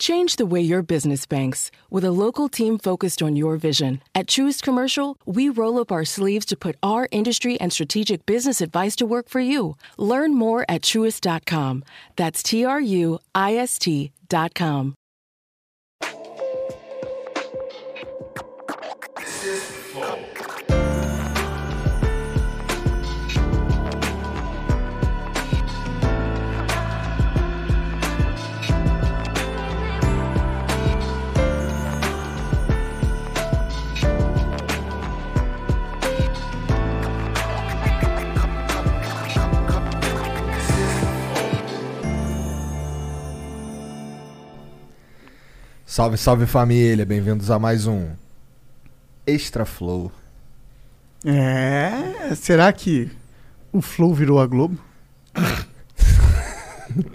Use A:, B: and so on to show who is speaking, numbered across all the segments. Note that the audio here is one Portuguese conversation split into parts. A: Change the way your business banks with a local team focused on your vision. At Truist Commercial, we roll up our sleeves to put our industry and strategic business advice to work for you. Learn more at truist.com. That's T R U I S T.com.
B: Salve, salve família, bem-vindos a mais um Extra Flow.
C: É, será que o Flow virou a Globo?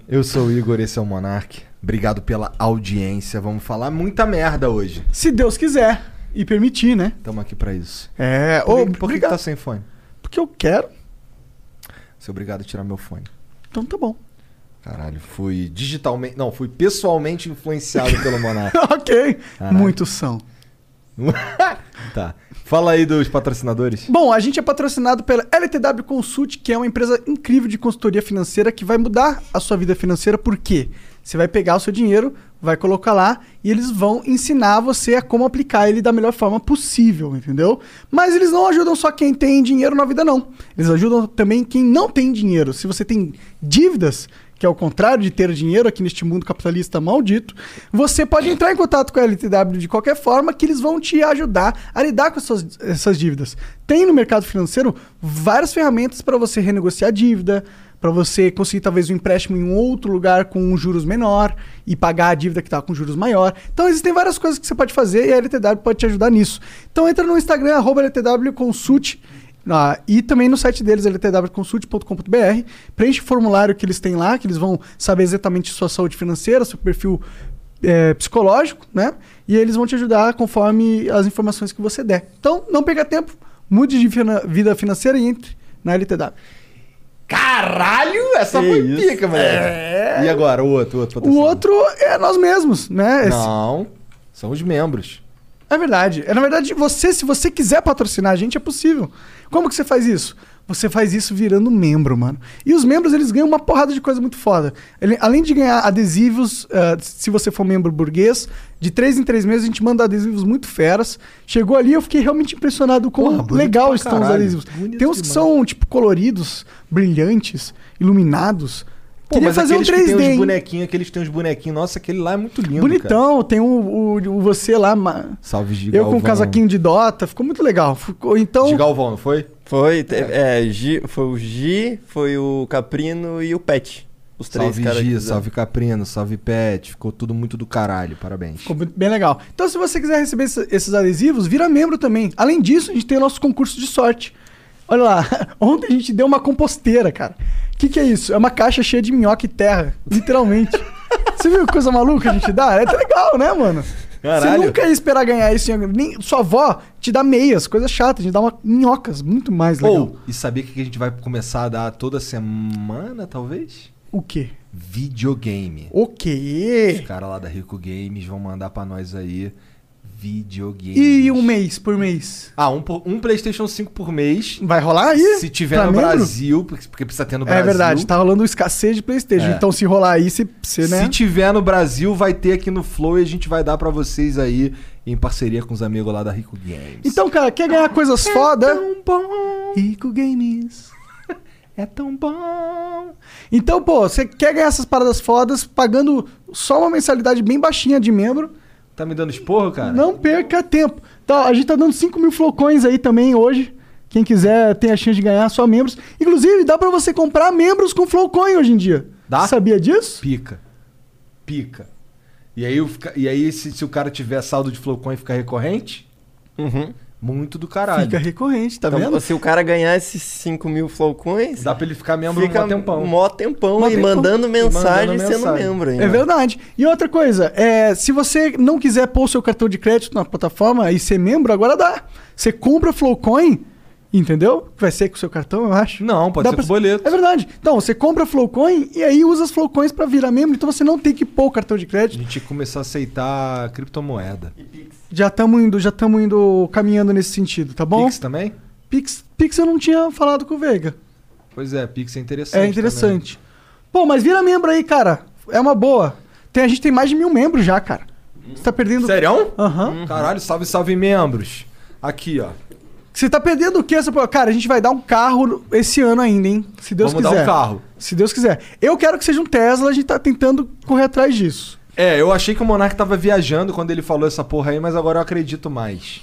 B: Eu sou o Igor, esse é o Monark. Obrigado pela audiência. Vamos falar muita merda hoje.
C: Se Deus quiser e permitir, né?
B: Tamo aqui pra isso.
C: É,
B: Por, que-
C: ô,
B: por que, que
C: obrigado.
B: tá sem fone?
C: Porque eu quero,
B: Sou obrigado a tirar meu fone.
C: então tá bom.
B: Caralho, fui digitalmente. Não, fui pessoalmente influenciado pelo Monark.
C: ok,
B: Caralho.
C: muitos são.
B: tá. Fala aí dos patrocinadores.
C: Bom, a gente é patrocinado pela LTW Consult, que é uma empresa incrível de consultoria financeira que vai mudar a sua vida financeira, por quê? Você vai pegar o seu dinheiro, vai colocar lá e eles vão ensinar você a como aplicar ele da melhor forma possível, entendeu? Mas eles não ajudam só quem tem dinheiro na vida, não. Eles ajudam também quem não tem dinheiro. Se você tem dívidas, que é o contrário de ter dinheiro aqui neste mundo capitalista maldito, você pode entrar em contato com a LTW de qualquer forma que eles vão te ajudar a lidar com essas, essas dívidas. Tem no mercado financeiro várias ferramentas para você renegociar a dívida, para você conseguir talvez um empréstimo em um outro lugar com um juros menor e pagar a dívida que está com juros maior. Então existem várias coisas que você pode fazer e a LTW pode te ajudar nisso. Então entra no Instagram, arroba LTW Consult, ah, e também no site deles, ltwconsult.com.br, preenche o formulário que eles têm lá, que eles vão saber exatamente sua saúde financeira, seu perfil eh, psicológico, né? E eles vão te ajudar conforme as informações que você der. Então, não perca tempo, mude de fina- vida financeira e entre na LTW.
B: Caralho, essa
C: Que
B: foi
C: isso?
B: pica, moleque. É. E agora, o outro, o outro é
C: O
B: patrocinador?
C: outro é nós mesmos, né? Esse-
B: Tá Não, são os membros.
C: É verdade. É, na verdade, você, se você quiser patrocinar a gente, é possível. Como que você faz isso? Você faz isso virando membro, mano. E os membros, eles ganham uma porrada de coisa muito foda. Ele- além de ganhar adesivos, ah, se você for membro burguês, de três em três meses a gente manda adesivos muito feras. Chegou ali, eu fiquei realmente impressionado com
B: Porra,
C: quão
B: bonito
C: legal
B: pra
C: estão os
B: caralho.
C: adesivos.
B: Bonito
C: Tem uns que
B: demais.
C: são, tipo, coloridos, brilhantes, iluminados.
B: Pô,
C: Queria
B: mas
C: fazer um
B: aqueles que
C: 3D,
B: tem uns
C: hein?
B: bonequinhos, aqueles que tem uns bonequinhos. Nossa, aquele lá é muito lindo, cara.
C: Bonitão, tem um, o, o você lá... ma-
B: Salve, Giga
C: Eu com um casaquinho de Dota, ficou muito legal. Ficou, então,
B: De Galvão, não foi?
D: Foi, te- é, Gi- foi o Gi, foi o Caprino e o Pet. Os três
B: salve
D: caras. que
B: Gi,
D: fizeram.
B: salve Caprino, salve Pet. Ficou tudo muito do caralho, parabéns.
C: ficou muito- bem legal. Então, se você quiser receber esse- esses adesivos, vira membro também. Além disso, a gente tem o nosso concurso de sorte. Olha lá, ontem a gente deu uma composteira, cara. O que, que é isso? É uma caixa cheia de minhoca e terra, literalmente. Você viu que coisa maluca que a gente dá? É até legal, né, mano?
B: Caralho.
C: Você nunca ia esperar ganhar isso. em algum- Nem, sua avó te dá meias, coisa chata. A gente dá uma minhocas, muito mais legal.
B: Ou, e sabia o que a gente vai começar a dar toda semana, talvez?
C: O quê?
B: Videogame.
C: O quê?
B: Os caras lá da Rico Games vão mandar pra nós aí videogame.
C: E um mês por mês?
B: Ah, um, por- um PlayStation 5 por mês.
C: Vai rolar aí?
B: se tiver
C: Pra
B: no
C: membro?
B: Brasil, porque porque precisa ter no Brasil.
C: Tá É verdade, tá rolando um escassez de Playstation.
B: É.
C: Então se rolar aí, você, você né?
B: Se tiver no Brasil, vai ter aqui no Flow e a gente vai dar pra vocês aí em parceria com os amigos lá da Rico Games.
C: Então, cara, quer ganhar coisas foda?
B: É tão bom,
C: Rico Games.
B: é tão bom.
C: Então, pô, você quer ganhar essas paradas fodas pagando só uma mensalidade bem baixinha de membro?
B: Tá me dando esporro, cara?
C: Não perca tempo. Tá, a gente tá dando 5 mil flocões aí também hoje. Quem quiser tem a chance de ganhar só membros. Inclusive, dá pra você comprar membros com flocões hoje em dia.
B: Dá?
C: Sabia disso?
B: Pica. Pica. E aí, eu fica- e aí se, se o cara tiver saldo de Flowcoin e ficar recorrente,
D: Uhum.
B: muito do caralho.
C: Fica recorrente, tá
D: então,
C: vendo?
D: se o cara ganhar esses 5 mil flowcoins,
B: Dá pra ele ficar membro
D: fica
B: um tempão.
D: mó tempão
C: Mó
D: e
C: tempão.
D: mandando mensagem
B: mandando
D: sendo
B: mensagem.
D: membro ainda.
C: É verdade. E outra coisa, é, se você não quiser pôr o seu cartão de crédito na plataforma e ser membro, agora dá. Você compra Flowcoin Entendeu? Vai ser com o seu cartão, eu acho.
B: Não, pode
C: Dá
B: ser
C: pra-
B: com boleto.
C: É verdade. Então, você compra Flowcoin e aí usa as Flowcoins pra virar membro, então você não tem que pôr o cartão de
B: A
C: crédito.
B: gente começar a aceitar criptomoeda.
C: Já estamos indo, já estamos indo caminhando nesse sentido, tá bom?
B: Pix também?
C: Pix, Pix eu não tinha falado com o Veiga.
B: Pois é, Pix é interessante.
C: É interessante. Pô, mas vira membro aí, cara. É uma boa. Tem, a gente tem mais de mil membros já, cara. Você tá perdendo.
B: Sério? Hum.
C: Aham.
B: Caralho, salve, salve membros. Aqui, ó.
C: Você tá perdendo o quê? Essa... Cara, a gente vai dar um carro esse ano ainda, hein? Se Deus
B: Vamos dar
C: quiser.
B: um carro.
C: Se Deus quiser. Eu quero que seja um Tesla, a gente tá tentando correr atrás disso.
B: É, eu achei que o Monark tava viajando quando ele falou essa porra aí, mas agora eu acredito mais.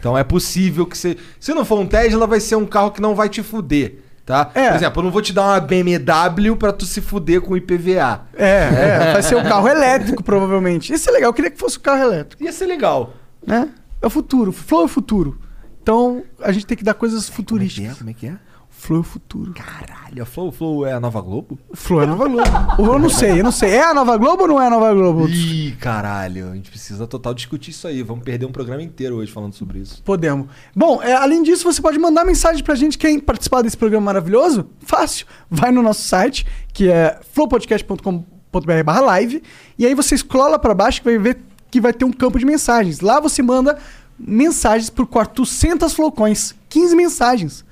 B: Então é possível que você. Se não for um Tesla, vai ser um carro que não vai te fuder, tá?
C: É.
B: Por exemplo, eu não vou te dar uma BMW pra tu se fuder com IPVA.
C: É, é, vai ser um carro elétrico, provavelmente. Isso é legal, eu queria que fosse um carro elétrico,
B: Ia ser legal.
C: né? É o futuro, Flow é o futuro. Então, a gente tem que dar coisas futurísticas.
B: Como é que é?
C: Flow é o futuro.
B: Caralho, a Flow, Flow é a Nova Globo?
C: Flow é a Nova Globo. eu não sei, eu não sei. É a Nova Globo ou não é a Nova Globo?
B: Ih, caralho, a gente precisa total discutir isso aí. Vamos perder um programa inteiro hoje falando sobre isso.
C: Podemos. Bom, é, além disso, você pode mandar mensagem pra gente quem participar desse programa maravilhoso. Fácil. Vai no nosso site, que é flowpodcast.com.br barra live. E aí você escrola pra baixo que vai ver que vai ter um campo de mensagens. Lá você manda mensagens por 400 flocões. 15 mensagens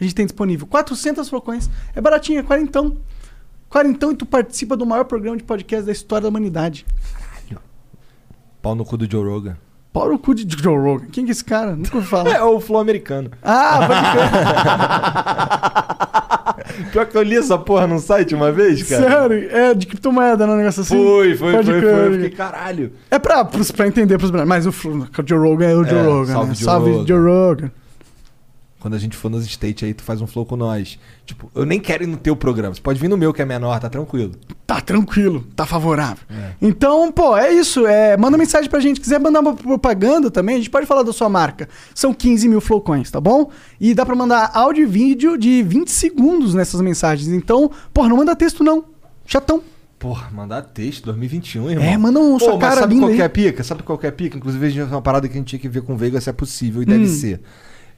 C: a gente tem disponível. 400 flocões. É baratinho, é quarentão. Quarentão e tu participa do maior programa de podcast da história da humanidade.
B: Pau no cu do Joe Rogan.
C: Pau no cu de Joe Rogan. Quem que é esse cara? Nunca ouvi falar.
B: É o Flow americano.
C: Ah, pode crer.
B: Pior que eu li essa porra num site uma vez, cara.
C: Sério? É, de criptomoeda, não, um negócio assim?
B: Foi, foi,
C: Pode
B: foi,
C: crer.
B: foi. Eu fiquei, caralho.
C: É pra, pros, pra entender pros brasileiros. Mas o, flu- o Joe Rogan é o Joe
B: É,
C: Rogan,
B: salve
C: né?
B: Joe
C: salve
B: Rogan.
C: Joe Rogan.
B: Quando a gente for nos States aí, tu faz um flow com nós. Tipo, eu nem quero ir no teu programa. Você pode vir no meu, que é menor, tá tranquilo.
C: Tá tranquilo, tá favorável. Então, pô, é isso. É, manda mensagem pra gente. Quiser mandar uma propaganda também, a gente pode falar da sua marca. São 15 mil flowcoins, tá bom? E dá pra mandar áudio e vídeo de 20 segundos nessas mensagens. Então, pô, não manda texto não. Chatão.
B: Porra, mandar texto 2021, irmão.
C: É, manda um, sua
B: Pô, mas
C: cara
B: sabe
C: linda
B: qual que é
C: aí.
B: a pica? Sabe qual que é a pica? Inclusive, a gente uma parada que a gente tinha que ver com o Veiga se é possível, e
C: Hum.
B: deve ser.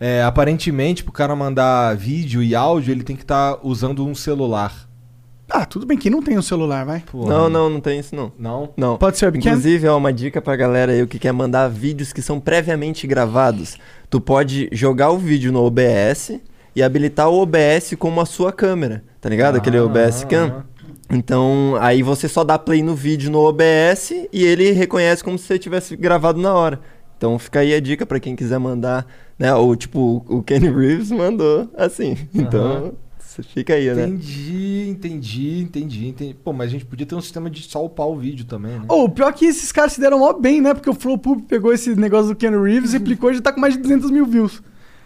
B: É, aparentemente, pro cara mandar vídeo e áudio, ele tem que estar usando um celular.
C: Ah, tudo bem que não tem um celular, vai.
B: Porra.
D: Não, não, não tem isso não.
B: Não?
D: Não.
C: Pode ser webcam?
D: Inclusive, é uma dica pra galera aí que quer mandar vídeos que são previamente gravados. Tu pode jogar o vídeo no OBS e habilitar o OBS como a sua câmera, tá ligado? Aquele
B: Ah,
D: OBS Cam. Então, aí você só dá play no vídeo no OBS e ele reconhece como se você tivesse gravado na hora. Então fica aí a dica pra quem quiser mandar, né? Ou tipo, o Kenny Reeves mandou assim. Então, fica aí, né?
B: Entendi, entendi, entendi, entendi. Pô, mas a gente podia ter um sistema de só upar o vídeo também, né?
C: Ô, o pior é que esses caras se deram mó bem, né? Porque o Flow Pub pegou esse negócio do Ken Reeves, replicou e já tá com mais de 200 mil views.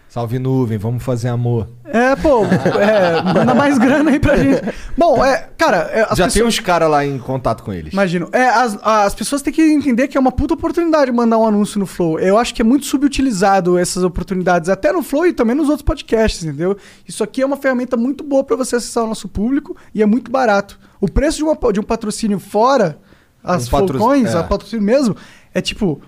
B: Salve nuvem, vamos fazer amor.
C: É, pô, é, manda mais grana aí pra gente. Bom, é, cara, é, as
B: Já
C: pessoas.
B: tem um- uns caras lá em contato com eles.
C: Imagino. É, as, as pessoas têm que entender que é uma puta oportunidade mandar um anúncio no Flow. Eu acho que é muito subutilizado essas oportunidades, até no Flow e também nos outros podcasts, entendeu? Isso aqui é uma ferramenta muito boa pra você acessar o nosso público e é muito barato. O preço de, uma- de um patrocínio fora, as
B: Um patro-
C: Flowcoins,
B: é.
C: a patrocínio mesmo, é tipo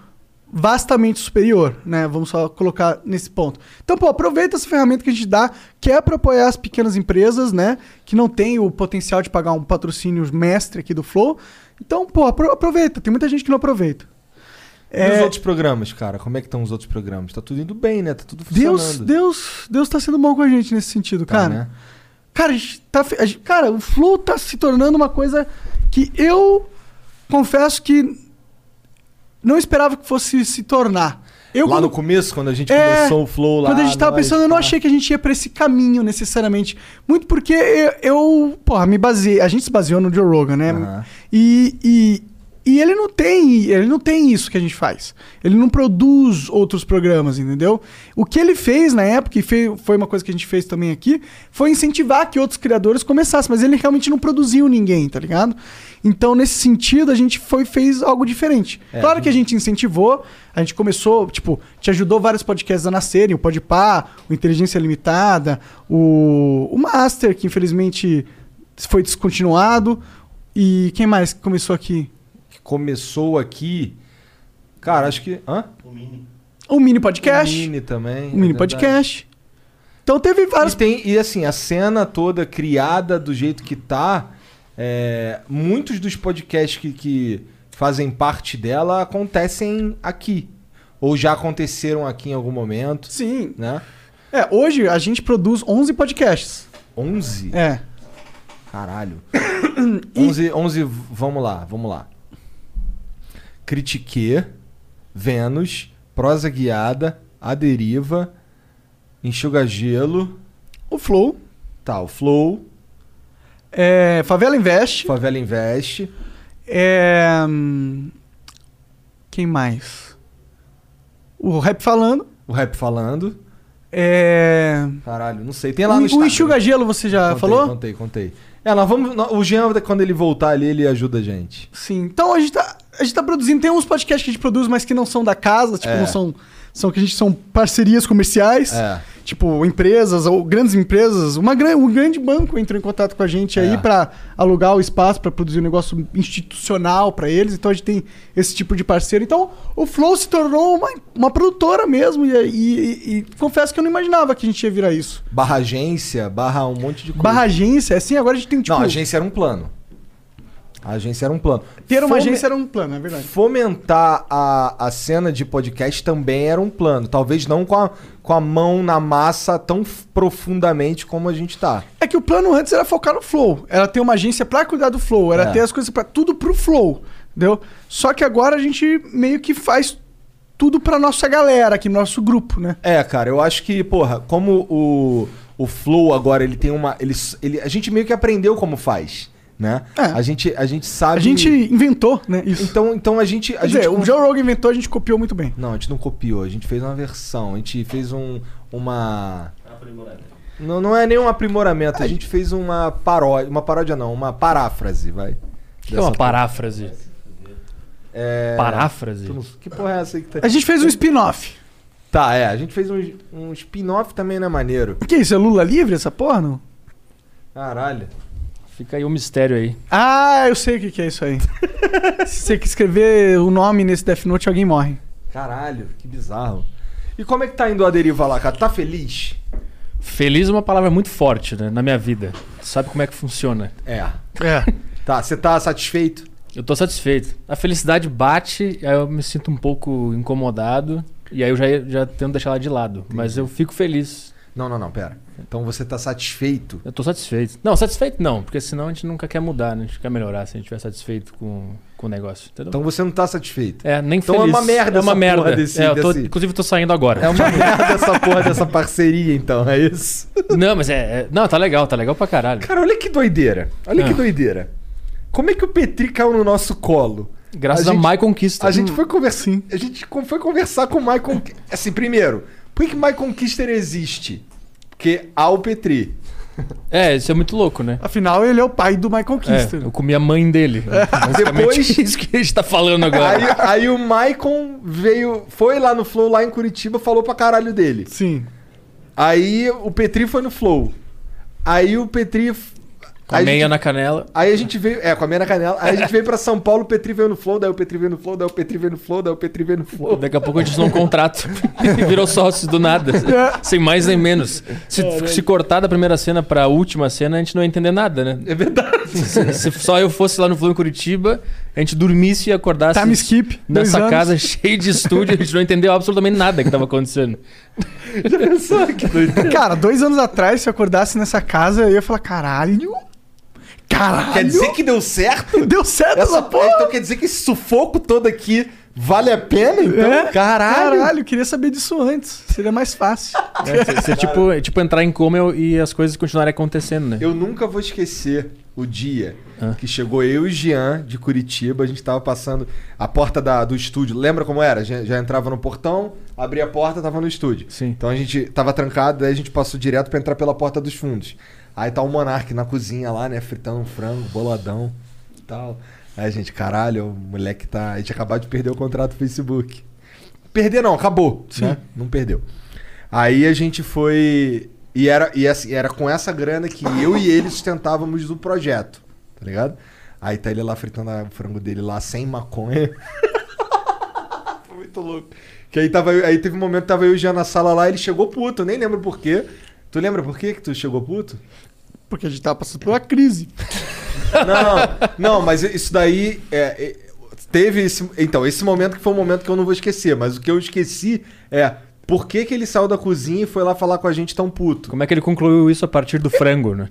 C: vastamente superior, né? Vamos só colocar nesse ponto. Então, pô, aproveita essa ferramenta que a gente dá, que é para apoiar as pequenas empresas, né? Que não tem o potencial de pagar um patrocínio mestre aqui do Flow. Então, pô, apro- aproveita. Tem muita gente que não aproveita.
B: E os
C: É,
B: outros programas, cara? Como é que estão os outros programas? Tá tudo indo bem, né? Tá tudo funcionando.
C: Deus, Deus, Deus tá sendo bom com a gente nesse sentido,
B: Tá,
C: cara.
B: né?
C: Cara, a gente tá, fe- a gente- cara, o Flow tá se tornando uma coisa que eu confesso que não esperava que fosse se tornar. Eu,
B: lá
C: quando-
B: no começo, quando a gente
C: É,
B: começou o flow lá.
C: Quando a gente tava
B: nós,
C: pensando, eu não
B: tá.
C: achei que a gente ia pra esse caminho necessariamente. Muito porque eu, eu, porra, me baseei. A gente se baseou no Joe Rogan, né?
B: Aham.
C: E, e, e ele não tem. Ele não tem isso que a gente faz. Ele não produz outros programas, entendeu? O que ele fez na época, e fe- foi uma coisa que a gente fez também aqui, foi incentivar que outros criadores começassem, mas ele realmente não produziu ninguém, tá ligado? Então, nesse sentido, a gente foi fez algo diferente.
B: É,
C: claro que a gente incentivou, a gente começou, tipo, te ajudou vários podcasts a nascerem, o Podpah, o Inteligência Limitada, o, o Master, que infelizmente foi descontinuado, e quem mais que começou aqui?
B: Que começou aqui. Cara, acho que. Hã?
C: O Mini Podcast.
B: O Mini também.
C: O Mini
B: é verdade.
C: Podcast. Então teve vários.
B: E, tem, e assim, a cena toda criada do jeito que tá, é, muitos dos podcasts que, que fazem parte dela acontecem aqui. Ou já aconteceram aqui em algum momento,
C: Sim.
B: né?
C: É, hoje a gente produz 11 podcasts.
B: 11?
C: É.
B: Caralho. 11, 11, vamos lá, vamos lá. Critique, Vênus, Prosa Guiada, A Deriva, Enxuga Gelo,
C: O Flow,
B: tal, Flow,
C: é, Favela Invest,
B: Favela Invest,
C: é, hum, quem mais? O Rap Falando,
B: o Rap Falando.
C: é,
B: Caralho, não sei. Tem lá no
C: o, o
B: Instagram.
C: Enxuga Gelo você já
B: Contei,
C: falou?
B: Contei, contei. É, nós vamos. nó- O Jean, quando ele voltar ali, ele ajuda a gente.
C: Sim. Então a gente, tá, a gente tá produzindo. Tem uns podcasts que a gente produz, mas que não são da casa, tipo,
B: É.
C: não são. São que a gente são parcerias comerciais,
B: É.
C: tipo empresas ou grandes empresas. Uma, gran- um grande banco entrou em contato com a gente
B: É.
C: aí pra alugar o espaço, pra produzir um negócio institucional pra eles. Então a gente tem esse tipo de parceiro. Então o Flow se tornou uma, uma produtora mesmo. E, e- e- e confesso que eu não imaginava que a gente ia virar isso.
B: Barra agência, barra um monte de coisa.
C: Barra agência, assim, agora a gente tem tipo.
B: Não, a agência era um plano. A agência era um plano.
C: Ter uma
B: Fome-
C: agência era um plano, é verdade.
B: Fomentar a, a cena de podcast também era um plano. Talvez não com a, com a mão na massa tão f- profundamente como a gente tá.
C: É que o plano antes era focar no flow. Era ter uma agência pra cuidar do flow, era
B: É.
C: ter as coisas pra tudo pro flow, entendeu? Só que agora a gente meio que faz tudo pra nossa galera aqui, nosso grupo, né?
B: É, cara, eu acho que, porra, como o, o Flow agora, ele tem uma. Ele, s- ele, a gente meio que aprendeu como faz, né?
C: É.
B: A, gente, a gente sabe.
C: A gente inventou, né, isso.
B: Então, então a gente. A
C: Quer
B: gente
C: dizer,
B: con-
C: o Joe Rogan inventou, a gente copiou muito bem.
B: Não, a gente não copiou, a gente fez uma versão, a gente fez um. uma. Não, não é nenhum aprimoramento, a gente fez uma paródia. Uma paródia não, uma paráfrase, vai.
E: Que é uma
B: Dessa-
E: paráfrase.
B: É,
E: Paráfrase?
B: tu não- Que porra é essa aí que tá.
C: A gente fez um spin-off.
B: Tá, é, a gente fez um, um spin-off também, né, maneiro?
C: O que é isso? É Lula livre essa porra, não?
B: Caralho.
E: Fica
B: um
E: aí o mistério aí.
C: Ah, eu sei o que que é isso aí. Se você que escrever o nome nesse Death Note, alguém morre.
B: Caralho, que bizarro. E como é que tá indo a deriva lá, cara? Tá feliz?
E: Feliz é uma palavra muito forte né, na minha vida. Sabe como é que funciona.
B: É.
C: É.
B: Tá, você tá satisfeito?
E: Eu tô satisfeito. A felicidade bate, aí eu me sinto um pouco incomodado. E aí eu já, já tento deixar ela de lado. Mas eu fico feliz.
B: Não, não, não, pera. Então você tá satisfeito?
E: Eu tô satisfeito. Não, satisfeito não, porque senão a gente nunca quer mudar, né? A gente quer melhorar se a gente estiver satisfeito com, com o negócio. Entendeu?
B: Então você não tá satisfeito.
E: é, nem
B: então é
E: feliz.
B: uma merda
E: É uma
B: essa
E: merda.
B: porra desse-
E: é, eu tô,
B: desse-
E: Inclusive, eu tô saindo agora.
B: É uma merda essa porra dessa parceria, então, é isso?
E: Não, mas é, é- Não, tá legal, tá legal pra caralho.
B: Cara, olha que doideira. Olha que
E: Ah.
B: doideira. Como é que o Petri caiu no nosso colo?
E: Graças
B: a
E: a,
B: gente-
E: My Conquista. Hum.
B: A gente foi conversar. A gente con- foi conversar com o Michael. Assim, primeiro, por que que My Conquister existe? Porque há o Petri.
E: É, isso é muito louco, né?
C: Afinal, ele é o pai do My Conquista.
E: É, eu comi a mãe dele. Basicamente
B: Depois-
E: isso que a gente tá falando
B: Aí,
E: agora.
B: aí o Maicon veio, foi lá no Flow, lá em Curitiba, falou pra caralho dele.
C: Sim.
B: Aí o Petri foi no Flow. Aí o Petri.
E: Com a
B: aí
E: meia
B: gente-
E: na canela.
B: Aí a gente veio. É, com a meia na canela. Aí a gente veio pra São Paulo, o Petri veio no Flow, daí o Petri veio no Flow, daí o Petri veio no Flow, daí o Petri veio no Flow.
E: Daqui a pouco a gente assinou um contrato e virou sócio do nada. Sem mais nem menos. Se, se cortar da primeira cena pra última cena, a gente não ia entender nada, né?
B: É verdade.
E: Se, se só eu fosse lá no Flow em Curitiba, a gente dormisse e acordasse
C: Time skip. dois
E: nessa
C: anos.
E: casa cheia de estúdio, a gente não entendeu absolutamente nada que tava acontecendo.
C: Cara, dois anos atrás, se eu acordasse nessa casa, eu ia falar, caralho. Caralho.
B: Quer dizer que deu certo?
C: Deu certo essa,
B: Essa
C: porra.
B: Então quer dizer que esse sufoco todo aqui vale a pena? Então,
C: É?
B: caralho.
C: Caralho, eu queria saber disso antes. Seria mais fácil.
E: É, você- você, tipo, é tipo entrar em coma e as coisas continuarem acontecendo, né?
B: Eu nunca vou esquecer o dia
E: Ah.
B: que chegou eu e o Jean de Curitiba. A gente tava passando a porta da- do estúdio. Lembra como era? Já, já entrava no portão, abria a porta, tava no estúdio.
E: Sim.
B: Então a gente tava trancado, daí a gente passou direto pra entrar pela porta dos fundos. Aí tá o Monark na cozinha lá, né? Fritando um frango, boladão e tal. Aí a gente, caralho, o moleque tá. A gente acabou de perder o contrato do Facebook. Perder não, acabou. Né? Não perdeu. Aí a gente foi. E era, e assim, era com essa grana que eu e ele sustentávamos do projeto, tá ligado? Aí tá ele lá fritando a- o frango dele lá sem maconha. Foi muito louco. Que aí, tava, eu- aí teve um momento que tava eu e o Jean na sala lá, ele chegou puto, eu nem lembro porquê. Tu lembra por que que tu chegou puto?
C: Porque a gente tava passando por uma crise.
B: Não, não, mas isso daí é, é, teve esse, então esse momento que foi um momento que eu não vou esquecer, mas o que eu esqueci é por que, que ele saiu da cozinha e foi lá falar com a gente tão puto?
E: Como é que ele concluiu isso a partir do frango, né?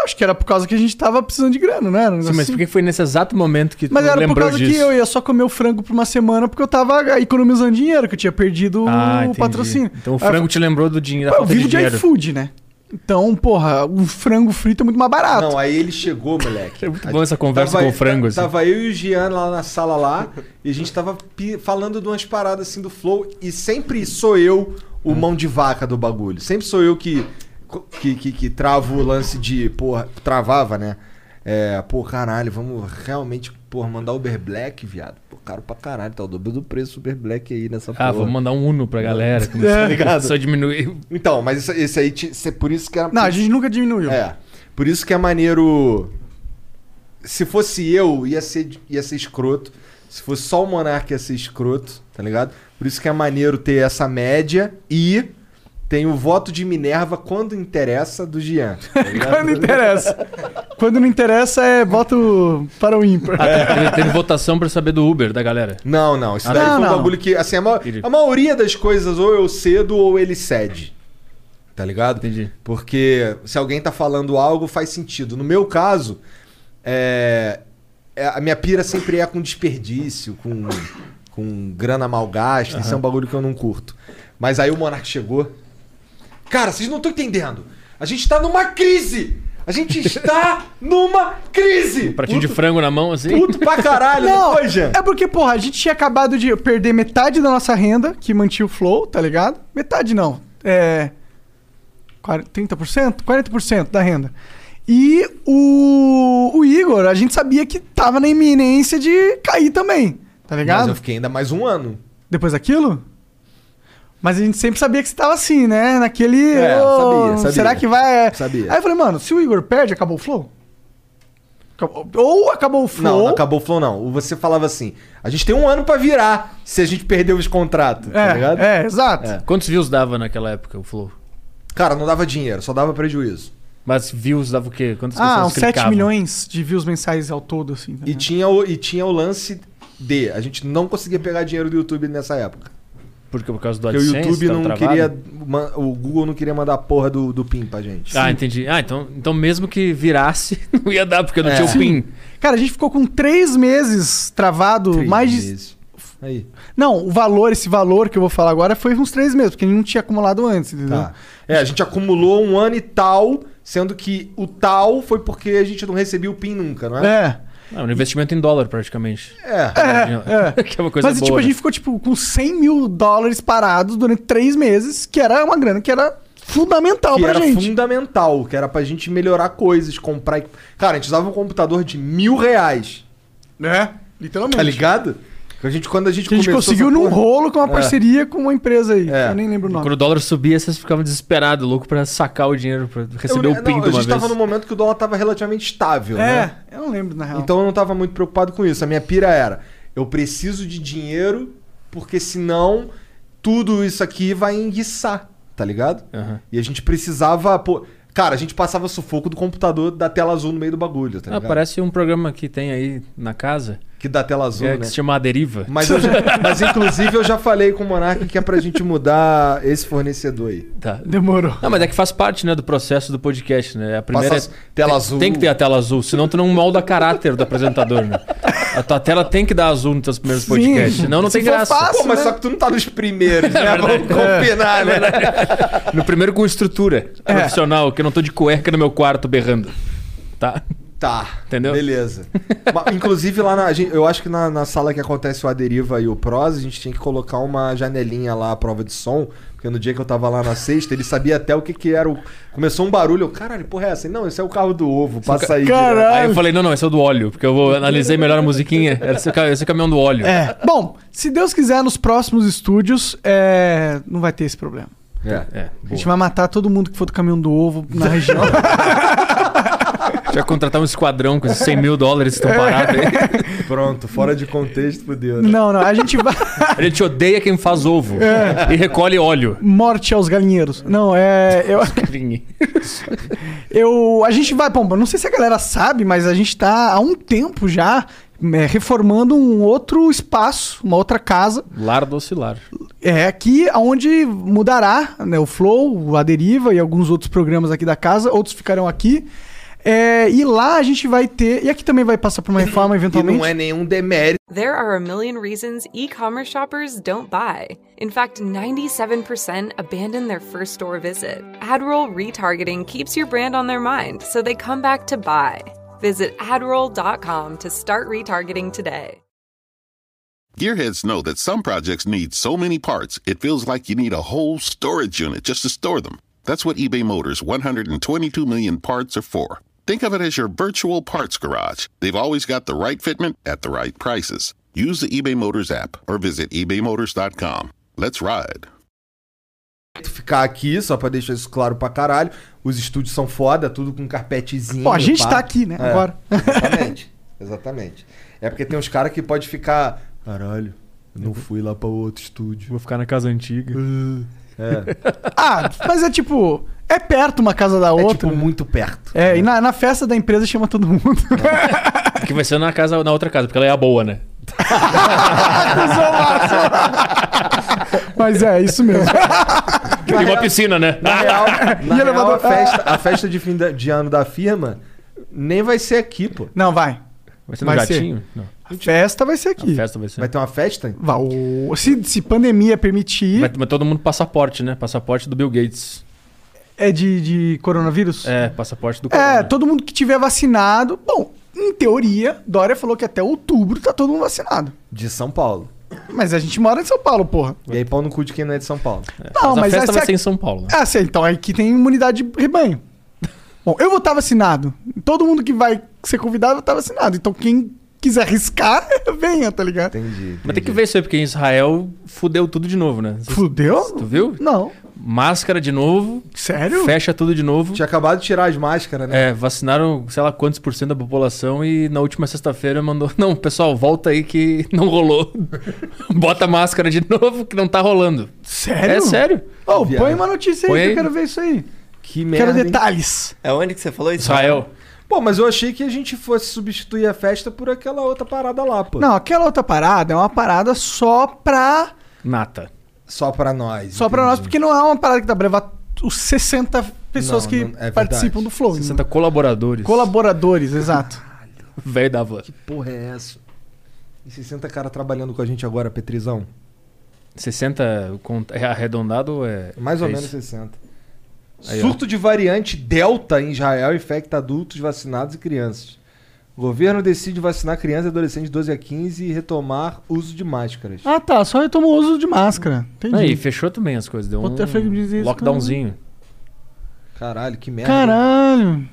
C: Acho que era por causa que a gente tava precisando de grana, né? Era um
E: Sim, mas
C: negócio
E: por que foi nesse exato momento que tu
C: Mas era por
E: lembrou
C: causa
E: disso?
C: que eu ia só comer o frango por uma semana porque eu tava economizando dinheiro, que eu tinha perdido
E: Ah,
C: o
E: entendi.
C: patrocínio.
E: Então o
C: Aí eu
E: frango te lembrou do dinheiro, da
C: Pô, eu
E: falta de
C: vivo de
E: dinheiro.
C: iFood, né? Então, porra, o frango frito é muito mais barato.
B: Não, aí ele chegou, moleque.
E: É muito bom essa conversa com o frango, assim.
B: Tava eu e o Gian lá na sala lá, e a gente tava pi- falando de umas paradas assim do flow, e sempre sou eu o mão de vaca do bagulho. Sempre sou eu que, que, que, que travo o lance de, porra, travava, né? É, pô, caralho, vamos realmente, porra, mandar Uber Black, viado. Pô, caro pra caralho, tá o dobro do preço Uber Black aí nessa
E: Ah, vamos mandar um Uno pra galera. Como
B: É,
E: se-
B: ligado.
E: Só diminuir.
B: Então, mas isso- esse aí, ti- cê- por isso que era...
C: Não, a gente nunca diminuiu.
B: É. Por isso que é maneiro. Se fosse eu, ia ser, ia ser escroto. Se fosse só o Monark, ia ser escroto, tá ligado? Por isso que é maneiro ter essa média e tem o voto de Minerva quando interessa do Jean. tá ligado?
C: Quando interessa. Quando não interessa, é voto para o ímpar.
E: Teve, teve votação pra saber do Uber da galera.
B: Não, não. Isso
E: Ah,
B: daí
C: não,
B: foi um
C: não.
B: bagulho que. Assim, a, ma-
E: Entendi.
B: a maioria das coisas ou eu cedo ou ele cede. Tá ligado?
E: Entendi.
B: Porque se alguém tá falando algo, faz sentido. No meu caso, é, é- a minha pira sempre é com desperdício, com, com grana mal gasta. Isso é um bagulho que eu não curto. Mas aí o Monark chegou. Cara, vocês não estão entendendo. A gente tá numa crise! A gente está numa crise!
E: Pratinho de
B: Puto-
E: frango na mão, assim.
B: Puto pra caralho, não,
C: Não,
B: foi, Jean?
C: é porque, porra, a gente tinha acabado de perder metade da nossa renda, que mantinha o flow, tá ligado? Metade não. É. 40, 30%? 40% da renda. E o, o Igor, a gente sabia que tava na iminência de cair também, tá
B: Mas
C: ligado?
B: eu fiquei ainda mais um ano.
C: Depois daquilo? Mas a gente sempre sabia que você tava assim, né? Naquele.
B: É,
C: "Ô,
B: sabia, sabia.
C: Será que vai. é?"
B: Sabia.
C: Aí eu falei, mano, se o Igor perde, acabou o flow? Acabou- Ou acabou o flow.
B: Não, não acabou o flow, não. Você falava assim: a gente tem um ano pra virar se a gente perder os contratos,
C: É,
B: tá ligado?
C: é, exato.
B: É.
E: Quantos views dava naquela época o Flow?
B: Cara, não dava dinheiro, só dava prejuízo.
E: Mas views dava o quê? Quantas
C: Ah,
E: pessoas
C: uns 7
E: clicavam?
C: milhões de views mensais ao todo, assim. tá
B: E,
C: ligado?
B: tinha o, e tinha o lance de. A gente não conseguia pegar dinheiro do YouTube nessa época.
E: Porque por causa do
B: Porque o
E: AdSense,
B: YouTube
E: tava
B: não
E: tá travado?
B: queria. ma- O Google não queria mandar a porra do, do PIN pra gente.
E: Ah, entendi. Ah, então, então mesmo que virasse, não ia dar, porque não
B: É.
E: tinha o PIN.
C: Cara, a gente ficou com 3 meses travado,
B: Três
C: mais de.
B: meses. Aí.
C: Não, o valor, esse valor que eu vou falar agora foi uns 3 meses, porque a gente não tinha acumulado antes, entendeu?
B: Tá. É, a gente acumulou um ano e tal, sendo que o tal foi porque a gente não recebia o PIN nunca, não é?
C: É.
E: Ah, um investimento em dólar, praticamente.
B: É.
C: É, é.
E: que é uma coisa
C: Mas,
E: boa.
C: tipo, a
E: né?
C: gente ficou, tipo, com 100 mil dólares parados durante três meses, que era uma grana que era fundamental
B: Que
C: pra
B: era
C: gente.
B: fundamental, que era pra gente melhorar coisas, comprar. equi- Cara, a gente usava um computador de mil reais,
C: É, literalmente.
B: tá ligado? Que A gente, quando a gente
C: que a gente
B: começou
C: conseguiu
B: essa
C: num
B: porra-
C: rolo com uma
B: É.
C: parceria com uma empresa aí.
B: É.
C: Eu nem lembro o
E: E
C: nome.
E: Quando o dólar subia, vocês ficavam desesperados, louco pra sacar o dinheiro, pra receber
B: Eu-
E: o PIN
B: não,
E: de
B: A
E: uma
B: gente
E: vez.
B: tava num momento que o dólar tava relativamente estável,
C: É,
B: né?
C: eu não lembro, na real.
B: Então eu não tava muito preocupado com isso. A minha pira era: eu preciso de dinheiro, porque senão tudo isso aqui vai enguiçar, tá ligado?
E: Aham.
B: E a gente precisava. pô- Cara, a gente passava sufoco do computador da tela azul no meio do bagulho, tá
E: Ah,
B: ligado?
E: parece um programa que tem aí na casa,
B: Que da tela azul,
E: que, é,
B: né?
E: que se chama A Deriva.
B: Mas, eu já- mas, inclusive eu já falei com o Monark que é pra gente mudar esse fornecedor aí.
E: Tá.
C: Demorou.
E: Não, mas é que faz parte, né, do processo do podcast, né? A primeira
B: Passa as- tela azul.
E: Tem que ter a tela azul, senão tu não molda caráter do apresentador, né? A tua tela tem que dar azul nos teus primeiros
C: Sim.
E: podcasts, senão não
C: Se
E: tem
C: for
E: graça. É
C: fácil-
B: Pô, mas
C: né?
B: só que tu não tá nos primeiros, né? Vamos combinar, né?
E: No primeiro com estrutura
B: É.
E: profissional, que eu não tô de cueca no meu quarto berrando. Tá?
B: Tá.
E: Entendeu?
B: Beleza. Ma- Inclusive, lá na. a gente- Eu acho que na, na sala que acontece o Aderiva e o Pros, a gente tinha que colocar uma janelinha lá à prova de som. Porque no dia que eu tava lá na sexta, ele sabia até o que que era o. Começou um barulho. Eu, caralho, porra, é essa? Ele, Não, esse é o carro do ovo. Passa aí.
C: Caralho.
E: Aí eu falei, não, não, esse é o do óleo, porque eu vou analisei melhor a musiquinha. Esse é o ca- esse é o caminhão do óleo.
C: É. Bom, se Deus quiser, nos próximos estúdios, é, não vai ter esse problema.
B: direto. É.
E: É,
C: A gente
E: boa.
C: vai matar todo mundo que for do caminhão do ovo na região.
E: Já contratar um esquadrão com esses 100 mil dólares que estão parados aí.
B: Pronto, fora de contexto, fudeu. Né?
C: Não, não. A gente vai.
E: A gente odeia quem faz ovo
C: É.
E: e recolhe óleo.
C: Morte aos galinheiros. Não, é. Eu, eu, a gente vai. Bom, não sei se a galera sabe, mas a gente tá há um tempo já é, reformando um outro espaço, uma outra casa.
E: Lar do oscilar.
C: É aqui onde mudará né, o Flow, a Deriva e alguns outros programas aqui da casa. Outros ficarão aqui. É, e lá a gente vai ter. E aqui também vai passar por uma reforma
B: E
C: eventualmente.
B: não é nenhum demérito
F: There are a million reasons e commerce shoppers don't buy. In fact, 97% abandon their first store visit. AdRoll retargeting keeps your brand on their mind, so they come back to buy. Visit adroll.com to start retargeting today.
G: Gearheads know that some projects need so many parts, it feels like you need a whole storage unit just to store them. That's what eBay Motors' 122 million parts are for. Think of it as your virtual parts garage. They've always got the right fitment at the right prices. Use the eBay Motors app or visit ebaymotors.com. Let's ride.
B: ficar aqui, só pra deixar isso claro pra caralho. Os estúdios são foda, tudo com carpetezinho.
C: Pô, a gente
B: pá.
C: tá aqui, né?
B: É,
C: Agora.
B: Exatamente. Exatamente. É porque tem uns caras que pode ficar. Caralho, eu não fui lá pra outro estúdio.
E: Vou ficar na casa antiga.
B: É,
C: Ah, mas é tipo. É perto uma casa da
B: é
C: outra.
B: tipo
C: né?
B: muito perto.
C: É, e na, na festa da empresa chama todo mundo.
E: Que vai ser na casa, na outra casa, porque ela é a boa, né?
C: Mas é, isso mesmo.
E: Que tem uma piscina, né?
B: Na real, na
C: E
B: real,
C: elevador-
B: a, festa, a festa de fim da- de ano da firma nem vai ser aqui, pô.
C: Não, vai.
E: Vai ser no
C: Vai
E: jatinho? Não.
C: A festa vai ser
E: A
C: aqui.
E: festa vai ser.
B: Vai ter uma festa?
C: Vai, o- se, se pandemia permitir,
E: Vai, mas todo mundo passaporte, né? Passaporte do Bill Gates.
C: é de, de coronavírus?
E: É, passaporte do
C: É,
E: corona.
C: todo mundo que tiver vacinado. Bom, em teoria, Dória falou que até outubro tá todo mundo vacinado.
B: De São Paulo.
C: Mas a gente mora em São Paulo, porra.
B: E aí pau no cu de quem não é de São Paulo.
C: Não,
E: mas, a festa
C: essa-
E: vai ser em São Paulo. né?
C: Ah, sim, então aqui tem imunidade de rebanho. Bom, eu vou estar vacinado. Todo mundo que vai ser convidado vai estar vacinado. Então quem quiser arriscar, venha, tá ligado?
B: Entendi.
E: Mas tem que ver isso aí, porque em Israel fudeu tudo de novo, né? Tu
C: Fudeu?
E: viu?
C: Não.
E: Máscara de novo,
C: Sério?
E: fecha tudo de novo.
B: Tinha acabado de tirar as máscaras, né?
E: É, vacinaram sei lá quantos por cento da população e na última sexta-feira mandou. Não, pessoal, volta aí que não rolou. Bota a máscara de novo que não tá rolando.
C: Sério?
E: É sério.
C: Ô,
B: Viado.
C: põe uma notícia aí
E: Põe
C: que eu
E: aí.
C: quero ver isso aí.
B: Que
C: quero
B: merda. hein?
C: detalhes.
D: É onde que você falou isso?
E: Israel.
B: Pô, mas eu achei que a gente fosse substituir a festa por aquela outra parada lá, pô.
C: Não, aquela outra parada é uma parada só pra.
E: Nata.
B: Só pra nós.
C: Só pra
B: entendi.
C: nós, porque não é uma parada que dá pra levar os 60 pessoas
B: Não,
C: que
B: não- é verdade.
C: participam do Flow.
E: 60 colaboradores.
C: Colaboradores, exato.
E: Velho da van.
B: Porra, é essa? E 60 cara trabalhando com a gente agora, Petrizão?
E: 60 com- é arredondado ou é.
B: Mais ou
E: é
B: menos
E: isso?
B: 60.
E: Aí, ó.
B: Surto de variante Delta em Israel infecta adultos vacinados e crianças. O governo decide vacinar crianças e adolescentes de 12 a 15 e retomar uso de máscaras.
C: Ah, tá. Só eu tomo uso de máscara. Entendi.
E: Aí, fechou também as coisas. Deu um
C: Puta, foi que me dizia isso,
E: lockdownzinho.
B: Caralho, que merda. hein?
C: Caralho.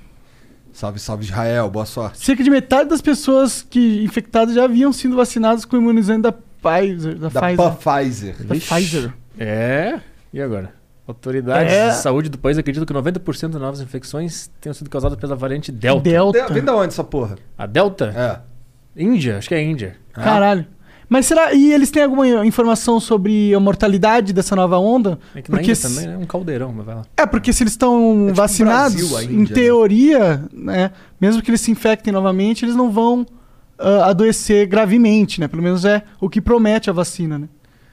B: Salve, salve Israel, boa sorte.
C: Cerca de metade das pessoas que infectadas já haviam sido vacinadas com imunizante da Pfizer. Da,
B: Da
C: Pfizer.
B: Pfizer. Pfizer.
C: Da Pfizer.
E: É. E agora? Autoridades
C: É.
E: de saúde do país acreditam que 90% das novas infecções tenham sido causadas pela variante Delta.
C: Delta.
B: De- Vem da onde essa porra?
E: A Delta?
B: É.
E: Índia? Acho que é Índia.
C: Caralho. Mas será. E eles têm alguma informação sobre a mortalidade dessa nova onda?
E: É que na Índia
C: se-
E: também, né? Um caldeirão, mas vai lá.
C: É, porque se eles estão
B: tipo
C: vacinados,
B: Brasil, a Índia,
C: em
B: né?
C: teoria, né? Mesmo que eles se infectem novamente, eles não vão ah, adoecer gravemente, né? Pelo menos é o que promete a vacina, né?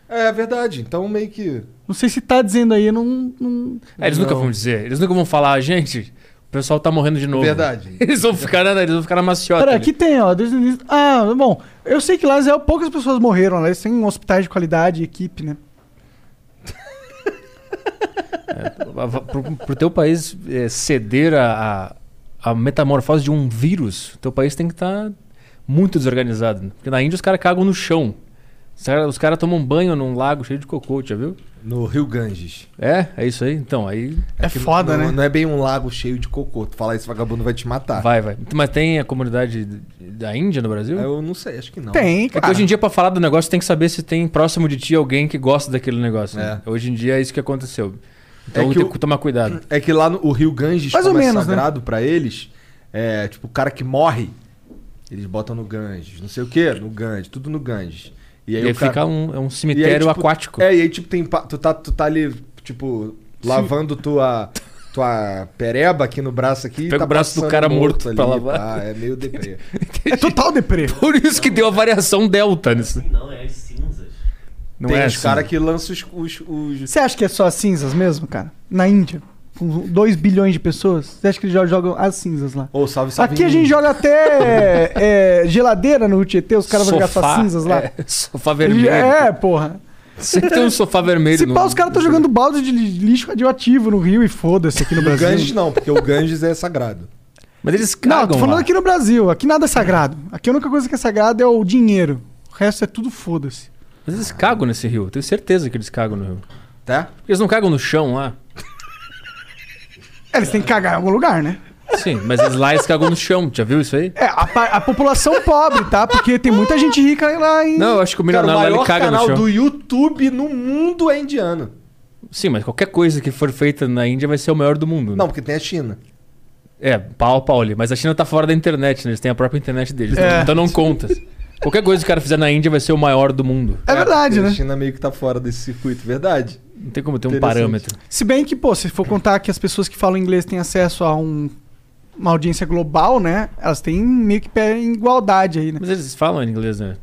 B: É verdade, então meio que.
C: Não sei se tá dizendo aí, eu não. não...
E: É, eles nunca vão dizer. Eles nunca vão falar, "Ah, gente, o pessoal tá morrendo de novo.
B: Verdade.
E: Eles vão ficar na, eles vão ficar na maciota.
C: Peraí,
E: ali.
C: aqui tem, ó. desde o início- Ah, bom. Eu sei que lá em Israel poucas pessoas morreram, né? Eles têm um hospitais de qualidade, equipe, né? tá-
E: A- a- Pro, pro teu país é, ceder a, a, a metamorfose de um vírus, teu país tem que estar muito desorganizado. né? Porque na Índia os caras cagam no chão. Os caras cara tomam banho num lago cheio de cocô, já viu?
B: No Rio Ganges.
E: É, é isso aí. Então, aí
C: É,
B: Que
C: foda,
B: não,
C: né?
B: Não é bem um lago cheio de cocô. Tu falar isso, vagabundo vai te
C: Tá.
B: matar.
E: vai, vai. Mas tem a comunidade da Índia no
C: É,
E: Brasil?
B: Eu não sei, acho que não.
C: Tem,
E: É
C: cara.
E: que hoje em dia, pra falar do negócio, tem que saber se tem próximo de ti alguém que gosta daquele negócio. né?
B: É.
E: Hoje em dia é isso que aconteceu. Então
B: É que
E: tem
B: o-
E: que tomar cuidado.
B: É que lá no o Rio Ganges,
C: Mais ou
B: como é
C: menos, né?
B: sagrado pra eles, É, tipo, o cara que morre, eles botam no Ganges. Não sei o quê, no Ganges. Tudo no Ganges. E
E: E
B: aí,
E: aí
B: o cara...
E: fica um, é um
B: e aí,
E: cemitério
B: tipo,
E: aquático.
B: É, e aí, tipo, tem pa- tu, tá, tu tá ali, tipo, lavando tua, tua pereba aqui no braço aqui.
E: Pega
B: tá
E: o braço do
B: passando
E: cara morto pra lavar.
B: Tá, é meio deprê.
C: É total deprê.
E: Por isso que deu a variação delta nisso.
H: Não, é as cinzas.
E: Não
B: tem
E: é
B: os
E: assim.
B: caras que lançam os... os, os-
C: Você acha que é só as cinzas mesmo, cara? Na Índia, com 2 bilhões de pessoas, você acha que eles já jogam as cinzas lá?
B: Ô, salve, salve.
C: Aqui a gente joga até é, geladeira no Tietê, os caras vão jogar só as
E: Sofá,
C: cinzas lá.
E: é, sofá
C: Ele-
E: vermelho.
C: É, porra.
E: Sempre tem um sofá vermelho.
C: Se
E: no-
C: pá, os
B: tá-
C: caras estão jogando balde de lixo radioativo no Rio e foda-se aqui no
B: O
C: Brasil.
B: Ganges não, porque o Ganges é sagrado.
E: Mas eles cagam
C: Não, tô falando
E: lá.
C: aqui no Brasil. Aqui nada é sagrado. Aqui a única coisa que é sagrada é o dinheiro. O resto é tudo foda-se.
E: Mas eles cagam nesse rio. eu Tenho certeza que eles cagam no rio.
B: Tá?
E: Eles não cagam no chão lá?
C: É, Eles têm que cagar em algum lugar, né?
E: Sim, mas eles lá eles cagam no chão. Já viu isso aí?
C: É, a, pa- a população pobre, tá? Porque tem muita gente rica lá em.
E: Não, eu acho que o
B: Hum.
E: milionário
B: Cara,
E: lá
B: o
E: ele
B: maior
E: caga no
B: canal
E: chão.
B: do YouTube no mundo é indiano.
E: Sim, mas qualquer coisa que for feita na Índia vai ser o maior do mundo. né?
B: Não, porque tem a China.
E: É, pau a pau ali. Mas a China tá fora da internet, né? Eles têm a própria internet deles.
B: É.
E: né? Então não conta. Qualquer coisa que o cara fizer na Índia vai ser o maior do mundo.
C: É verdade,
B: Porque
C: né?
B: A China meio que tá fora desse circuito, verdade.
E: Não tem como ter um
B: Interessante.
E: parâmetro.
C: Se bem que, pô, se for contar que as pessoas que falam inglês têm acesso a um- uma audiência global, né? Elas têm meio que pé em igualdade aí, né?
E: Mas eles falam em inglês, né?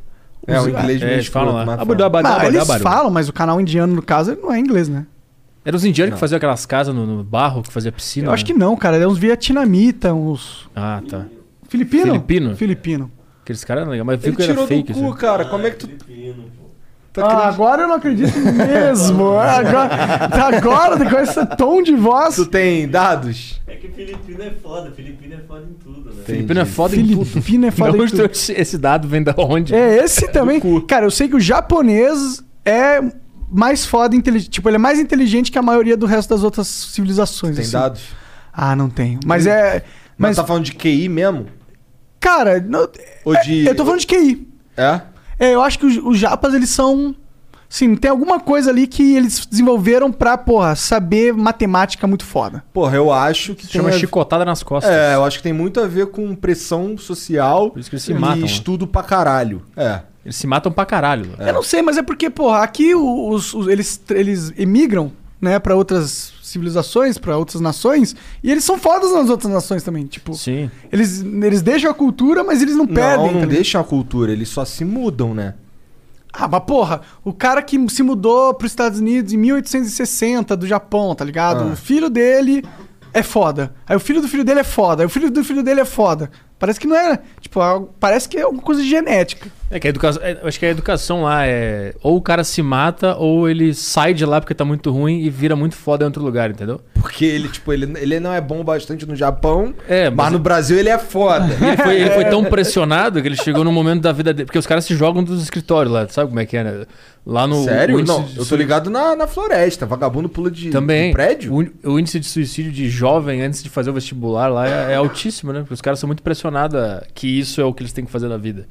B: É, o inglês
E: É,
B: meio
E: eles falam
B: escroto,
E: lá.
B: mas fala.
E: Abudabadá,
C: Não, eles
E: abudabadá.
C: falam, mas o canal indiano, no caso, ele não é inglês, né?
E: Eram os indianos que faziam aquelas casas no, no barro, que fazia piscina.
C: Eu acho
E: né?
C: que não, cara. É uns vietnamita, uns.
E: Ah, tá.
C: Filipino?
E: Filipino?
C: Filipino.
E: Aqueles caras, legal, mas viu
B: Ele
E: que era
B: tirou do
E: fake.
B: cu,
E: assim.
B: cara. Como é que tu. tá tu
C: Ah,
B: acredita-
C: agora eu não acredito mesmo. Agora, agora, com esse tom de voz.
B: Tu tem dados?
H: É que Filipino é foda, Filipino é foda em tudo, né?
E: Filipino é foda em tudo.
C: Filipino é foda
E: Não,
C: em
E: onde
C: tudo.
E: trouxe esse dado vem da onde?
C: É, esse também. Cara, eu sei que o japonês é mais foda, inteligente. Tipo, ele é mais inteligente que a maioria do resto das outras civilizações.
B: Tem
C: assim.
B: dados?
C: Ah, não tenho. Mas é.
B: Mas
C: Mas,
B: tá falando de QI mesmo?
C: cara, não-
B: Ou
C: é-
B: de-
C: eu tô falando de QI.
B: É?
C: É, eu acho que os, os japas, eles são. Sim, tem alguma coisa ali que eles desenvolveram pra, porra, saber matemática muito foda.
B: Porra, eu acho que tem.
E: Chama
B: a-
E: chicotada nas costas.
B: É, eu acho que tem muito a ver com pressão social
E: Por isso que eles se matam,
B: e
E: né?
B: estudo pra caralho. É.
E: Eles se matam pra caralho. lá.
C: Eu não sei, mas é porque, porra, aqui os, os- eles, eles emigram, né, pra outras civilizações, pra outras nações, e eles são fodas nas outras nações também, tipo.
B: É.
E: Sim.
C: Eles, eles deixam a cultura, mas eles não tá perdem.
B: não, não
C: também.
B: deixam a cultura, eles só se mudam, né?
C: Ah, mas porra, o cara que se mudou pros Estados Unidos em 1860 do Japão, tá ligado?
B: Ah.
C: O filho dele é foda. Aí o filho do filho dele é foda. Aí o filho do filho dele é foda. Parece que não é. Tipo, ah, parece que é alguma coisa de genética.
E: É que a educação. é, eu acho que a educação lá é. Ou o cara se mata, ou ele sai de lá porque tá muito ruim e vira muito foda em outro lugar, entendeu?
B: Porque ele, tipo, ele, ele não é bom bastante no Japão,
E: É,
B: mas É.
E: mas-
B: no Brasil ele é foda.
E: Ele foi, ele foi tão pressionado que ele chegou num momento da vida dele. Porque os caras se jogam dos escritórios lá, sabe como é que é, né? Lá no. o
B: Sério?
E: índice
B: Não,
E: de
B: eu tô
E: sui-
B: ligado na, na floresta. Vagabundo pula de,
E: Também.
B: de prédio.
E: O, o índice de suicídio de jovem antes de fazer o vestibular lá é, é altíssimo, né? Porque os caras são muito pressionados a- que isso é o que eles têm que fazer na vida.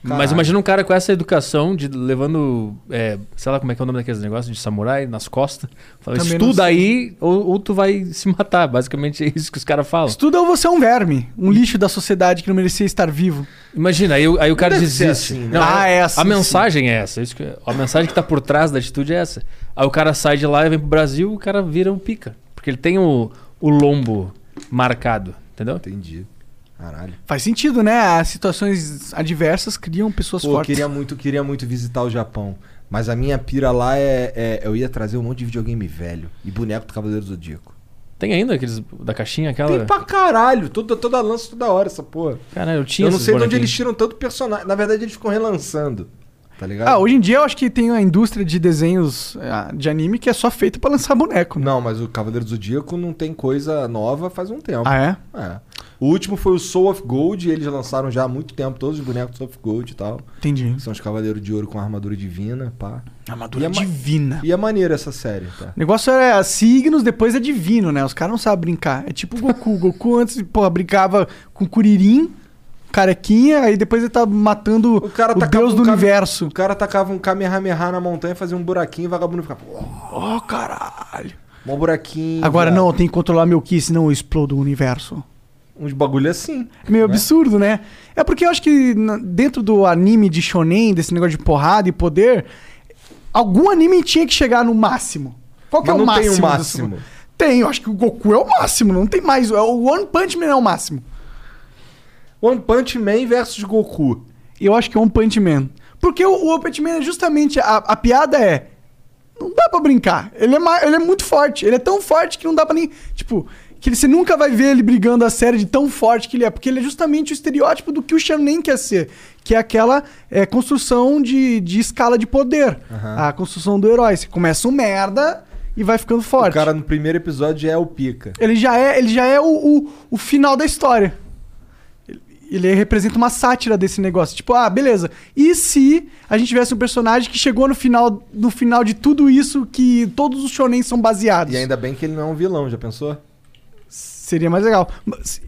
E: Mas
B: Caralho.
E: imagina um cara com essa educação, de levando, é, sei lá como é que é o nome daqueles negócios, de samurai nas costas. Fala,
C: Também não
E: estuda
C: sei.
E: aí ou, ou tu vai se matar. Basicamente é isso que os caras falam.
C: Estuda ou você é um verme, um lixo da sociedade que não merecia estar vivo.
E: Imagina, aí, o- aí o cara
B: deve ser
E: desiste.
B: assim, né?
E: Não,
C: Ah,
E: a-
C: é assim,
E: A
C: sim.
E: mensagem é essa. isso que- a mensagem que tá por trás da atitude é essa. Aí o cara sai de lá e vem pro Brasil, o cara vira um pica. Porque ele tem o, o lombo marcado, entendeu?
B: Entendi. Caralho.
C: Faz sentido, né? As situações adversas criam pessoas
B: Pô, eu
C: fortes.
B: queria muito, queria muito visitar o Japão. Mas a minha pira lá é, é- Eu ia trazer um monte de videogame velho e boneco do Cavaleiro do Zodíaco.
E: Tem ainda aqueles da caixinha, aquela.
B: Tem pra caralho. Toda, toda lança, toda hora essa porra.
E: Caralho, eu tinha
B: eu não
E: esses
B: sei de onde eles
E: bonequinhos.
B: tiram tanto personagem. Na verdade, eles ficam relançando. Tá ligado?
C: Ah, hoje em dia eu acho que tem a indústria de desenhos ah, de anime que é só feita pra lançar boneco, né?
B: Não, mas o Cavaleiro do Zodíaco não tem coisa nova faz um tempo.
C: Ah, é?
B: É. O último foi o Soul of Gold, e eles lançaram já há muito tempo todos os bonecos do Soul of Gold e tal.
C: Entendi.
B: São os Cavaleiros de Ouro com armadura divina, pá.
C: Armadura
B: E é ma-
C: divina.
B: E é maneiro essa série, tá?
C: O negócio é signos, depois é divino, né? Os caras não sabem brincar. É tipo o Goku. O Goku antes, porra, brincava com Curirim, carequinha, aí depois ele tá matando o,
B: O cara tacava
C: deus
B: um
C: do
B: Kame-
C: universo.
B: O cara tacava um Kamehameha na montanha, fazia um buraquinho e o vagabundo ficava. "Uau,
C: Oh, caralho.
B: Mó buraquinho.
C: Agora
B: viado."
C: não, eu tenho que controlar meu ki, senão eu explodo o universo.
B: uns bagulho assim.
C: Meio absurdo, né? É porque eu acho que na- dentro do anime de shonen, desse negócio de porrada e poder, algum anime tinha que chegar no máximo. Qual que
B: Mas
C: é o
B: não tem
C: máximo?
B: o
C: desse-
B: máximo.
C: Tem, eu acho que o Goku é o máximo, não tem mais. O One Punch Man é o máximo.
B: One Punch Man versus Goku.
C: Eu acho que é One Punch Man. Porque o, o One Punch Man é justamente. A, a piada é. Não dá pra brincar. Ele é, ma- ele é muito forte. Ele é tão forte que não dá pra nem. Tipo, que ele- você nunca vai ver ele brigando a série de tão forte que ele é. Porque ele é justamente o estereótipo do que o Shonen quer ser. Que é aquela é, construção de, de escala de poder. A construção do herói. Você começa um merda e vai ficando forte.
B: O cara no primeiro episódio é o Pica.
C: Ele já é, ele já é o, o, o final da história. Ele- Ele representa uma sátira desse negócio. Tipo, ah, beleza. E se a gente tivesse um personagem que chegou no final, no final de tudo isso que todos os shonen são baseados?
B: E ainda bem que ele não é um vilão, já pensou?
C: Seria mais legal. Mas-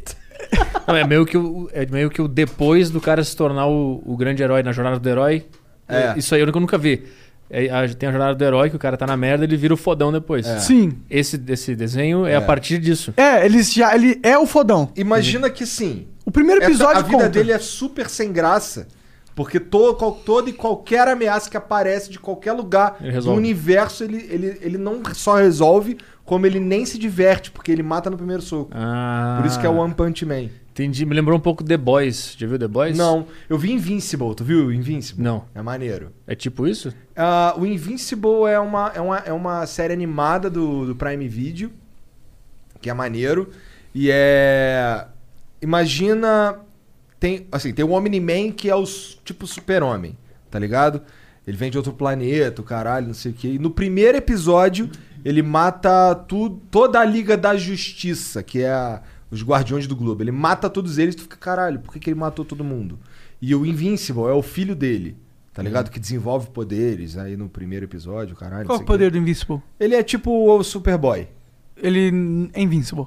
E: Não, é, meio que o, é meio que o depois do cara se tornar o, o grande herói na jornada do herói.
B: É.
E: Isso aí eu nunca, eu nunca vi. É, a- tem a jornada do herói que o cara tá na merda ele vira o fodão depois.
B: É.
C: Sim.
E: Esse, esse desenho é, a partir disso.
C: É, ele já ele é o fodão.
B: Imagina que sim.
C: O primeiro
B: essa-
C: episódio
B: a vida
C: conta.
B: dele é super sem graça. Porque to, qual- toda e qualquer ameaça que aparece de qualquer lugar
E: Ele
B: do
E: resolve.
B: universo, ele, ele, ele não só resolve, como ele nem se diverte, porque ele mata no primeiro soco.
E: Ah,
B: Por isso que é o One Punch Man.
E: Entendi. Me lembrou um pouco The Boys. Já viu The Boys?
B: Não, eu vi Invincible, tu viu Invincible?
E: Não.
B: É maneiro.
E: É tipo isso?
B: Ah, o Invincible é uma, é uma, é uma série animada do, do Prime Video, que é maneiro. E é. Imagina. Tem, assim, tem o Omni-Man que é o s- tipo super-homem, tá ligado? Ele vem de outro planeta, o caralho, não sei o quê. E no primeiro episódio, ele mata tu, toda a Liga da Justiça, que é a- os Guardiões do Globo. Ele mata todos eles e tu fica, caralho, por que, que ele matou todo mundo? E o Invincible é o filho dele, tá ligado? Que desenvolve poderes aí no primeiro episódio, caralho.
C: Uhum. Qual
B: não
C: é
B: sei
C: o poder
B: quê.
C: do Invincible?
B: Ele é tipo o Superboy.
C: Ele n- é Invincible.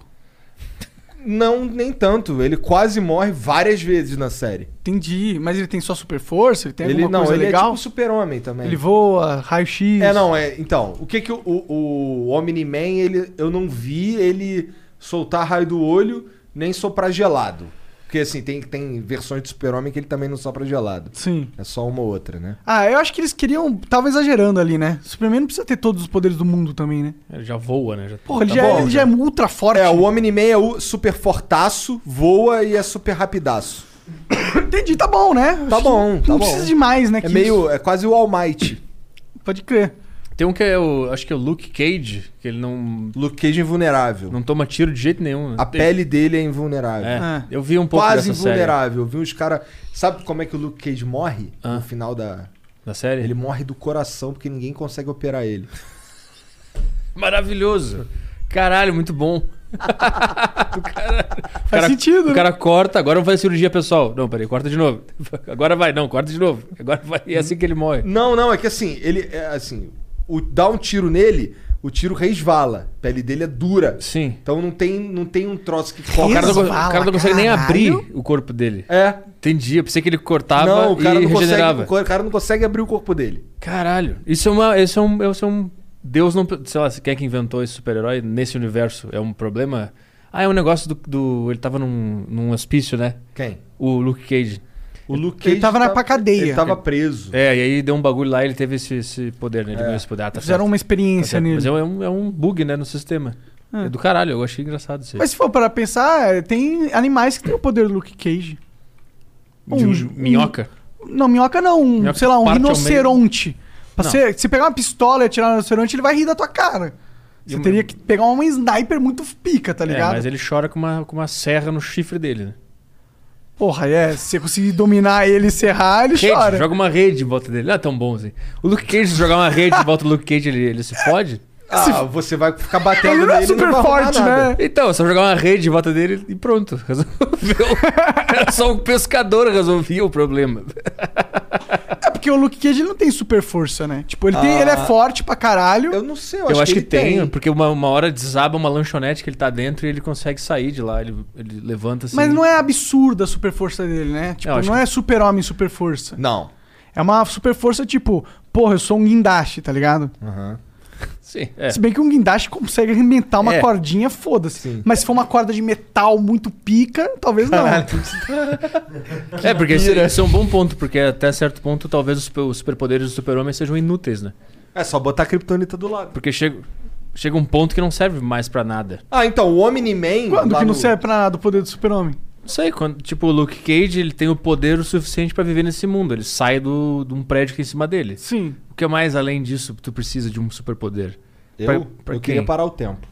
B: Não, nem tanto. Ele quase morre várias vezes na série.
C: Entendi. Mas ele tem só super força? Ele tem
B: ele
C: alguma
B: não,
C: coisa
B: ele é
C: legal?
B: tipo super-homem também.
C: Ele voa, raio-x.
B: É, não, é. Então, o que que o, o, o Omni-Man, ele, eu não vi ele soltar raio do olho nem soprar gelado. Porque, assim, tem, tem versões do super-homem que ele também não sopra gelado.
C: Sim.
B: É só uma ou outra, né?
C: Ah, eu acho que eles queriam. Tava exagerando ali, né? Superman não precisa ter todos os poderes do mundo também, né?
E: Ele já voa, né? Já...
C: Porra, ele,
B: Tá
C: já,
B: bom,
C: ele
B: já.
C: já é ultra forte.
B: É, o Omni-Man é o super fortaço, voa e é super rapidaço.
C: Entendi, tá bom, né?
B: Tá
C: Acho
B: bom,
C: que
B: tá
C: Não
B: bom.
C: precisa de mais, né?
B: É
C: que
B: meio. É quase o All Might.
C: isso. Pode crer.
E: Tem um que é o. Acho que é o Luke Cage, que ele não,
B: Luke Cage invulnerável.
E: não toma tiro de jeito nenhum. né?
B: A
E: Tem-
B: pele dele é invulnerável.
E: É,
C: Ah.
E: Eu vi um pouco
B: Quase
E: dessa série.
B: invulnerável. Eu vi os caras. Sabe como é que o Luke Cage morre?
E: Ah.
B: No final da.
E: Da série?
B: Ele morre do coração porque ninguém consegue operar ele.
E: Maravilhoso. Caralho, muito bom. o cara, o
C: Faz
E: cara-
C: sentido,
E: O
C: né?
E: cara corta, agora eu vou fazer cirurgia pessoal. Não, peraí, corta de novo. Agora vai, não, corta de novo. Agora vai. E é assim que ele morre.
B: Não, não, é que assim, ele é assim, o, dá um tiro nele, o tiro resvala. A pele dele é dura.
E: Sim.
B: Então não tem, não tem um troço que
E: O
B: corta.
E: cara, não, o
C: Resvala,
E: cara não consegue nem
C: caralho.
E: abrir o corpo dele.
B: É.
E: Entendi, eu pensei que ele cortava
B: não, o cara
E: e
B: não
E: regenerava.
B: consegue, o cara não consegue abrir o corpo dele.
E: Caralho. Isso é uma. Isso é um. Isso é um Deus não. Sei lá, quem é que inventou esse super-herói nesse universo? É um problema? Ah, é um negócio do. do- ele tava num, num hospício, né?
B: Quem?
E: O Luke Cage.
B: O Luke tá-
C: Ele tava na pra cadeia.
B: Ele tava preso.
E: É, e aí deu um bagulho lá e ele teve esse, esse poder, né? Ele ganhou esse poder. Ah, tá
C: É. Fizeram um
E: certo.
C: uma
E: Tá
C: experiência
E: certo.
C: nele.
E: Mas
C: Mas,
E: é um, é um bug, né, no sistema. É. do caralho, eu achei engraçado isso aí.
C: se for para pensar, é, tem animais que têm o poder do Luke Cage.
E: De
C: um-
E: minhoca.
C: Não, minhoca não. Um,
E: Minhoca
C: sei lá, um
E: parte ao meio.
C: rinoceronte. Pra
E: Não.
C: você, se pegar uma pistola e atirar no rinoceronte, ele vai rir da tua cara. Você
E: uma-
C: teria que pegar um sniper muito pica, tá
E: É,
C: ligado?
E: mas ele chora com uma, com uma serra no chifre dele, né?
C: Porra, é. Se você conseguir dominar ele e serrar, ele
E: Cage,
C: chora.
E: joga uma rede em volta dele. Não é tão bom assim. O Luke Cage, se jogar uma rede em volta do Luke Cage, ele, ele se fode?
B: Ah, você vai ficar batendo
C: Ele não é
B: nele,
C: super
B: vai arrumar
C: forte,
B: nada.
C: né?
E: Então, é só jogar uma rede em volta dele e pronto. Resolveu. Era só um pescador resolvia o problema.
C: É porque o Luke Cage ele não tem super força, né? Tipo, ele, tem,
B: Ah.
C: ele é forte pra caralho.
B: Eu não sei, eu,
E: Eu acho, que,
B: ele
E: tem, porque uma, uma hora desaba uma lanchonete que ele tá dentro e ele consegue sair de lá. Ele, ele levanta assim.
C: Mas não é absurda a super força dele, né? Tipo,
E: Eu acho
C: não é super-homem super força.
B: Não.
C: É uma super força tipo, porra, eu sou um guindaste, tá ligado?
B: Aham.
E: Sim, é.
C: Se bem que um guindaste consegue arrebentar uma
E: É.
C: cordinha, foda-se. Mas se for uma corda de metal muito pica, talvez não.
E: É, porque isso, isso é um bom ponto, porque até certo ponto talvez os, super- os superpoderes do super-homem sejam inúteis, né?
B: É só botar a Kryptonita do lado.
E: Porque chega, chega um ponto que não serve mais pra nada.
B: Ah, então, o Omni-Man...
C: Quando
B: lá
C: que não
B: no-
C: serve pra nada o poder do super-homem?
E: Não sei, quando, tipo, o Luke Cage ele tem o poder o suficiente pra viver nesse mundo. Ele sai do, de um prédio que é em cima dele.
C: Sim.
E: O que é mais além disso tu precisa de um superpoder?
B: Eu,
E: Pra- pra
B: eu
E: quem?
B: queria parar o tempo.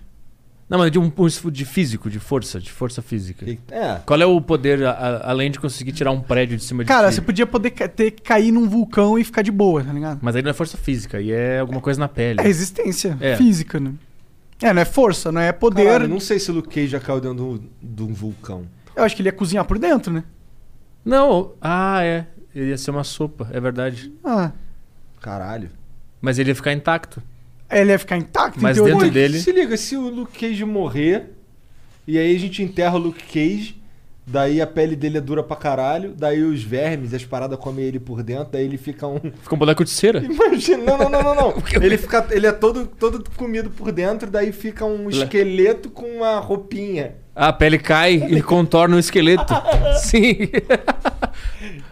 E: Não, mas de um pulso de físico, de força, de força física.
B: É,
E: Qual é o poder, a- a- além de conseguir tirar um prédio de cima de
C: Cara,
E: ti?
C: você podia poder ca- ter que cair num vulcão e ficar de boa, tá ligado?
E: Mas aí não é força física, aí é alguma coisa na pele.
C: É resistência
E: É.
C: física, né? É, não é força, não é poder.
B: caralho, não sei se o Luke Cage já caiu dentro de um- de um vulcão.
C: Eu acho que ele ia cozinhar por dentro, né?
E: Não, ah, é. Ele ia ser uma sopa, é verdade.
C: Ah.
B: Caralho.
E: Mas ele ia ficar intacto.
C: Ele ia ficar intacto,
E: Mas
C: teoria.
E: dentro
B: Pô, e
E: dele-
B: Se liga, se o Luke Cage morrer, e aí a gente enterra o Luke Cage, daí a pele dele é dura pra caralho, daí os vermes, as paradas comem ele por dentro, daí ele fica um.
E: Fica um boneco de cera.
B: Imagina, não, não, não, não, não. Ele, fica, ele é todo, todo comido por dentro, daí fica um esqueleto com uma roupinha.
E: Ah, a pele cai e contorna o esqueleto. Sim.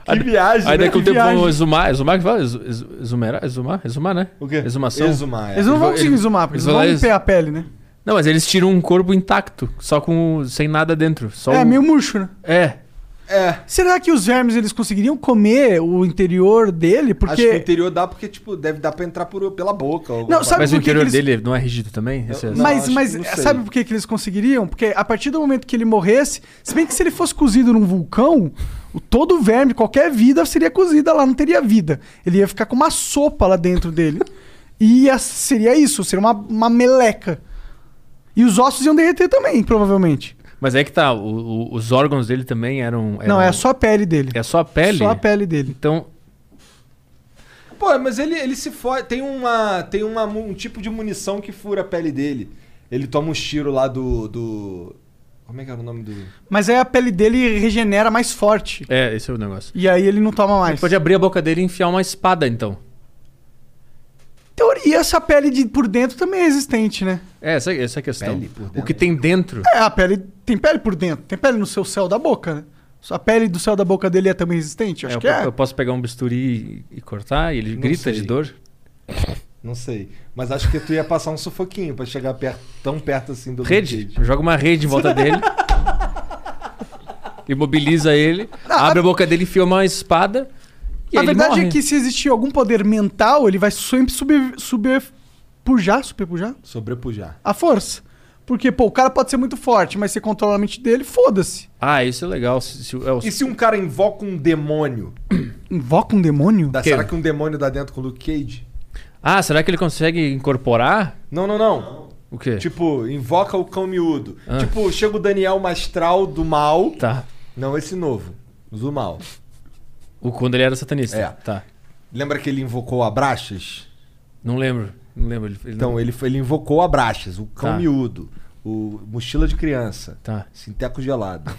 B: Que viagem,
E: Aí
B: né?
E: daqui a um
B: Que
E: tempo
B: viagem.
E: vão exumar, exumar que fala? Exu- exu- Exumerar? Exumar? Exumar, né?
B: O quê?
E: Exumação.
B: Exumar, é.
C: Eles não
E: Ele
C: vão
E: vai-
C: conseguir
E: ele-
C: zoomar, porque eles
E: ele vai
C: vão
E: lá e-
C: limpar a pele, né?
E: Não, mas eles tiram um corpo intacto, só com sem nada dentro. Só
C: É,
E: o-
C: meio murcho, né?
E: É.
B: É,
C: Será que os vermes eles conseguiriam comer o interior
B: acho
C: dele?
B: que o
C: Porque.
B: interior dá porque, tipo, deve dar pra entrar por, pela boca. ou alguma
C: Não, sabe
E: Mas o
C: por que que
E: interior
C: eles-
E: dele não é rígido também? Esse é-
B: Não,
C: Mas,
B: acho
C: mas
B: que não sei.
C: sabe por que, que eles conseguiriam? Porque a partir do momento que ele morresse, se bem que se ele fosse cozido num vulcão, o todo verme, qualquer vida seria cozida lá, não teria vida. Ele ia ficar com uma sopa lá dentro dele. E ia- seria isso, seria uma, uma meleca. E os ossos iam derreter também, provavelmente.
E: Mas é que tá, o- o- os órgãos dele também eram. eram-
C: Não, é só a pele dele.
E: É só a pele?
C: Só a pele dele.
E: Então,
B: Pô, mas ele, ele se fode. Tem, uma, tem uma, mu- um tipo de munição que fura a pele dele. Ele toma um tiro lá do. do... Como é que era o nome do.
C: Mas aí a pele dele regenera mais forte.
E: é, esse é o negócio.
C: E aí ele não toma mais.
E: Pode abrir a boca dele e enfiar uma espada, então.
C: Teoria, essa pele de por dentro também é existente, né?
E: É, essa, essa é a questão.
B: Pele por
E: o
B: dentro.
E: que tem dentro.
C: É, a pele tem pele por dentro, tem pele no seu céu da boca, né? A pele do céu da boca dele é também resistente? Acho
E: É, eu,
C: que é.
E: eu posso pegar um bisturi e, e cortar e ele
B: Não
E: grita
B: sei.
E: de dor?
B: Não sei. Mas acho que tu ia passar um sufoquinho pra chegar perto, tão perto assim do.
E: Rede.
B: Luke Cage.
E: Joga uma rede em volta dele. Imobiliza ele. abre a boca dele, enfia uma espada. E
C: a
E: aí ele
C: verdade
E: morre.
C: é que se existir algum poder mental, ele vai sempre subir, subir pujar, superpujar
B: Sobrepujar.
C: a força. Porque, pô, o cara pode ser muito forte, mas você controla a mente dele, foda-se.
E: Ah, isso é legal. Se- se- é o-
B: E se um cara invoca um demônio?
C: Invoca um demônio?
B: Dá-
E: Que?
B: Será que um demônio dá dentro com o Luke Cage?
E: Ah, será que ele consegue incorporar?
B: Não, não, não.
E: O quê?
B: Tipo, invoca o cão miúdo.
E: Ah.
B: Tipo, chega o Daniel Mastral do mal.
E: Tá.
B: Não, esse novo. Do mal.
E: O quando ele era satanista.
B: É.
E: Tá.
B: Lembra que ele invocou Abraxas?
E: Não lembro. Não lembro. Ele, ele
B: Então, ele, foi- ele invocou Abraxas, o cão
E: Tá.
B: miúdo, o mochila de criança,
E: Tá.
B: sinteco gelado.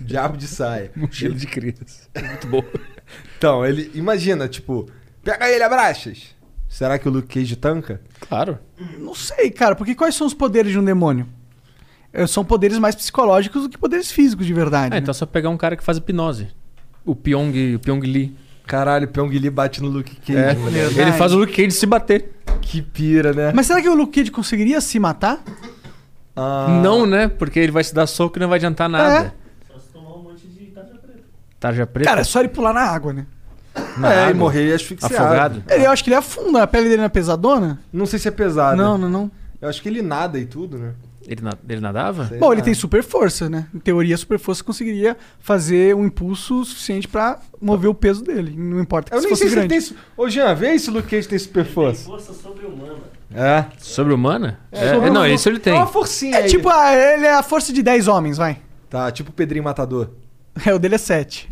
B: Diabo de saia.
E: Mochila é de criança. É Muito bom.
B: Então, ele. Imagina, tipo, pega ele, Abraxas! Será que o Luke Cage tanca?
E: claro.
C: Não sei, cara, porque quais são os poderes de um demônio? Eh, São poderes mais psicológicos do que poderes físicos de verdade.
E: Ah,
C: né?
E: então é só pegar um cara que faz hipnose. O Pyong, o Pyong Lee.
B: Caralho, o Pyong Lee bate no Luke Cage, moleque.
E: Ele faz o Luke Cage se bater.
B: Que pira, né?
C: Mas será que o Luke Cage conseguiria se matar?
B: Ah, É.
E: Não, né? Porque ele vai se dar soco e não vai adiantar nada.
H: Só se tomar um monte de tarja preta.
E: Tarja preta.
C: Cara, é só ele pular na água, né?
E: na
B: é,
E: água,
B: e morrer asfixiado.
E: afogado.
C: Ele, eu acho que ele afunda, a pele dele não é pesadona?
B: Não sei se é pesado.
C: não, não, não.
B: Eu acho que ele nada e tudo, né?
E: Ele, na- ele nadava?
B: Sei
C: Bom, ele
B: lá.
C: tem super força, né? Em teoria, a super força conseguiria fazer um impulso suficiente pra mover o peso dele. Não importa que
B: Eu
C: se
B: nem
C: fosse
B: sei se ele
C: grande.
B: tem. su- Ô, Jean, vê aí se o Luke Cage tem super força.
H: Força sobre-humana.
B: É.
E: Sobre-humana? É,
B: Sobre-
E: não, isso ele tem.
B: É uma forcinha
C: É
B: aí.
C: tipo, ah, ele é a força de 10 homens, vai.
B: Tá, tipo o Pedrinho Matador.
C: É, o dele é 7.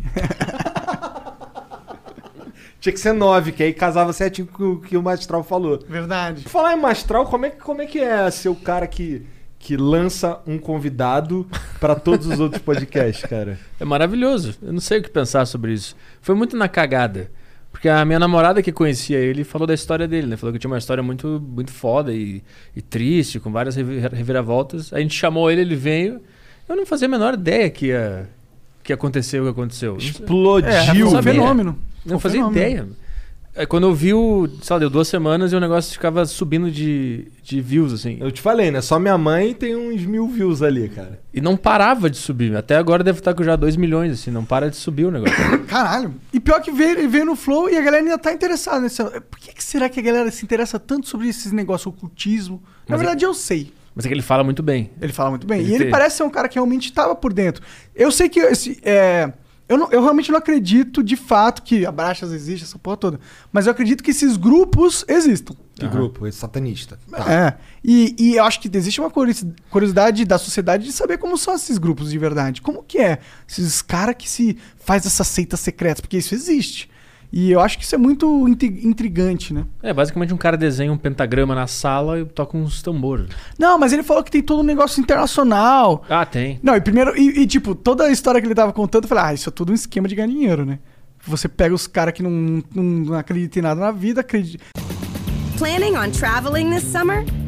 B: Tinha que ser nove, que aí casava certinho com o que o Mastral falou.
C: Verdade.
B: Por falar em Mastral, como é, que- como é que é ser o cara que, que lança um convidado pra todos os outros podcasts, cara?
E: É maravilhoso. Eu não sei o que pensar sobre isso. Foi muito na cagada. Porque Porque a minha namorada que conhecia ele falou da história dele, né? Falou que tinha uma história muito, muito foda e, e triste, com várias revi- reviravoltas. A gente chamou ele, ele veio. Eu não fazia a menor ideia que ia, que ia acontecer o que aconteceu. Não
B: Tipo,
E: sei-
D: Explodiu.
E: É, Não
C: um
E: sabia.
C: fenômeno.
E: Não
C: Um
E: fazia
C: fenômeno.
E: ideia. É, Quando eu vi o. Sei lá, deu duas semanas e o negócio ficava subindo de, de views, assim.
B: Eu te falei, né? Só minha mãe tem uns mil views ali, cara.
E: E não parava de subir. Até agora deve estar com já 2 milhões, assim. Não para de subir o negócio.
C: Caralho. E pior que veio, ele veio no Flow e a galera ainda tá interessada nesse. Por que, que será que a galera se interessa tanto sobre esses negócios, ocultismo? Na
E: Mas
C: verdade, eu sei.
E: Mas é que ele fala muito bem.
C: Ele fala muito bem.
E: Ele
C: e ele
E: tem-
C: parece ser um cara que realmente estava por dentro. Eu sei que esse. é, eu, não- eu realmente não acredito de fato que abraxas existe, essa porra toda. Mas eu acredito que esses grupos existam.
B: Que grupo? Esse satanista. Tá.
C: É. E, e eu acho que existe uma curis- curiosidade da sociedade de saber como são esses grupos de verdade. Como que é esses caras que se faz essas seitas secretas? Porque isso existe. E eu acho que isso é muito inti- intrigante, né?
E: É, basicamente um cara desenha um pentagrama na sala e toca uns tambores.
C: Não, mas ele falou que tem todo um negócio internacional.
E: Ah, tem.
C: Não, e primeiro, e, e, tipo, toda a história que ele tava contando, eu falei, ah, isso é tudo um esquema de ganhar dinheiro, né? Você pega os caras que não, não, não acreditam em nada na vida, acredita.
I: Planning on traveling this summer?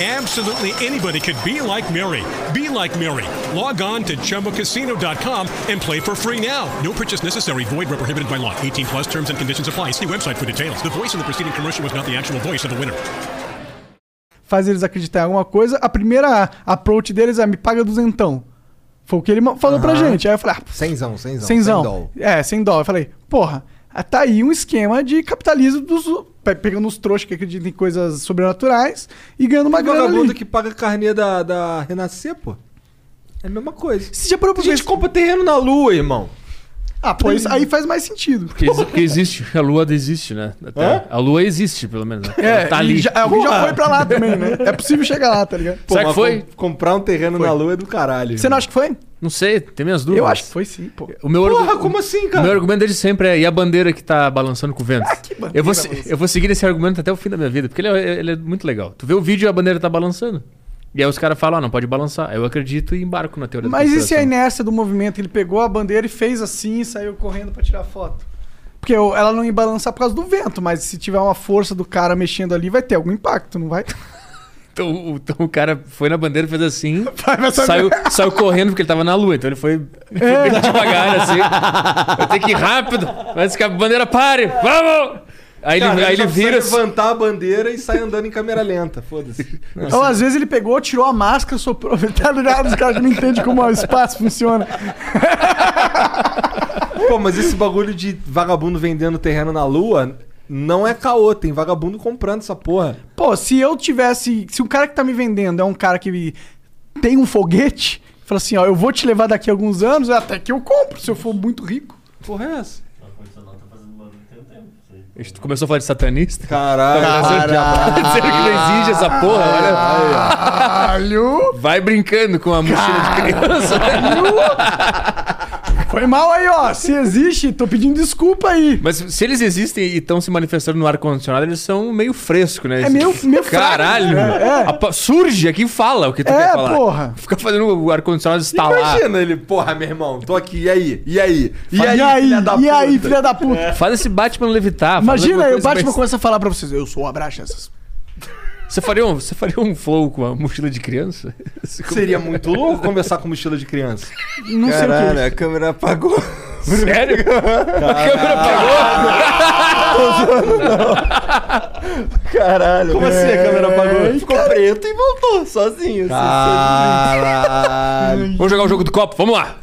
J: Absolutely anybody could be like Mary. Be like Mary. Log on to chumbacasino.com and play for free now. No purchase necessary. Void where prohibited by law. 18 plus terms and conditions apply. See website for details. The voice in the preceding commercial was not the actual voice of the winner.
C: faz eles acreditar em alguma coisa. A primeira approach deles é me paga duzentão. Foi o que ele ma- falou pra gente. Aí eu falei, ah,
B: Cenzão, cenzão. sem
C: Cenzão.
B: dó.
C: É, sem dó. Eu falei, porra, ah, tá aí um esquema de capitalismo dos. pe- Pegando os trouxas que acreditam em coisas sobrenaturais e ganhando uma
B: Tem
C: grana
B: vagabundo
C: ali.
B: que paga carnê da, da Renascer, pô. É a mesma coisa.
C: Você já parou
B: A
C: pra
B: gente
C: gente...
B: compra terreno na lua, irmão.
C: Ah, pô, isso aí faz mais sentido.
E: Que, exi- que existe. A lua existe, né? Até-
B: Hã?
E: a lua existe, pelo menos. né? Ela
C: É,
E: tá ali.
C: E já, alguém já
B: Porra.
C: foi pra lá também, né? É possível chegar lá, tá ligado?
E: Será que
B: mas
E: foi?
B: com- comprar um terreno na lua é do caralho.
C: Você não acha que foi?
E: Não sei, tem minhas dúvidas.
C: Eu acho que foi sim, pô.
E: O meu
B: Porra,
E: argu-
B: como assim,
E: O
B: cara?
E: meu argumento dele sempre é: e a bandeira que tá balançando com o vento?
C: bandeira
E: eu, vou, se- eu vou seguir esse argumento até o fim da minha vida, porque ele é, ele é muito legal. Tu vê o vídeo e a bandeira tá balançando. E aí os caras falam: ah, não pode balançar. Aí eu acredito e embarco na teoria da
C: Mas é e se a
E: conspiração.
C: inércia do movimento? Ele pegou a bandeira e fez assim e saiu correndo pra tirar foto. Porque eu- ela não ia balançar por causa do vento, mas se tiver uma força do cara mexendo ali, vai ter algum impacto, não vai?
E: Então, o- então o cara foi na bandeira, fez assim,
C: vai saber. É.
E: saiu, saiu correndo porque ele tava na lua, então ele foi, ele foi bem devagar, assim. Eu tenho que ir rápido, mas que a bandeira pare, vamos! Aí ele,
B: Cara,
E: aí ele
B: só precisa
E: vira. assim.
B: levantar a bandeira e sai andando em câmera lenta, foda-se.
C: Ou Então, às vezes ele pegou, tirou a máscara, soprou, tá ligado? Os caras que não entendem como o espaço funciona.
B: Pô, mas esse bagulho de vagabundo vendendo terreno na lua não é caô, tem vagabundo comprando essa porra.
C: Pô, se eu tivesse. Se o cara que tá me vendendo é um cara que tem um foguete, fala assim, ó, eu vou te levar daqui a alguns anos, até que eu compro, se eu for muito rico.
B: Porra é essa?
H: um
E: A gente começou a falar de satanista.
B: Caralho,
E: Tá dizendo que não exige essa porra, olha.
C: Caralho!
E: Vai brincando com a mochila de criança.
C: Foi mal aí, ó. Se existe, tô pedindo desculpa aí.
E: Mas se eles existem e estão se manifestando no ar-condicionado, eles são meio fresco, né?
C: É meio- meio fraco,
E: Caralho!
C: né? É.
E: A pa- Surge aqui e fala o que tu
C: É,
E: quer falar.
C: porra.
E: Fica fazendo o ar-condicionado estalar.
B: Imagina ele, porra, meu irmão, tô aqui, e aí? E aí? E
C: E
B: aí,
C: aí,
B: filha da
C: e aí,
B: puta?
C: filha da puta?
E: Faz esse Batman levitar. faz
C: Imagina
E: alguma
C: aí, o
E: É, coisa
C: Batman
E: mais-
C: começa a falar pra vocês, eu sou o Abraxas.
E: Você faria, um, você faria um flow com a mochila de criança?
B: Seria muito louco conversar com mochila de criança.
C: Não sei o
D: Caralho,
C: que. é
D: É, a câmera apagou.
E: Sério? A câmera apagou?
D: Caralho.
B: Como assim a câmera apagou?
D: Ficou preto e voltou, sozinho. assim,
B: Caralho.
E: Vamos jogar o jogo do copo, vamos lá.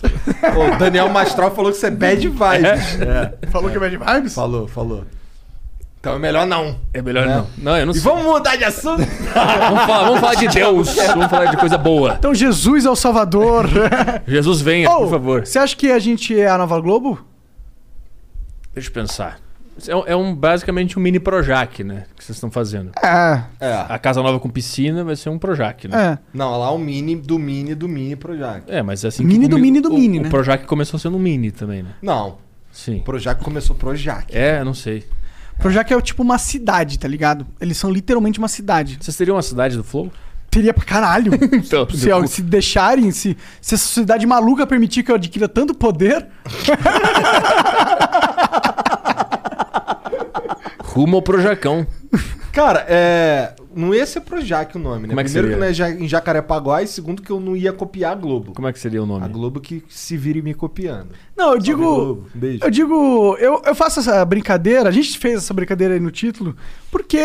B: Pô, o Daniel Mastral falou que você é bad vibes.
C: Falou que é bad vibes?
B: Falou, falou. Então é melhor não.
E: É melhor
C: Né?
E: não. Não, eu não
B: E
E: sei.
B: vamos mudar de assunto?
E: Vamos falar, vamos falar de Deus. Vamos falar de coisa boa.
C: Então Jesus é o Salvador.
E: Jesus venha,
C: Ô,
E: por favor.
C: Você acha que a gente é a Nova Globo?
E: Deixa eu pensar. Isso É, um- é um, basicamente um mini Projac, né? Que vocês estão fazendo.
C: É.
B: É.
E: A casa nova com piscina vai ser um Projac, né?
C: É.
B: Não, lá o mini do mini do mini Projac.
E: É, mas assim.
C: Mini
E: que
C: do
E: o mi-
C: mini do
E: o-
C: mini,
E: o
C: né?
E: Projac começou sendo um mini também, né?
B: Não,
E: Sim.
B: Projac começou Projac.
E: É, não sei.
C: Projac é tipo uma cidade, tá ligado? Eles são literalmente uma cidade.
E: Vocês teriam uma cidade do Flow?
C: Teria pra caralho.
E: Então,
C: se, é se deixarem, se, se a sociedade maluca permitir que eu adquira tanto poder,
E: Rumo ao Projacão.
B: Cara, é. Não ia ser Projac o nome, né?
E: Como é que
B: Primeiro
E: seria?
B: que não é ja- em Jacarepaguá e segundo que eu não ia copiar a Globo.
E: Como é que seria o
B: A
E: nome?
B: Globo que se vire me copiando.
C: Não, eu
B: Globo.
C: digo.
B: Beijo.
C: Eu digo. Eu, eu faço essa brincadeira, a gente fez essa brincadeira aí no título, porque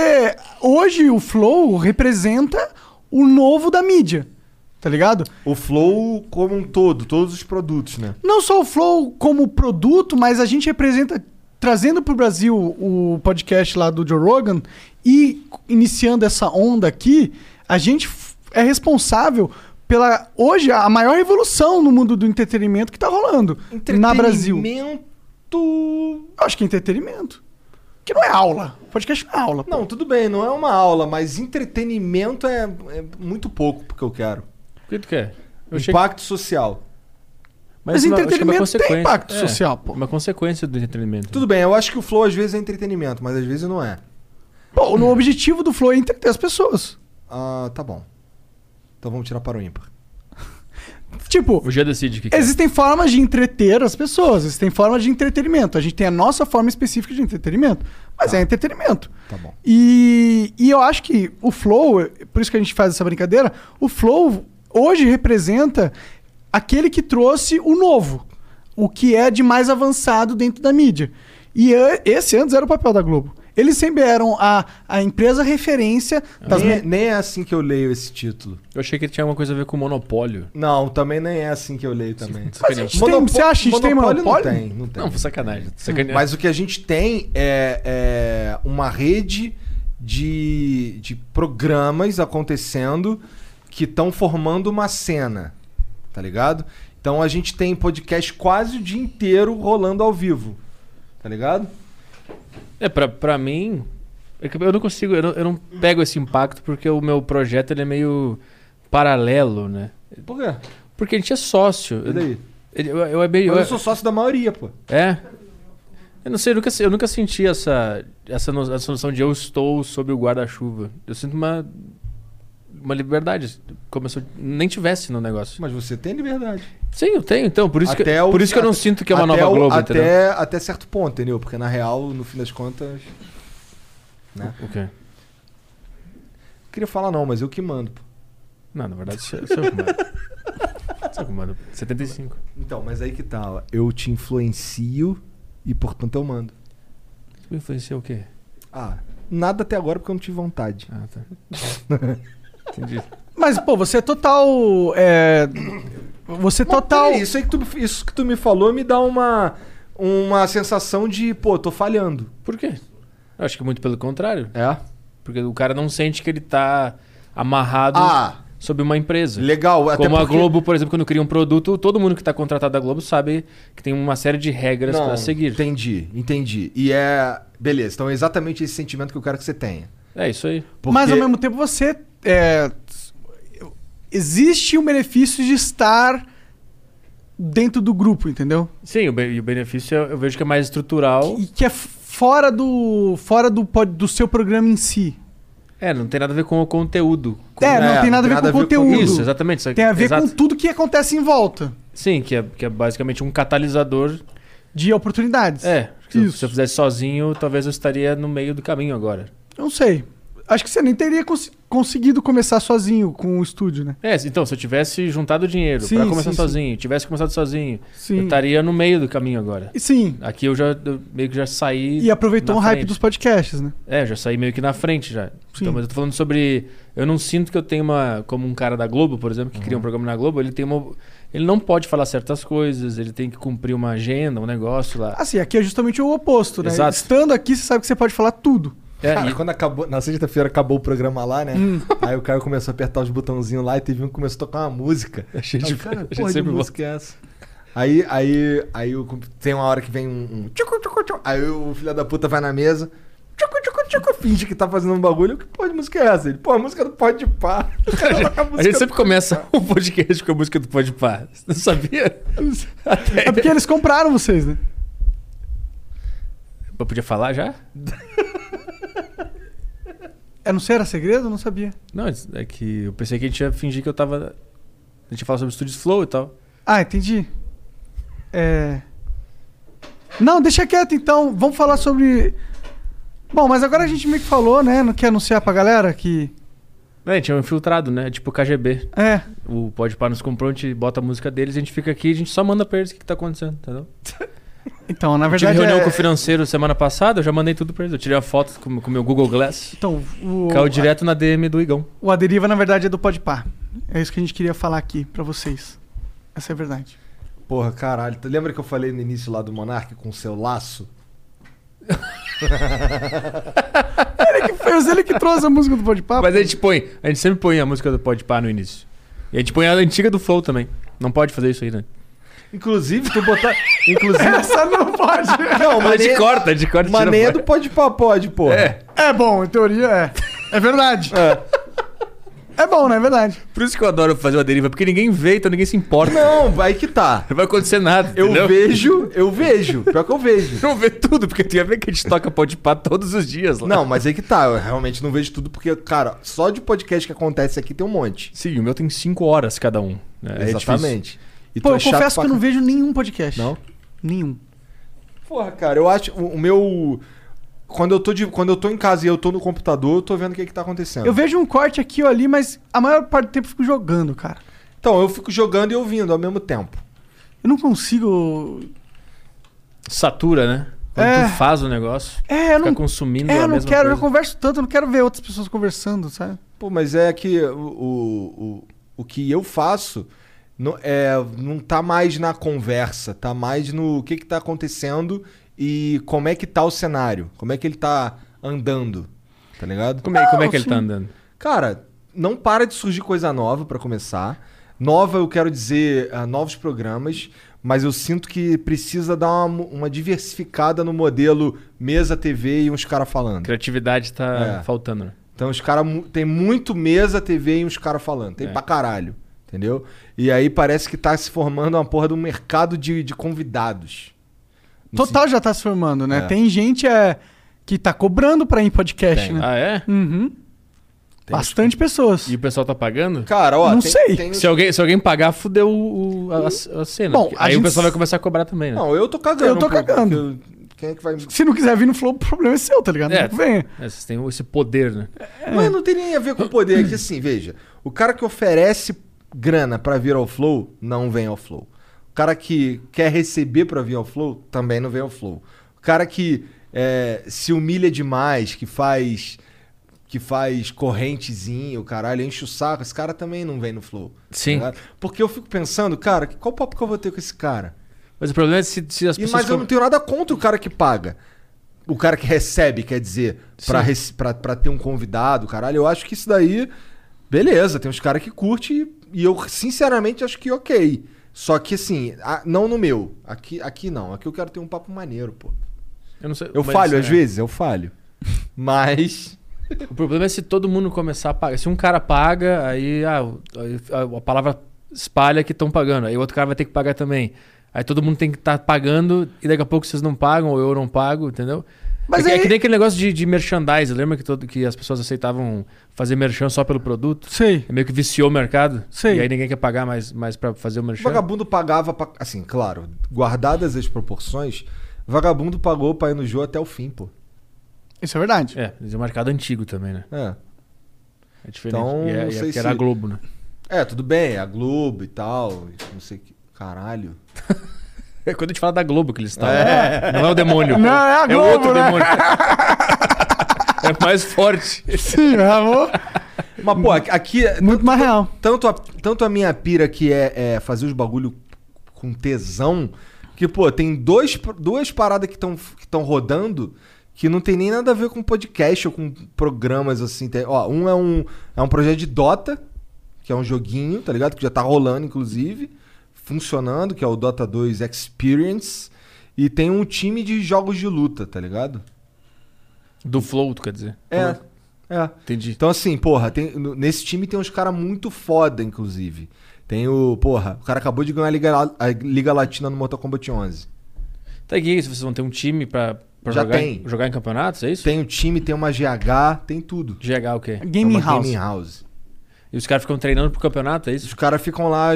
C: hoje o Flow representa o novo da mídia. Tá ligado?
B: O Flow como um todo, todos os produtos, né?
C: Não só o Flow como produto, mas a gente representa. Trazendo pro Brasil o podcast lá do Joe Rogan e iniciando essa onda aqui, a gente f- é responsável pela hoje a maior revolução no mundo do entretenimento que tá rolando na Brasil.
B: Entretenimento.
C: Eu acho que é entretenimento. Que não é aula. Podcast não é aula. pô.
B: Não, tudo bem, não é uma aula, mas entretenimento é, é muito pouco porque eu quero.
E: O que tu quer? Eu achei que-
B: Impacto social.
C: Mas
E: isso é uma- acho que é uma
C: entretenimento tem
E: consequência.
C: impacto social, pô.
E: Uma consequência do entretenimento.
B: Tudo bem, eu acho que o flow às vezes é entretenimento, mas às vezes não é.
C: Bom, o objetivo do Flow é entreter as pessoas.
B: Ah, tá bom. Então vamos tirar para o ímpar.
C: Tipo,
E: O Gia decide o que quer.
C: existem formas de entreter as pessoas, existem formas de entretenimento. A gente tem a nossa forma específica de entretenimento, mas é entretenimento.
B: Tá bom.
C: E, e eu acho que o Flow, por isso que a gente faz essa brincadeira, o Flow hoje representa aquele que trouxe o novo, o que é de mais avançado dentro da mídia. E a- esse antes era o papel da Globo. Eles sempre eram a, a empresa referência das
B: nem,
C: me-
B: é, nem é assim que eu leio esse título.
E: Eu achei que tinha alguma coisa a ver com monopólio.
B: Não, também nem é assim que eu leio também.
E: Sacanagem.
C: gente tem- você acha que a gente tem monopólio?
B: Não tem, não tem.
E: Não, sacanagem. sacanagem.
B: Mas o que a gente tem é, é uma rede de, de programas acontecendo que estão formando uma cena, tá ligado? Então a gente tem podcast quase o dia inteiro rolando ao vivo, tá ligado?
E: É, pra, pra mim. é que eu não consigo, eu não, eu não pego esse impacto porque o meu projeto ele é meio paralelo, né?
B: Por quê?
E: Porque a gente é sócio.
B: E daí?
E: Eu, eu, eu é meio.
B: Mas eu sou sócio da maioria, pô.
E: É? Eu não sei, eu nunca, eu nunca senti essa, essa, no- essa noção de eu estou sob o guarda-chuva. Eu sinto uma, uma liberdade, como se eu nem tivesse no negócio.
B: Mas você tem liberdade.
E: Sim, eu tenho, então. Por isso, que,
B: Até o-
E: por isso que eu não
B: até-
E: sinto que é uma
B: até
E: nova
B: o-
E: Globo, entendeu?
B: até, até certo ponto, entendeu? Porque na real, no fim das contas.
E: O quê?
B: Não queria falar não, mas eu que mando, pô.
E: Não, na verdade, isso é isso é o comando. Isso é o comando. 75.
B: Então, mas aí que tá, ó. Eu te influencio e, portanto, eu mando.
E: Tu me influenciou o quê?
B: Ah, nada até agora porque eu não tive vontade.
E: Ah, tá. Entendi.
C: Mas, pô, você é total. é, Você é total.
B: Peraí, isso aí que tu, isso que tu me falou me dá uma, uma sensação de, pô, tô falhando.
E: Por quê? Eu acho que muito pelo contrário.
B: É?
E: Porque o cara não sente que ele tá amarrado
B: Ah.
E: sob uma empresa.
B: Legal, até
E: Como a
B: porque-
E: Globo, por exemplo, quando cria um produto, todo mundo que está contratado da Globo sabe que tem uma série de regras
B: Não,
E: para seguir.
B: Entendi, entendi. E é. Beleza, então é exatamente esse sentimento que eu quero que você tenha.
E: É isso aí.
C: Mas ao
B: Porque-
C: mesmo tempo você. é, Existe um benefício de estar dentro do grupo, entendeu?
E: Sim, o, be- e o benefício eu eu vejo que é mais estrutural.
C: E que é fora do. fora do, pod- do seu programa em si.
E: É, não tem nada a ver com o conteúdo. Com-
C: É, não
B: É,
C: tem nada a ver com o conteúdo.
E: Isso, exatamente. Isso aqui-
C: Tem a ver
E: exato.
C: com tudo que acontece em volta
E: Sim, que é, que é basicamente um catalisador.
C: de oportunidades.
E: É, se eu-
C: Isso.
E: se eu fizesse sozinho, talvez eu estaria no meio do caminho agora.
C: Não sei. Acho que você nem teria cons- conseguido começar sozinho com o estúdio, né?
E: É, então, se eu tivesse juntado dinheiro
C: Sim,
E: pra começar
C: sim,
E: sozinho, tivesse começado sozinho,
C: Sim.
E: eu estaria no meio do caminho agora.
C: E Sim.
E: Aqui eu já eu meio que já saí.
C: E aproveitou
E: na
C: o hype
E: frente.
C: dos podcasts, né?
E: É, já saí meio que na frente já.
C: Sim.
E: Então, mas eu tô falando sobre. Eu não sinto que eu tenho uma. Como um cara da Globo, por exemplo, que
C: Uhum.
E: cria um programa na Globo, ele tem uma. Ele não pode falar certas coisas, ele tem que cumprir uma agenda, um negócio lá.
C: Assim, aqui é justamente o oposto, né?
E: Exato.
C: Estando aqui, você sabe que você pode falar tudo.
E: É,
B: Cara,
E: e- Hum.
B: quando acabou, na sexta-feira acabou o programa lá, né? Aí o Caio começou a apertar os botãozinhos lá e teve um que começou a tocar uma música.
E: Achei
B: Aí,
E: É de-
B: cara,
E: achei
B: porra de
E: sempre bom.
B: música é essa? Aí, aí, aí o comp- tem uma hora que vem um. um tchucu, tchucu, tchucu. aí o filho da puta vai na mesa. Tchucu, tchucu, tchucu, finge que tá fazendo um bagulho. Que porra de música é essa? Ele, pô, a música do Pode de Pá. O cara toca
E: A gente sempre começa o podcast com a música do Pode Pá. Você não sabia? Até...
C: É porque eles compraram vocês, né?
E: Eu podia falar já?
C: Eu É, não sei, era segredo? Eu não sabia.
E: Não, é que eu pensei que a gente ia fingir que eu tava. A gente ia falar sobre Studios Flow e tal.
C: Ah, entendi. É. Não, deixa quieto então. Vamos falar sobre. Bom, mas agora a gente meio que falou, né? Não quer anunciar pra galera que.
E: É, tinha um infiltrado, né? Tipo KGB.
C: É.
E: O Pode Pá nos comprou, a gente bota a música deles, a gente fica aqui, a gente só manda pra eles o que, que tá acontecendo, entendeu?
C: Então, na
E: Eu tive
C: verdade.
E: reunião
C: é-
E: com o financeiro semana passada, eu já mandei tudo pra eles. Eu tirei a foto com com o meu Google Glass.
C: Então, o,
E: Caiu direto na DM do Igão.
C: o Aderiva, na verdade, é do Podpah. É isso que a gente queria falar aqui pra vocês. Essa é a verdade.
B: Porra, caralho. Tu lembra que eu falei no início lá do Monark com o seu laço?
C: Foi ele que trouxe a música do Podpah.
E: Mas a gente põe, a gente sempre põe a música do Pode Pá no início. E a gente põe a antiga do Flow também. Não pode fazer isso aí, né?
B: Inclusive, tu botar. Inclusive.
C: Essa não pode.
B: Não,
E: É, A gente
B: maneira,
E: corta, a gente corta e tira
B: maneira
E: fora.
B: do Pode Pá, pode, porra.
E: É,
C: É bom, em teoria é. É verdade. É, bom, né? É verdade.
E: por isso que eu adoro fazer o deriva, porque ninguém vê, então ninguém se importa.
B: Não, aí que tá.
E: Não vai acontecer nada.
B: Eu
E: entendeu?
B: vejo, eu vejo. Pior que eu vejo.
E: Não vê tudo, porque tu ia ver que a gente toca pó de pá todos os dias lá.
B: Não, mas aí que tá. Eu realmente não vejo tudo, porque, cara, só de podcast que acontece aqui tem um monte.
E: Sim, o meu tem cinco horas cada um. né? É difícil.
B: Exatamente. E
C: Pô,
B: tu
C: eu
B: é chato
C: confesso
B: pra
C: que eu não
B: ca-
C: vejo nenhum podcast.
B: Não?
C: Nenhum.
B: Porra, cara, eu acho. O, o meu. Quando eu, tô de, quando eu tô em casa e eu tô no computador, eu tô vendo o que, que tá acontecendo.
C: Eu vejo um corte aqui ou ali, mas a maior parte do tempo eu fico jogando, cara.
B: Então, eu fico jogando e ouvindo ao mesmo tempo.
C: Eu não consigo.
E: Satura, né? Quando
C: É.
E: tu faz o negócio,
C: É, eu
E: fica
C: não.
E: consumindo
C: É,
E: a
C: eu não
E: mesma
C: quero, eu
E: coisa.
C: eu converso tanto, eu não quero ver outras pessoas conversando, sabe?
B: Pô, mas é que o, o, o, o que eu faço não, é, não tá mais na conversa, tá mais no que, que tá acontecendo e como é que tá o cenário, como é que ele tá andando, tá ligado?
E: Como é, como é
C: Ah,
E: que ele
C: sim.
E: tá andando?
B: Cara, não para de surgir coisa nova pra começar. Nova, eu quero dizer, ah, novos programas, mas eu sinto que precisa dar uma, mo- uma diversificada no modelo mesa, TV e uns caras falando.
E: Criatividade tá
B: É.
E: faltando. né?
B: Então os caras. Tem muito mesa, TV e uns caras falando.
C: É.
B: Tem pra caralho. Entendeu? E aí parece que tá se formando uma porra de um mercado de, de convidados. No
C: Total já tá se formando, né?
B: É.
C: Tem gente é, que tá cobrando pra ir em podcast, né?
E: Ah, é?
C: Uhum.
B: Tem
C: Bastante pessoas.
E: E o pessoal tá pagando?
B: Cara, ó.
C: Não
B: tem-
C: sei.
B: tem-
E: Se alguém, se alguém pagar, fudeu o- o- a, a- a cena.
C: Bom,
E: porque
C: a
E: aí
C: gente-
E: o pessoal vai começar a cobrar também, né?
B: Não, eu tô cagando.
C: Eu tô
B: um pouco,
C: cagando.
B: porque eu- Quem é que vai.
C: Se não quiser vir no Flow, o problema é seu, tá ligado?
E: É.
C: Não venha.
E: É, vocês têm esse poder, né?
B: Mas não tem nem a ver com o poder aqui, assim, veja. O cara que oferece grana pra vir ao Flow, não vem ao Flow. O cara que quer receber pra vir ao Flow, também não vem ao Flow. O cara que é, se humilha demais, que faz que faz correntezinho, caralho, enche o saco, esse cara também não vem no Flow. tá
E: Sim.
B: ligado? Porque eu fico pensando, cara, qual papo que eu vou ter com esse cara?
E: Mas o problema é se, se as
B: E, um
E: pessoas...
B: mas eu
E: com-
B: não tenho nada contra o cara que paga. O cara que recebe, quer dizer, pra,
E: Sim.
B: rece- pra, pra ter um convidado, caralho. Eu acho que isso daí, beleza, tem uns caras que curte e eu, sinceramente, acho que ok. Só que assim, a- não no meu. Aqui, aqui não. Aqui eu quero ter um papo maneiro, pô.
E: eu não sei-
B: Eu
E: mas,
B: falho, às
E: é,
B: vezes, eu falho. Mas.
E: O problema é se todo mundo começar a pagar. Se um cara paga, aí ah, o- aí a, a palavra espalha que estão pagando. Aí o outro cara vai ter que pagar também. Aí todo mundo tem que estar pagando e daqui a pouco vocês não pagam ou eu não pago, entendeu?
C: Mas
E: é, que- é
C: aí-
E: que nem aquele negócio de, de merchandise. Lembra que, todo, que as pessoas aceitavam fazer merchan só pelo produto?
C: Sei.
E: É meio que viciou o mercado.
C: Sei.
E: E aí ninguém quer pagar mais, mais para fazer o merchan.
B: Vagabundo pagava, pra, assim, claro, guardadas as proporções, vagabundo pagou pra ir no jogo até o fim, pô.
C: Isso é verdade.
E: É, eles é um mercado antigo também, né?
B: É.
E: É diferente.
B: Então,
E: e é,
B: não
E: e é
B: sei
E: porque era a
B: se-
E: Globo, né?
B: É, tudo bem, a Globo e tal, e não sei o que. Caralho.
E: É quando a gente fala da Globo que eles estavam. Não é o demônio.
C: Não, é a
E: É
C: Globo,
E: outro
C: né?
E: demônio. é mais forte.
C: Sim, meu amor.
B: Mas, pô, aqui- aqui,
C: Muito mais real.
B: tanto a, tanto a minha pira que é, é fazer os bagulho com tesão, que, pô, tem dois, duas paradas que estão que tão rodando que não tem nem nada a ver com podcast ou com programas assim. Tem- ó, um é um, é um projeto de Dota, que é um joguinho, tá ligado? Que já tá rolando, inclusive, funcionando, que é o Dota 2 Experience. E tem um time de jogos de luta, tá ligado?
E: Do Flow, tu quer dizer?
B: É. É.
E: Entendi.
B: Então, assim, porra, tem- no- nesse time tem uns caras muito foda, inclusive. Tem o. Porra, o cara acabou de ganhar a Liga, La- a Liga Latina no Mortal Kombat 11.
E: Tá aqui, vocês vão ter um time pra, pra
B: Já
E: jogar,
B: tem.
E: Em, jogar em campeonatos, é isso?
B: Tem o time, tem uma GH, tem tudo.
E: GH, o quê?
B: É
C: Gaming
B: uma
C: House.
B: Gaming House.
E: E os caras ficam treinando pro campeonato, é isso?
B: Os caras ficam lá.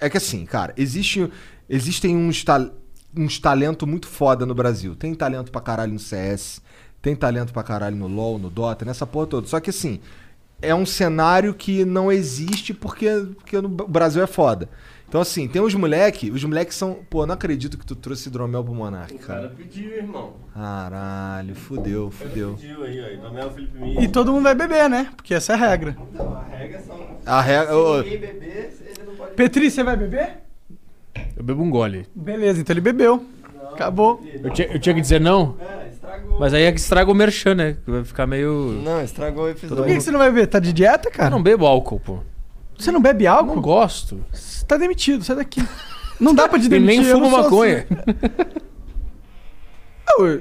B: É que assim, cara, existe, existem uns, ta- uns talento muito foda no Brasil. Tem talento pra caralho no CS, tem talento pra caralho no LoL, no Dota, nessa porra toda. Só que assim, é um cenário que não existe porque, porque no- o Brasil é foda. Então assim, tem os moleque, os moleques são. Pô, não acredito que tu trouxe hidromel pro Monark,
H: O cara
B: cara.
H: pediu, irmão.
B: Caralho, fudeu,
H: O cara
B: fudeu.
H: pediu aí, ó. Domel Felipe Minha.
C: E todo mundo vai beber, né? Porque essa é a regra.
D: Então, a regra são.
B: A regra.
D: Quem beber, ele não pode.
C: Petri, você vai beber?
E: Eu bebo um gole.
C: Beleza, então ele bebeu. Acabou.
E: Eu tinha, eu tinha que dizer não,
H: ah,
D: É, estragou.
E: mas aí é que estraga o merchan, né? Que Vai ficar meio.
D: Não, estragou o
C: Por
D: episódio.
C: que, que você não vai beber? Tá de dieta,
E: Eu
C: cara?
E: não bebo álcool, pô.
C: Você não bebe
E: Eu
C: álcool?
E: não gosto.
C: Você tá demitido, sai daqui. Não dá pra te
E: E
C: demitir.
E: nem
C: eu
E: fumo
C: não sou
E: maconha.
C: assim. Não, eu-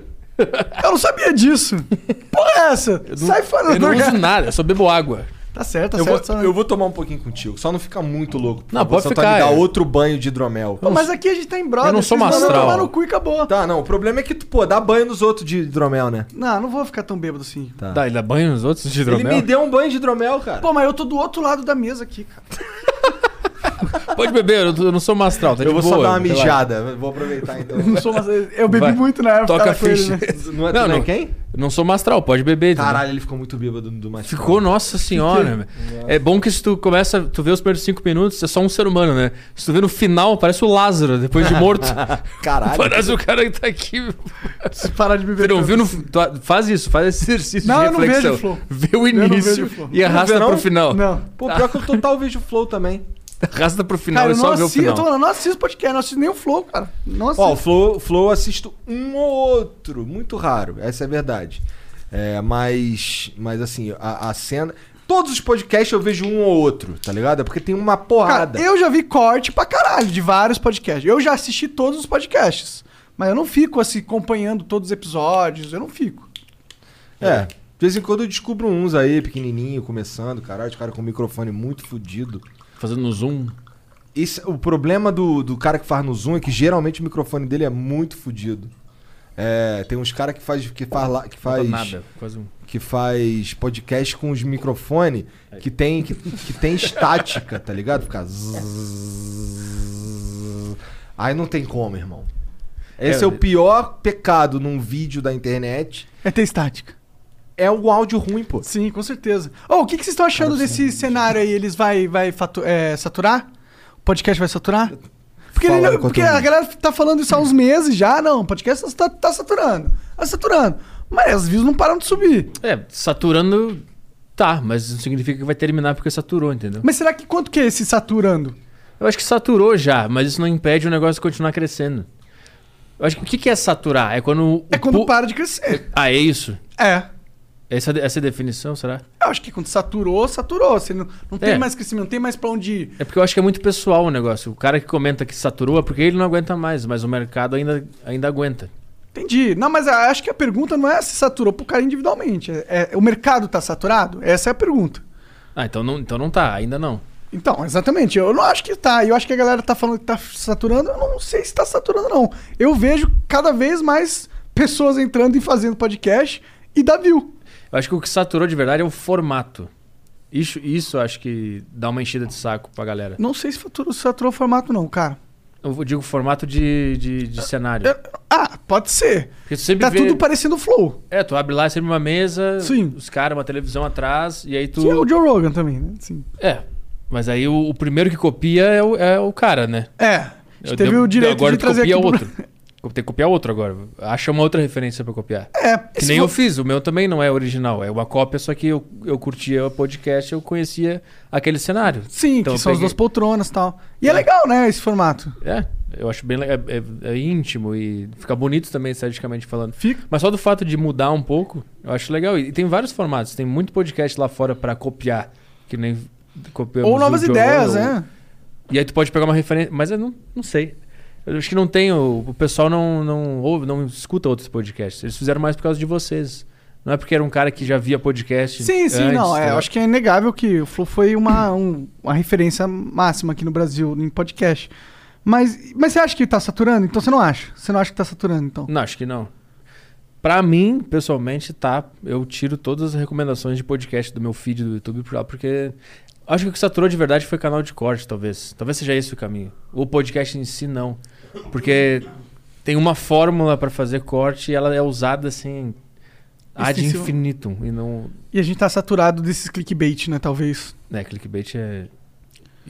C: Eu não sabia disso. Que Porra, é essa? Sai fora
E: Eu não
C: lugar.
E: uso nada, eu só bebo água.
C: Tá certo, tá
B: Eu vou,
C: certo. só-
B: eu vou tomar um pouquinho contigo, só não fica muito louco. por
E: Não,
B: favor,
E: pode
B: senão tu
E: ficar,
B: vai tá me
E: é.
B: dar outro banho de hidromel.
C: Pô, mas aqui a gente tá em brother.
E: Eu não sou
C: vocês mandam
E: mastral.
C: tomar no cu e acabou.
B: Tá, não. O problema é que tu, pô, dá banho nos outros de hidromel, né?
C: Não, não vou ficar tão bêbado assim.
B: Tá.
E: Dá, ele dá banho nos outros de
B: Ele
E: hidromel?
B: me deu um banho de hidromel, cara.
C: Pô, mas eu tô do outro lado da mesa aqui, cara.
E: Pode beber, eu, tô- eu não sou mastral, tá
B: eu
E: de
B: vou
E: boa.
B: só dar uma
E: relaxa.
B: mijada. Vou aproveitar então.
C: Não sou mas Eu bebi
E: Vai.
C: muito na época.
E: Toca
C: tava
E: a
C: com ele,
E: ficha.
C: né?
B: Não é,
E: Não,
B: tu não é
E: não.
B: quem?
E: Eu Não sou mastral, pode beber. entendeu?
B: Caralho, ele ficou muito bêbado do mais.
E: Ficou, nossa senhora. velho. É bom que se tu começa, tu vê os primeiros cinco minutos, é só um ser humano, né? Se tu vê no final, parece o Lázaro, depois de morto.
B: Caralho.
E: parece o cara que tá aqui.
C: Se parar de beber.
E: Tu não
C: tanto
E: viu no,
C: assim.
E: tu- faz isso, faz esse exercício
C: Não,
E: de
C: eu não vejo
E: reflexão.
C: o flow.
E: Vê o
C: Eu não vejo
E: início
C: o flow.
E: e arrasta
B: vê, não?
E: pro final.
C: Não.
B: Pô, pior que eu total vejo o flow também.
E: Arrasta pro final
C: Cara, eu
E: e
C: não
E: só vê o
C: assisto. Eu
E: final.
C: tô falando, não assisto podcast, não assisto nem o Flow, cara. Não assisto.
B: Ó, o flow, flow eu assisto um ou outro. Muito raro. Essa é a verdade. É, mas. Mas assim, a, a cena. Todos os podcasts eu vejo um ou outro, tá ligado? É porque tem uma
C: Cara,
B: porrada.
C: eu já vi corte pra caralho de vários podcasts. Eu já assisti todos os podcasts. Mas eu não fico assim acompanhando todos os episódios. Eu não fico.
B: É. De vez em quando eu descubro uns aí, pequenininho, começando, caralho, os caras com o microfone muito fudido.
E: Fazendo no zoom.
B: Esse, o problema do, do cara que faz no Zoom é que geralmente o microfone dele é muito fudido. É, tem uns caras que faz, que faz, lá- que
E: Não
B: faz,
E: nada, quase um.
B: que faz podcast com os microfone que tem, que, que tem estática, tá ligado? Fica... zzzz. Aí não tem como, irmão. Esse é,
E: É,
B: o pior pecado num vídeo da internet.
C: É ter estática.
B: É o áudio ruim, pô.
C: Sim, com certeza. Ô, o que, que vocês estão achando desse cenário aí? Eles vai, vai fatu- é, saturar? O podcast vai saturar? Porque, ele
B: Fala
C: não-
B: enquanto
C: porque
B: eu
C: a
B: ligo.
C: galera tá falando isso há uns meses já. Não, o podcast tá, tá saturando. Tá saturando. Mas as views não param de subir.
E: É, saturando tá, mas não significa que vai terminar porque saturou, entendeu?
C: Mas será que quanto que é esse saturando?
E: Eu acho que saturou já, mas isso não impede o negócio de continuar crescendo. Eu acho que o que que é saturar? É quando. o
C: É quando
E: pu-
C: para de crescer.
E: Ah, é isso?
C: É.
E: Essa, essa é a definição, será?
C: Eu acho que quando saturou, saturou. Você não, não tem
E: É.
C: mais crescimento, não tem mais pra onde ir.
E: É porque eu acho que é muito pessoal o negócio. O cara que comenta que saturou é porque ele não aguenta mais, mas o mercado ainda, ainda aguenta.
C: Entendi. Não, mas a- acho que a pergunta não é se saturou pro cara individualmente. É, é- o mercado tá saturado? Essa é a pergunta.
E: Ah, então não, então não tá, ainda não.
C: Então, exatamente. Eu não acho que tá. Eu acho que a galera tá falando que tá saturando. Eu não sei se tá saturando, não. Eu vejo cada vez mais pessoas entrando e fazendo podcast e dá view.
E: Eu acho que o que saturou de verdade é o formato. Isso, isso eu acho que dá uma enchida de saco pra galera.
C: Não sei se faturou- saturou o formato, não, cara.
E: Eu digo formato de, de, de cenário.
C: Ah, pode ser.
E: Porque tu sempre
C: Tá
E: vê-
C: tudo parecendo o Flow.
E: É, tu abre lá sempre uma mesa, os caras, uma televisão atrás, e aí tu.
C: Que é o Joe Rogan também, né? Sim.
E: É. Mas aí o, o primeiro que copia é o, é o cara, né?
C: É. gente teve o direito
E: agora
C: de
E: tu
C: trazer
E: copia
C: aqui pro
E: outro. Tem que copiar outro agora. Acha uma outra referência pra copiar.
C: É.
E: Que nem eu fiz, o meu também não é original. É uma cópia, só que eu, eu curtia o podcast, eu conhecia aquele cenário.
C: Sim, que
E: Então, eu
C: são as
E: peguei-
C: duas poltronas e tal. E é. legal, né, esse formato.
E: É, eu acho bem legal. É, é- é íntimo e fica bonito também, esteticamente falando. Mas só do fato de mudar um pouco, eu acho legal. E tem vários formatos. Tem muito podcast lá fora pra copiar, que nem copiamos
C: Ou novas
E: o Joe
C: ideias,
E: Rogan, ou-
C: né?
E: E aí tu pode pegar uma referência. Mas eu não, não sei. Eu acho que não tem. O, o pessoal não, não ouve, não escuta outros podcasts. Eles fizeram mais por causa de vocês. Não é porque era um cara que já via podcast.
C: Sim, sim,
E: antes,
C: não.
E: tá
C: É, eu
E: ligado?
C: acho que é inegável que o Flow foi uma, um- uma referência máxima aqui no Brasil em podcast. Mas, mas você acha que tá saturando? Então você não acha? Você não acha que tá saturando, então?
E: Não, acho que não. Pra mim, pessoalmente, tá. Eu tiro todas as recomendações de podcast do meu feed do YouTube por lá, porque acho que o que saturou de verdade foi canal de corte, talvez. Talvez seja esse o caminho. O podcast em si, não. Porque tem uma fórmula pra fazer corte e ela é usada assim. Ad
C: Extensivo.
E: infinitum. E não.
C: E a gente tá saturado desses clickbait, né, talvez.
E: Né, clickbait é.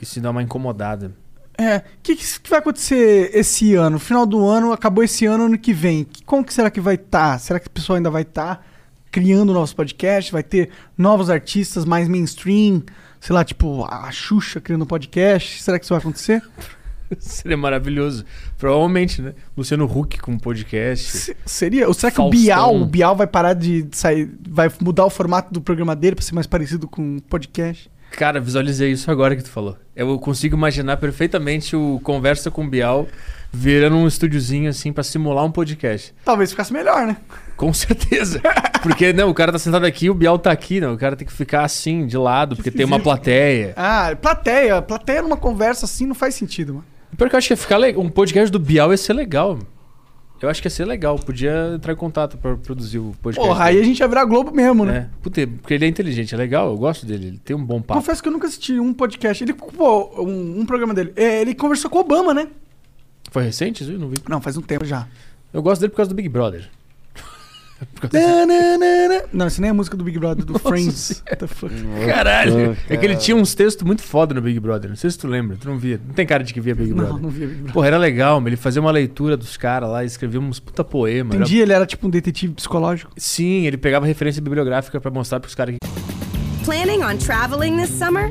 E: Isso dá uma incomodada.
C: É. O que, que que vai acontecer esse ano? Final do ano, acabou esse ano, ano que vem. Que- Como que será que vai estar? Será que o pessoal ainda vai estar criando novos podcasts? Vai ter novos artistas mais mainstream? Sei lá, tipo, a Xuxa criando podcast? Será que isso vai acontecer?
E: Seria maravilhoso. Provavelmente, né? Luciano Huck com podcast.
C: Seria? Ou será que
E: Faustão.
C: o Bial, o Bial vai parar de sair, vai mudar o formato do programa dele pra ser mais parecido com um podcast?
E: Cara, visualizei isso agora que tu falou. Eu consigo imaginar perfeitamente o Conversa com o Bial virando um estúdiozinho assim pra simular um podcast.
C: Talvez ficasse melhor, né?
E: Com certeza. Porque não, o cara tá sentado aqui, o Bial tá aqui, não. O cara tem que ficar assim, de lado, porque tem uma plateia.
C: Ah, plateia, plateia numa conversa assim não faz sentido, mano.
E: Pior que eu acho que ia ficar le- um podcast do Bial ia ser legal. Eu acho que ia ser legal. Podia entrar em contato pra produzir o podcast.
C: Porra, aí a gente ia virar Globo mesmo, né?
E: É. Puta, porque ele é inteligente, é legal, eu gosto dele, ele tem um bom papo.
C: Confesso que eu nunca assisti um podcast. Ele, pô, um, um programa dele. É, Ele conversou com o Obama, né?
E: Foi recente isso? Eu não vi.
C: Não, faz um tempo já.
E: Eu gosto dele por causa do Big Brother.
C: Na, na, na, na. Não, isso nem é a música do Big Brother, do Friends. What the fuck?
E: Caralho! É que ele tinha uns textos muito foda no Big Brother. Não sei se tu lembra, tu não via. Não tem cara de que via Big Brother.
C: Não, não via Big Brother.
E: Porra, era legal, mas ele fazia uma leitura dos caras lá, escrevia uns puta poema. era-
C: Entendi, ele era tipo um detetive psicológico.
E: Sim, ele pegava referência bibliográfica pra mostrar pros caras que.
I: Planning on traveling this summer?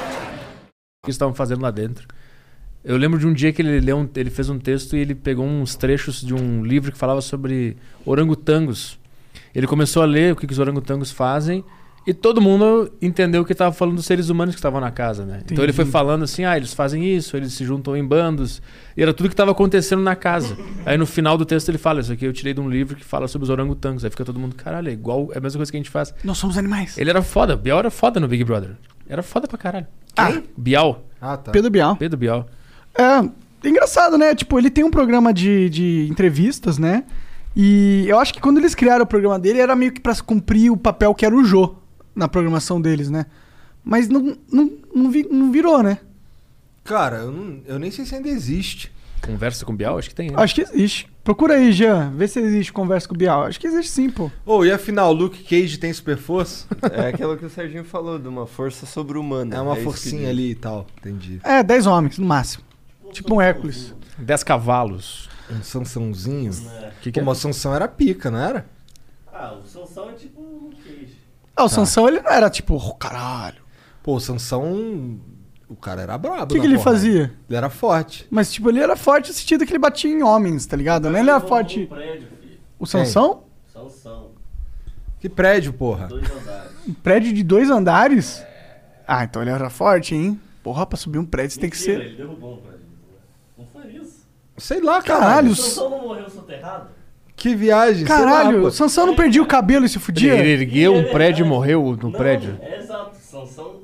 E: que estavam fazendo lá dentro. Eu lembro de um dia que ele leu um- ele fez um texto e ele pegou uns trechos de um livro que falava sobre orangotangos. Ele começou a ler o que, que os orangotangos fazem e todo mundo entendeu que estava falando dos seres humanos que estavam na casa, né? Então ele foi
K: Entendi.
E: falando assim, ah, eles fazem isso, eles se juntam em bandos. E era tudo que estava acontecendo na casa. Aí no final do texto ele fala, isso aqui eu tirei de um livro que fala sobre os orangotangos. Aí fica todo mundo, caralho, é igual, é a mesma coisa que a gente faz.
C: Nós somos animais.
E: Ele era foda, Bial era foda no Big Brother. Era foda pra caralho.
C: Ah.
E: Bial.
B: Ah, tá.
C: Pedro Bial.
E: Pedro Bial.
C: É, engraçado, né? Tipo, ele tem um programa de, de entrevistas, né? E eu acho que quando eles criaram o programa dele, era meio que pra cumprir o papel que era o Jô na programação deles, né? Mas não, não, não, vi- não virou, né?
B: Cara, eu, não- eu nem sei se ainda existe.
E: Conversa com Bial? Acho que tem. né?
C: Acho que existe. Procura aí, Jean. Vê se existe conversa com o Bial. Acho que existe sim, pô.
B: Ô, e afinal, Luke Cage tem super força?
D: É aquilo que o Serginho falou, de uma força sobre-humana.
B: É uma
D: isso que
B: forcinha
D: diz.
B: ali e tal. Entendi.
C: É, 10 homens, no máximo. Tipo um Hércules.
E: 10 cavalos.
B: Um Sansãozinho?
H: É.
B: Que que Pô, mas o Sansão era pica, não era?
H: Ah, o Sansão é tipo um queijo.
C: Ah, o Sansão ele não era tipo, "Oh, caralho.
B: Pô, o Sansão. O cara era brabo.
C: O que,
B: na
C: que ele
B: porrada.
C: fazia?
B: Ele era forte.
C: Mas, tipo, ele era forte no sentido que ele batia em homens, tá ligado? Não ele era forte. O Sansão?
H: um Sansão.
B: Que prédio, porra.
C: Um prédio de dois andares? Ah, então ele era forte, hein? Porra, pra subir um prédio você tem que
H: Mentira,
C: ser.
H: Ele derrubou um prédio. Não foi isso.
B: Sei lá,
C: Caralho,
B: caralho.
H: O Sansão não morreu soterrado?
B: Que viagem. sei lá,
C: Caralho,
B: pô.
C: o Sansão não perdia o cabelo e se fudia?
E: Ele ergueu um prédio e morreu no
H: Não,
E: prédio.
H: É exato. Sansão,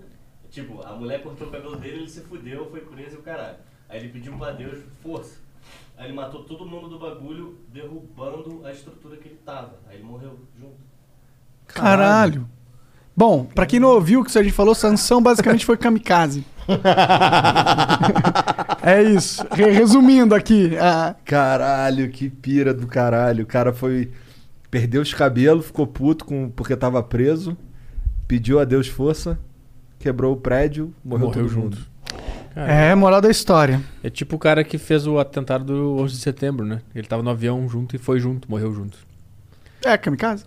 H: tipo, a mulher cortou o cabelo dele, ele se fudeu, foi preso e o caralho. Aí ele pediu pra Deus força. Aí ele matou todo mundo do bagulho, derrubando a estrutura que ele tava. Aí ele morreu junto.
C: Caralho. Bom, pra quem não ouviu o que o Serginho falou, Sansão basicamente foi kamikaze. é isso. Re- Resumindo aqui. ah,
B: Caralho, que pira do caralho. O cara foi. Perdeu os cabelos, ficou puto com... porque tava preso. Pediu a Deus força. Quebrou o prédio, morreu,
E: Morreu
B: todo mundo.
C: é, moral da história.
E: É tipo o cara que fez o atentado do 11 de setembro, né? Ele tava no avião junto e foi junto, morreu junto.
C: É, kamikaze.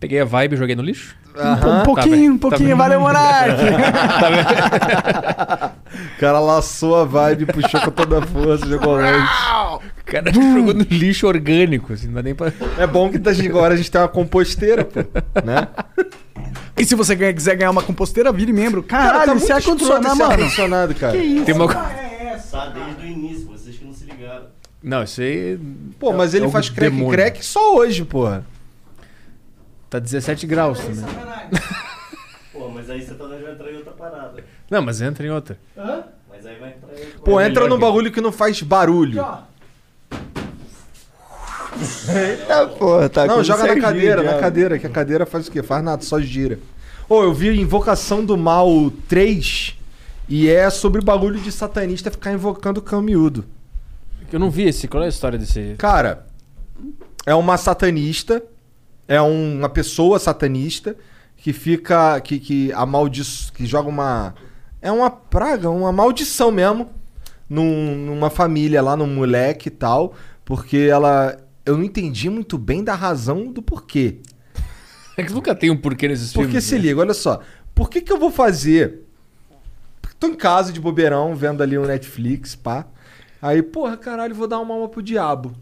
E: Peguei a vibe e joguei no lixo.
C: Um
B: tá
C: pouquinho, um pouquinho.
E: bem.
C: valeu, Monark.
B: O cara laçou a vibe, puxou com toda a força, jogou longe.
E: O cara jogou no lixo orgânico, assim, não dá nem pra.
B: É bom que da gente- agora a gente tem uma composteira, pô. Né?
C: E se você ganha- quiser ganhar uma composteira, vire membro. Caralho,
B: tá
C: isso é
B: escroto
C: ar-condicionado,
B: esse
C: mano.
B: ar-condicionado, cara.
E: Tem uma... co-
C: Ah, é
H: Tá desde o início, vocês que não se ligaram.
E: Não, isso aí.
B: Pô, mas
E: É
B: ele
E: o
B: faz crack
E: demônio.
B: crack só hoje, porra.
E: Tá 17 graus também.
H: Pô, mas aí você tá dando entrar em outra parada.
E: Não, mas entra em outra.
H: Mas aí vai entrar em outra
B: Pô,
E: É
B: entra
E: melhor
B: num
E: que-
B: bagulho que não faz barulho.
D: Ah, porra, tá
B: não,
D: com
B: joga na
D: Serginho,
B: cadeira, na
E: né?
D: diabo.
B: cadeira, que a cadeira faz o quê? Faz nada, só gira. Ô, eu vi Invocação do Mal 3 e é sobre o bagulho de satanista ficar invocando o cão miúdo.
E: Eu não vi esse. Qual é a história desse.
B: Cara, é uma satanista, é um- uma pessoa satanista que fica. que, que amaldiço. que joga uma. É uma praga, uma maldição mesmo num- numa família lá, num moleque e tal, porque ela. Eu não entendi muito bem da razão do porquê.
E: É que nunca tem um porquê nesses
B: Porque
E: filmes.
B: se
E: né?
B: liga, olha só. Por que, que eu vou fazer? Porque Tô em casa de bobeirão, vendo ali um Netflix, pá. Aí, porra, caralho, vou dar uma alma pro diabo.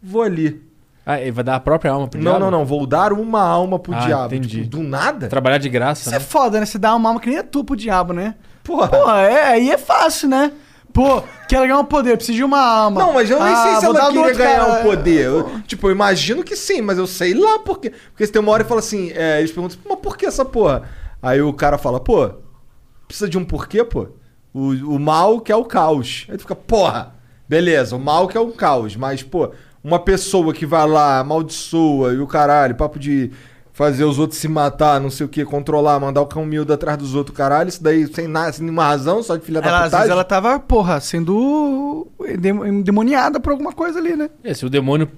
B: Vou ali.
E: Ah, ele vai dar a própria alma pro
B: Não,
E: diabo?
B: não, não. Vou dar uma alma pro
E: Ah,
B: diabo.
E: entendi.
B: Tipo, do nada?
E: Trabalhar de graça,
C: Isso é
E: né?
C: foda, né? Você dá uma alma que nem é tua pro diabo, né?
B: Porra.
C: Porra, é, aí é fácil, né? Pô, quero ganhar um poder, preciso de uma alma.
B: Não, mas eu nem
C: Ah,
B: sei se
C: vou dar
B: ela
C: do
B: queria
C: outro
B: ganhar
C: cara. é.
B: um poder. Eu- tipo, eu imagino que sim, mas eu sei lá por quê. Porque se tem uma hora e fala assim, é, eles perguntam, mas por que essa porra? Aí o cara fala, pô, precisa de um porquê, pô? O, o mal que é o caos. Aí tu fica, porra, beleza, o mal que é o caos, mas, pô, uma pessoa que vai lá, amaldiçoa e o caralho, papo de fazer os outros se matar, não sei o que, controlar, mandar o cão miúdo atrás dos outros, caralho, isso daí sem, nada, sem nenhuma razão, só de filha da
C: Ela, às vezes
B: putagem.
C: ela tava, porra, sendo dem- endemoniada por alguma coisa ali, né?
E: É, se o demônio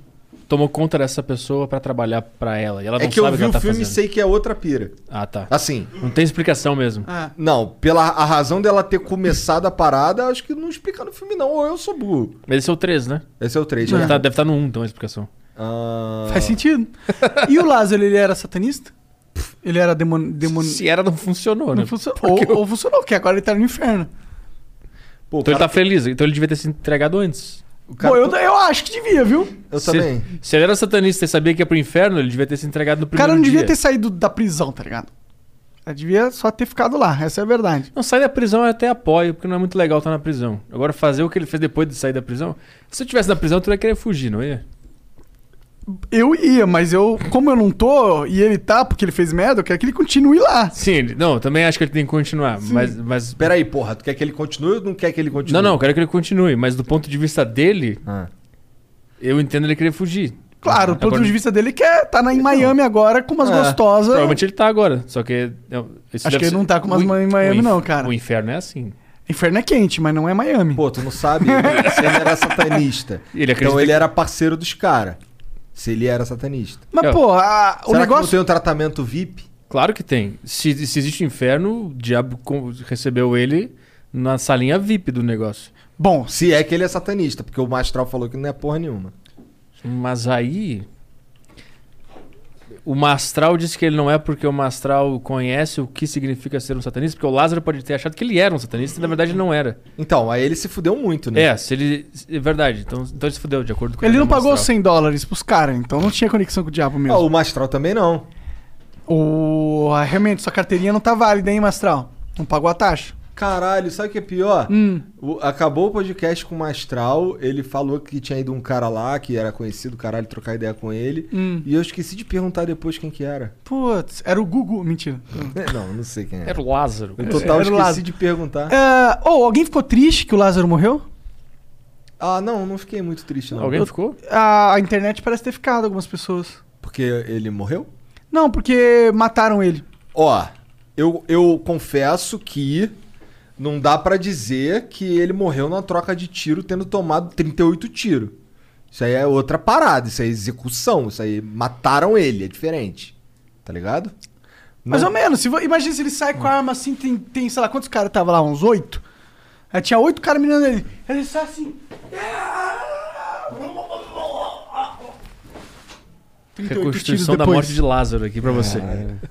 E: tomou conta dessa pessoa pra trabalhar pra ela. E ela
B: É
E: não
B: que eu
E: sabe o
B: vi
E: que ela
B: o
E: tá
B: filme e
E: fazendo.
B: sei que é outra pira.
E: Ah, tá.
B: Assim,
E: Não tem explicação mesmo.
B: não, pela a razão dela ter começado a parada, acho que não explica no filme, não. Ou eu sou burro.
E: Mas esse é o 3, né?
B: Esse é o 3,
E: Deve
B: né?
E: estar no 1, então, a explicação.
B: Ah,
C: Faz sentido. E o Lázaro, ele era satanista? Ele era demônio. demônio...
E: Se era, não funcionou, né?
C: Não funcio- ou, ou funcionou, porque agora ele tá no inferno.
B: pô, o
E: Então ele
B: cara-
E: tá feliz. Então ele devia ter se entregado antes.
B: o cara-
C: Pô, eu, eu acho que devia, viu?
B: eu
E: se,
B: também.
E: Se ele era satanista e sabia que ia pro inferno, ele devia ter se entregado no
C: O
E: primeiro
C: cara não devia
E: dia.
C: ter saído da prisão, tá ligado? Ela devia só ter ficado lá, essa é a verdade.
E: Não, sair da prisão eu até apoio, porque não é muito legal estar na prisão. Agora, fazer o que ele fez depois de sair da prisão... Se eu tivesse na prisão, tu ia querer fugir, não ia?
C: Eu ia, mas eu, como eu não tô e ele tá, porque ele fez merda, eu quero que ele continue lá.
E: Sim, ele- não, eu também acho que ele tem que continuar, mas... mas...
B: Peraí, porra, tu quer que ele continue ou não quer que ele continue?
E: Não, não, eu quero que ele continue, mas do ponto de vista dele,
B: Ah.
E: eu entendo ele querer fugir.
C: Claro,
B: Uhum.
C: do ponto
E: Agora-
C: de vista dele, ele quer tá na, em Miami agora com umas
B: Então. É,
C: gostosas.
E: Provavelmente ele tá agora, só que... não, isso
C: Acho
E: deve
C: que ele não tá com umas
E: o in-
C: mães em Miami
E: o
C: não, cara.
E: O inferno é assim.
C: Inferno é quente, mas não é Miami.
B: Pô, tu não sabe se ele era satanista.
E: Ele acredita
B: então ele
E: que-
B: era parceiro dos caras. Se ele era satanista.
C: mas,
E: eu-
C: pô, a- o
B: é. Será que não
C: negócio.
B: tem um tratamento VIP?
E: Claro que tem. um Se, se existe inferno, o diabo com- recebeu ele na salinha VIP do negócio.
C: Bom,
B: Se é que ele é satanista, porque o Mastral falou que não é porra nenhuma.
E: Mas aí. O Mastral disse que ele não é porque o Mastral conhece o que significa ser um satanista, porque o Lázaro pode ter achado que ele era um satanista e na verdade ele não era.
B: Então, aí ele se fudeu muito, né?
E: É, se ele. É verdade. Então, então ele se fudeu, de acordo com
C: ele não
E: o
C: pagou os
E: Mastral.
C: 100 dólares pros caras, então não tinha conexão com o diabo
B: Ah,
C: mesmo.
B: o Mastral também não.
C: O... ah, Realmente, sua carteirinha não tá válida, hein, Mastral? Não pagou a taxa.
B: Caralho, sabe o que é pior?
C: Hum.
B: O- acabou o podcast com o Mastral, ele falou que tinha ido um cara lá, que era conhecido, caralho, trocar ideia com ele. E eu esqueci de perguntar depois quem que era. É,
C: Putz, era o Gugu. Mentira.
B: Não, não sei quem era.
E: Era o Lázaro. É.
B: No
E: cara.
B: total, eu
C: Era o
B: esqueci
C: Lázaro.
B: de perguntar.
C: Ah, Ou alguém ficou triste que o Lázaro morreu?
B: Ah, não, não fiquei muito triste, não.
E: Alguém
B: Eu-
E: ficou?
C: A a internet parece ter ficado algumas pessoas.
B: Porque ele morreu?
C: Não, porque mataram ele.
B: Ó, eu, eu confesso que não dá pra dizer que ele morreu na troca de tiro tendo tomado 38 tiros. Isso aí é outra parada, isso aí é execução, isso aí mataram ele, é diferente. Tá ligado?
C: Mais
B: Não-
C: ou menos. Se vo- Imagina se ele sai com a arma assim, tem, tem, sei lá, quantos caras tava lá? Uns oito? Aí tinha oito caras mirando ele.
E: é-
C: Ele sai assim. 38 tiros
E: Reconstrução da
C: depois.
E: morte de Lázaro aqui
B: É.
E: pra você.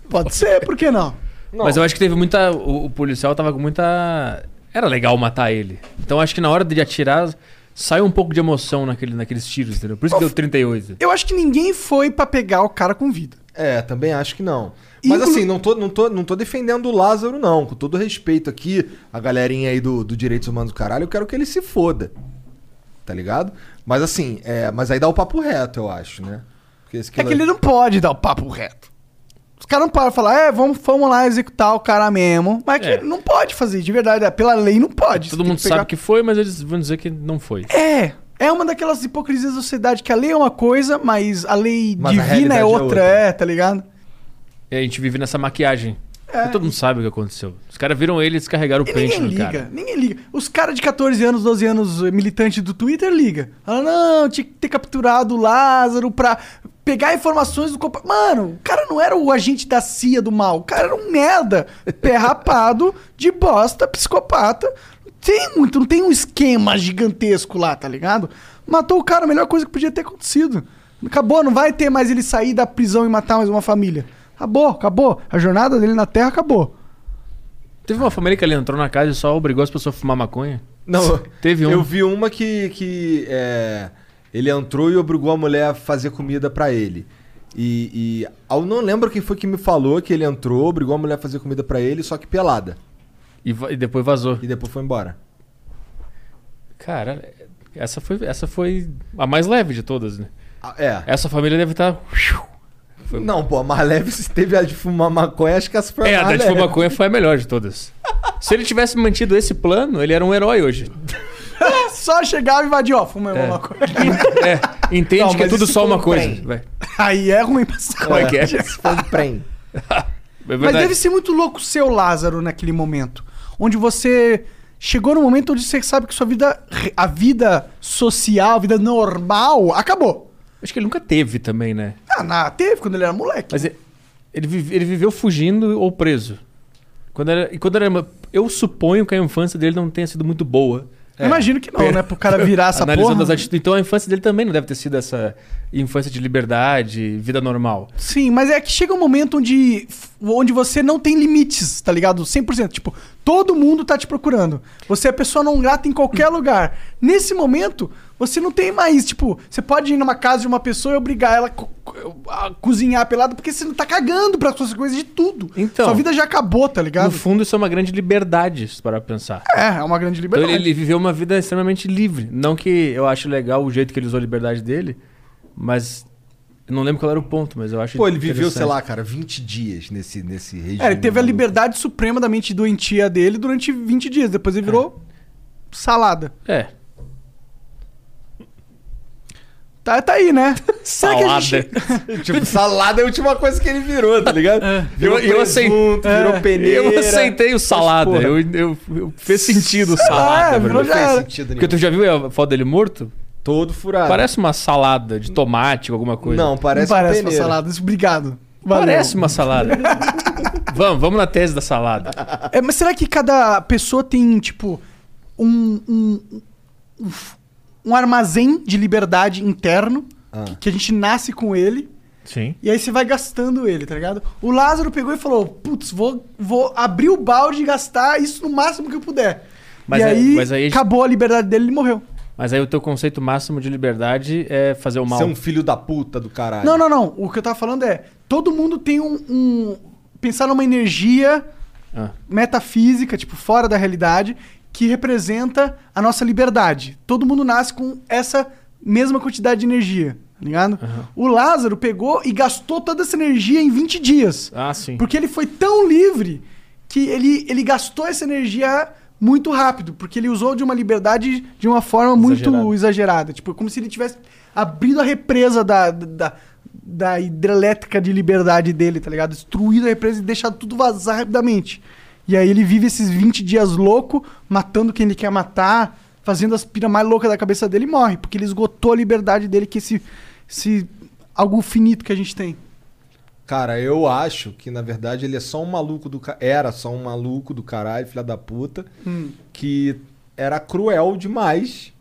C: Pode ser, por que não?
E: Mas eu acho que teve muita. O, o policial tava com muita. Era legal matar ele. Então acho que na hora de atirar, sai um pouco de emoção naquele, naqueles tiros, entendeu? Por isso que deu 38.
C: Eu acho que ninguém foi pra pegar o cara com vida.
B: É, também acho que não. Mas
C: Inclu-
B: assim, não tô, não, tô, não tô defendendo o Lázaro, não. Com todo respeito aqui, a galerinha aí do, do Direitos Humanos do Caralho, eu quero que ele se foda. Tá ligado? Mas assim, é, mas aí dá o papo reto, eu acho, né? Porque esse
C: É que
B: lá-
C: ele não pode dar o papo reto. Os caras não param de falar, é, vamos, vamos lá executar o cara mesmo. Mas é que
E: É.
C: não pode fazer, de verdade. é, Pela lei não pode. Você
E: Todo
C: tem
E: mundo
C: pegar-
E: sabe que foi, mas eles vão dizer que não foi.
C: É. É uma daquelas hipocrisias da sociedade que a lei é uma coisa, mas a lei
B: Mas a
C: divina
B: realidade é
C: é outra, é
B: outra.
C: tá ligado?
E: E a gente vive nessa maquiagem. E todo mundo sabe o que aconteceu. Os caras viram ele e descarregaram o
C: É. E
E: pente
C: ninguém
E: no
C: liga,
E: cara.
C: ninguém liga. Os caras de 14 anos, 12 anos, eh, militante do Twitter, liga. Fala, não, tinha que ter capturado o Lázaro pra pegar informações do... compa-" Mano, o cara não era o agente da CIA do mal. O cara era um merda, pé rapado, de bosta, psicopata. Não tem muito, não tem um esquema gigantesco lá, tá ligado? Matou o cara, a melhor coisa que podia ter acontecido. Acabou, não vai ter mais ele sair da prisão e matar mais uma família. Acabou, acabou. A jornada dele na Terra acabou.
E: Teve uma família que ele entrou na casa e só obrigou as pessoas a fumar maconha.
B: Não,
E: Teve um.
B: Eu vi uma que, que é, ele entrou e obrigou a mulher a fazer comida pra ele. E, e eu não lembro quem foi que me falou que ele entrou, obrigou a mulher a fazer comida pra ele, só que pelada.
E: E, va- e depois vazou.
B: E depois foi embora.
E: Cara, essa foi, essa foi a mais leve de todas, né?
B: Ah, é.
E: Essa família deve tá, estar.
B: Não, pô, a mais leve se teve a de fumar maconha, acho que essa foi
E: É, a
B: mais
E: da de
B: leve.
E: fumar maconha foi a melhor de todas. Se ele tivesse mantido esse plano, ele era um herói hoje.
C: Só chegava e invadir, ó, fuma uma coisa.
E: É, entende
B: Não,
E: que é
B: mas
E: tudo
B: isso
E: só
B: foi um
E: uma coisa.
B: trem.
E: Vai.
C: Aí é ruim pra sacar.
E: Como é que é?
B: Esse foi um prêmio.
E: É
C: Mas
E: verdade.
C: deve ser muito louco ser o Lázaro naquele momento. Onde você chegou no momento onde você sabe que sua vida, a vida social, a vida normal, acabou.
E: Acho que ele nunca teve também, né?
C: Ah, na, teve quando ele era moleque.
E: Mas ele, ele vive- ele viveu fugindo ou preso. Quando era, e quando era. uma- Eu suponho que a infância dele não tenha sido muito boa.
B: É.
C: Eu Imagino que não, né? Pro cara virar essa
E: analisando
C: porra.
E: as atitudes. Então a infância dele também não deve ter sido essa infância de liberdade, vida normal.
C: Sim, mas é que chega um momento onde, onde você não tem limites, tá ligado? 100%. Tipo, todo mundo tá te procurando. Você é pessoa não grata em qualquer lugar. Nesse momento, você não tem mais. Tipo, você pode ir numa casa de uma pessoa e obrigar ela a co- co- a cozinhar pelado, porque você não tá cagando pras suas coisas de tudo.
E: Então.
C: Sua vida já acabou, tá
E: No
C: ligado?
E: fundo, isso é uma grande liberdade, se parar pra pensar.
C: É, é uma grande
E: Então
C: liberdade.
E: ele, ele viveu uma vida extremamente livre. Não que eu acho legal o jeito que ele usou a liberdade dele, mas. Eu não lembro qual era o ponto, mas eu acho
B: Pô, ele viveu, sei
E: é interessante.
B: lá, cara, 20 dias nesse, nesse regime.
C: É, ele teve a
B: maluco.
C: liberdade suprema da mente doentia dele durante 20 dias. Depois ele virou salada.
E: É.
C: Tá, tá aí, né? Será que a gente-
E: Salada.
B: Tipo, salada é a última coisa que ele virou, tá ligado?
C: É.
B: Virou
E: Eu- eu aceito.
B: presunto, virou peneira.
E: Eu aceitei o salada.
B: porra. é
E: Eu, eu, eu- fez sentido o
C: Ah,
E: salada. pra
C: virou
E: mim.
C: já
B: Não
C: era.
B: fez sentido nenhum.
E: Porque tu já viu a foto dele morto?
B: Todo furado.
E: Parece uma salada de tomate ou alguma coisa.
B: Não,
C: Não
B: parece,
C: parece uma
B: peneira.
C: salada. Obrigado. Valeu.
E: parece uma salada. vamos, vamos na tese da salada.
C: É, mas será que cada pessoa tem, tipo, um, um- um armazém de liberdade interno que- que a gente nasce com ele.
E: Ah. Sim.
C: E aí você vai gastando ele, tá ligado? O Lázaro pegou e falou: putz, vou, vou abrir o balde e gastar isso no máximo que eu puder.
E: Mas
C: e
E: é-
C: aí,
E: mas aí a gente-
C: acabou a liberdade dele e ele morreu.
E: Mas aí o teu conceito máximo de liberdade é fazer o mal.
B: Você é um filho da puta do caralho.
C: Não, não, não. O que eu tava falando é: todo mundo tem um. um- pensar numa energia
E: Ah.
C: metafísica, tipo, fora da realidade, que representa a nossa liberdade. Todo mundo nasce com essa mesma quantidade de energia, tá ligado? O Lázaro pegou e gastou toda essa energia em 20 dias.
E: Ah, sim.
C: Porque ele foi tão livre que ele, ele gastou essa energia muito rápido, porque ele usou de uma liberdade de uma forma muito
E: Exagerada.
C: exagerada. Tipo, como se ele tivesse abrido a represa da, da, da hidrelétrica de liberdade dele, tá ligado? Destruído a represa e deixado tudo vazar rapidamente. E aí ele vive esses 20 dias louco, matando quem ele quer matar, fazendo as piras mais loucas da cabeça dele e morre, porque ele esgotou a liberdade dele, que é esse, esse algo finito que a gente tem.
B: Cara, eu acho que na verdade ele é só um maluco do ca- era só um maluco do caralho, filha da puta, que era cruel demais.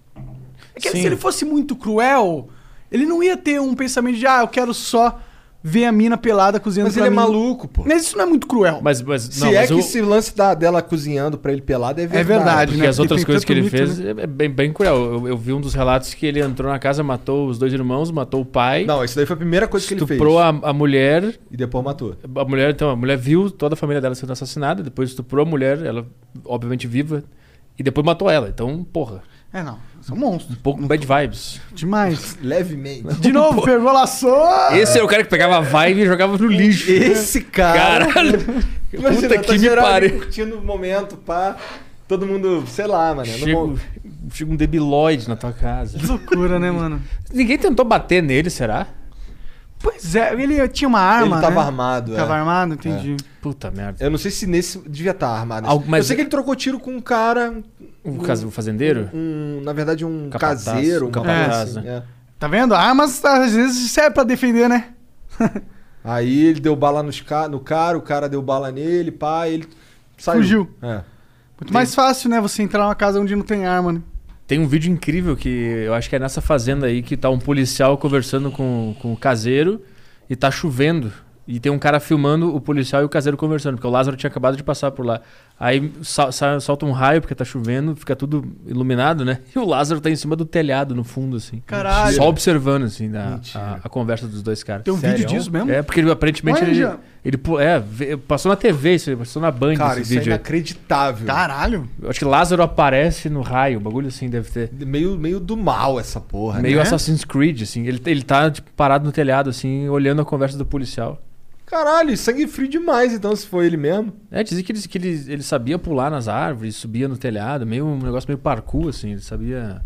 C: É que
E: Sim.
C: se ele fosse muito cruel, ele não ia ter um pensamento de, ah, eu quero só ver a mina pelada cozinhando
B: Mas ele
C: pra
B: é
C: mim."
B: maluco, pô.
C: Mas isso não é muito cruel.
E: Mas, mas,
B: Se
E: não,
B: é
E: mas
B: que
E: o-
B: esse lance da, dela cozinhando pra ele pelado é verdade.
C: verdade,
E: Porque
C: né?
E: as
C: Porque
E: outras
C: tem
E: coisas que
C: tanto
E: ele
C: mito,
E: fez
B: né?
E: é bem, bem cruel. Eu, eu vi um dos relatos que ele entrou na casa, matou os dois irmãos, matou o pai,
B: Não, isso daí foi a primeira coisa que ele fez.
E: estuprou a, a mulher.
B: E depois matou.
E: A mulher, então, a mulher viu toda a família dela sendo assassinada, depois estuprou a mulher, ela obviamente viva, e depois matou ela. Então, porra,
C: É, não. São monstros.
E: um pouco bad vibes.
C: Demais.
B: Levemente.
C: De novo, pegou, laçou.
B: Ah.
E: Esse era o cara que pegava a vibe e jogava no lixo.
B: Esse cara.
E: Caralho!
B: Imagina,
E: Puta
B: tá
E: que me
B: geral ali
E: pariu.
B: curtindo o momento, pá. Todo mundo, sei lá, mano.
E: Chega,
B: Não,
E: chega um debiloide na tua casa.
C: Que loucura, né, mano?
E: Ninguém tentou bater nele, será?
C: Pois é, ele tinha uma arma.
B: ele tava
C: né?
B: armado, é.
C: Tava armado, entendi.
E: Puta merda.
B: Eu não sei se nesse devia estar armado.
E: Algo- mas-
B: Eu sei que ele trocou tiro com um cara,
E: O caso do um fazendeiro?
B: um, na verdade um
E: Capataz,
B: caseiro,
E: um
B: um
E: capataz,
B: capataz. assim,
E: né?
B: é.
C: Tá vendo? Armas às vezes serve pra defender, né?
B: Aí ele deu bala nos ca- no cara, o cara deu bala nele, pá, ele saiu.
C: Fugiu.
B: É.
C: Muito mais fácil, né? Você entrar numa casa onde não tem arma, né?
E: Tem um vídeo incrível que eu acho que é nessa fazenda aí que tá um policial conversando com, com o caseiro e tá chovendo. E tem um cara filmando o policial e o caseiro conversando, porque o Lázaro tinha acabado de passar por lá. Aí sa- sa- solta um raio porque tá chovendo, fica tudo iluminado, né? E o Lázaro tá em cima do telhado, no fundo, assim.
C: Caralho.
E: Só observando, assim, a, a- a conversa dos dois caras.
C: Tem um vídeo disso mesmo?
E: É, porque ele, aparentemente
C: Olha,
E: ele,
C: Jean.
E: ele pu- é, vê- passou na TV, isso aí, passou na Band
B: Cara,
E: esse
B: isso é
E: vídeo. aí.
B: inacreditável.
C: Caralho.
E: Eu Acho que Lázaro aparece no raio, o bagulho assim deve ter.
B: Meio, meio do mal essa porra.
E: Meio
B: né?
E: Assassin's Creed, assim. Ele, ele tá tipo, parado no telhado, assim, olhando a conversa do policial.
B: Caralho, sangue frio demais, então, se foi ele mesmo.
E: É, dizia que, ele, que ele, ele sabia pular nas árvores, subia no telhado, meio um negócio meio parkour, assim. Ele sabia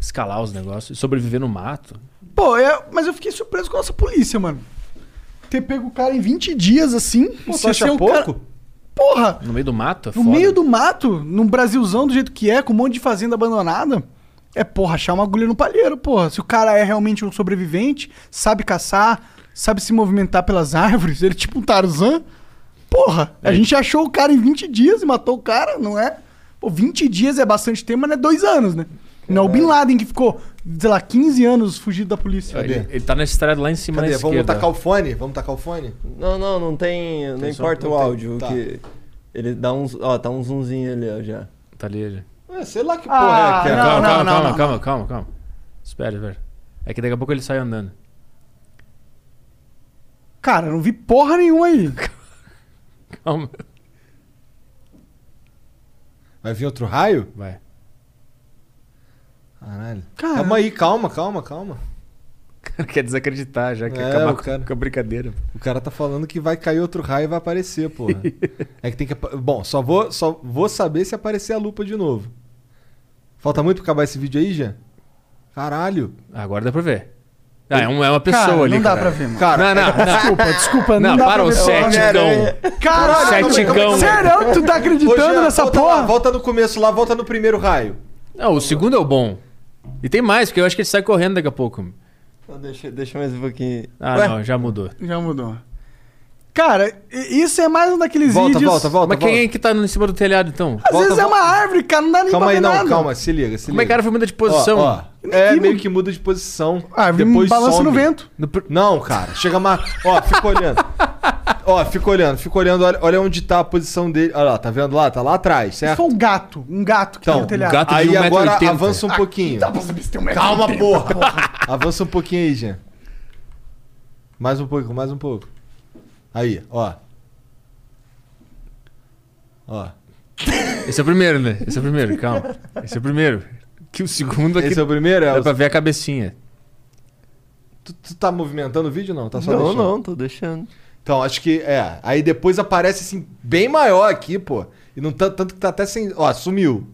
E: escalar os negócios, sobreviver no mato.
C: Pô, é, mas eu fiquei surpreso com a nossa polícia, mano. Ter pego o cara em 20 dias assim.
B: Pô,
E: é
C: você
B: tu acha
C: ser um
B: pouco?
C: cara- Porra!
E: No meio do mato, é
C: No
E: foda.
C: meio do mato, num Brasilzão do jeito que é, com um monte de fazenda abandonada, é, porra, achar uma agulha no palheiro, porra. Se o cara é realmente um sobrevivente, sabe caçar, sabe se movimentar pelas árvores, ele é tipo um Tarzan. Porra,
E: É.
C: a gente achou o cara em 20 dias e matou o cara, não é? Pô, 20 dias é bastante tempo, mas não é dois anos, né? Não é o Bin Laden que ficou, sei lá, 15 anos fugido da polícia.
E: Ele,
B: Cadê?
E: ele tá na estrada lá em cima,
B: Cadê?
E: na
B: Vamos
E: esquerda.
B: tacar o fone? Vamos tacar o fone?
D: Não, não, não tem. Não
B: som?
D: importa
B: Não
D: o
B: tem.
D: áudio.
B: Tá.
D: Que ele dá um. Ó, tá um zoomzinho ali, ó, já.
E: Tá ali, ele.
B: É, sei lá que porra é que é.
C: Não, Ah, não,
E: calma, calma,
C: não,
E: calma,
C: não,
E: calma, calma, calma. Espera, espera. É que daqui a pouco ele sai andando.
C: Cara, eu não vi porra nenhuma aí.
E: Calma.
B: Vai vir outro raio?
E: Vai.
B: Caralho.
C: Cara.
B: Calma aí, calma, calma, calma.
E: Quer desacreditar já, quer
B: É,
E: acabar
B: o
E: com-
B: cara-
E: com a brincadeira.
B: O cara tá falando que vai cair outro raio e vai aparecer, porra. é que tem que. apa- Bom, só vou, só vou saber se aparecer a lupa de novo. Falta muito pra acabar esse vídeo aí, Jean? Caralho.
E: Agora dá pra ver. Ah, é, um- é uma pessoa
C: Cara,
E: ali.
C: não dá
E: cara.
C: pra ver, mano.
E: Cara, não, não, não.
C: Desculpa, desculpa,
E: Não,
C: dá
E: para
C: pra
E: o então.
C: ver porra.
E: cético.
C: Caralho,
E: Sete
C: não, mas como é que-
E: cão.
C: Sério? Tu tá acreditando
B: Ô, Jean,
C: nessa
B: volta Lá,
C: porra?
B: volta no começo lá, volta no primeiro raio.
E: Não, o segundo é o bom. E tem mais, porque eu acho que ele sai correndo daqui a pouco.
D: Então, deixa, deixa mais um pouquinho.
E: Ah,
D: Ué,
E: não, já mudou.
C: Já mudou. Cara, i- isso é mais um daqueles
B: Volta,
C: vídeos.
B: volta, volta.
E: Mas quem
B: volta.
E: é que tá em cima do telhado, então?
C: Às
B: volta, volta.
C: vezes é uma árvore, cara, não dá nem
B: Calma
C: pra
B: aí,
C: ver
B: não,
C: nada.
B: calma, se liga, se liga.
E: Como é que era a ferramenta de posição?
B: Ó, ó, é
C: Aqui,
B: meio
C: mano.
B: que muda de posição.
C: A árvore
B: depois
C: balança
B: some.
C: no vento.
B: No pr- Não, cara. Chega mais. Ó, fica olhando. Ó, fica olhando, fica olhando. Olha, olha onde tá a posição dele. Olha lá, tá vendo lá? Tá lá atrás,
C: Isso
B: certo?
C: foi um gato, um gato que
B: Então,
C: tá no telhado.
E: gato- de
B: Aí
E: 1,80.
B: agora avança
E: Ah,
B: um pouquinho.
E: tá.
B: Calma, porra. avança um pouquinho aí, Jean. Mais um pouco, mais um pouco. Aí, ó. Ó.
E: Esse é o primeiro, né? Esse é o primeiro, calma. Esse é o primeiro. Que o segundo aqui
B: Esse é o primeiro? É
E: dá
B: o-
E: pra ver a cabecinha.
B: tu, tu tá movimentando o vídeo ou não? Tá só
D: Não,
B: deixando?
D: não, tô deixando.
B: Então, acho que é. Aí depois aparece assim, bem maior aqui, pô. E não tá, tanto que tá até sem. Ó, sumiu.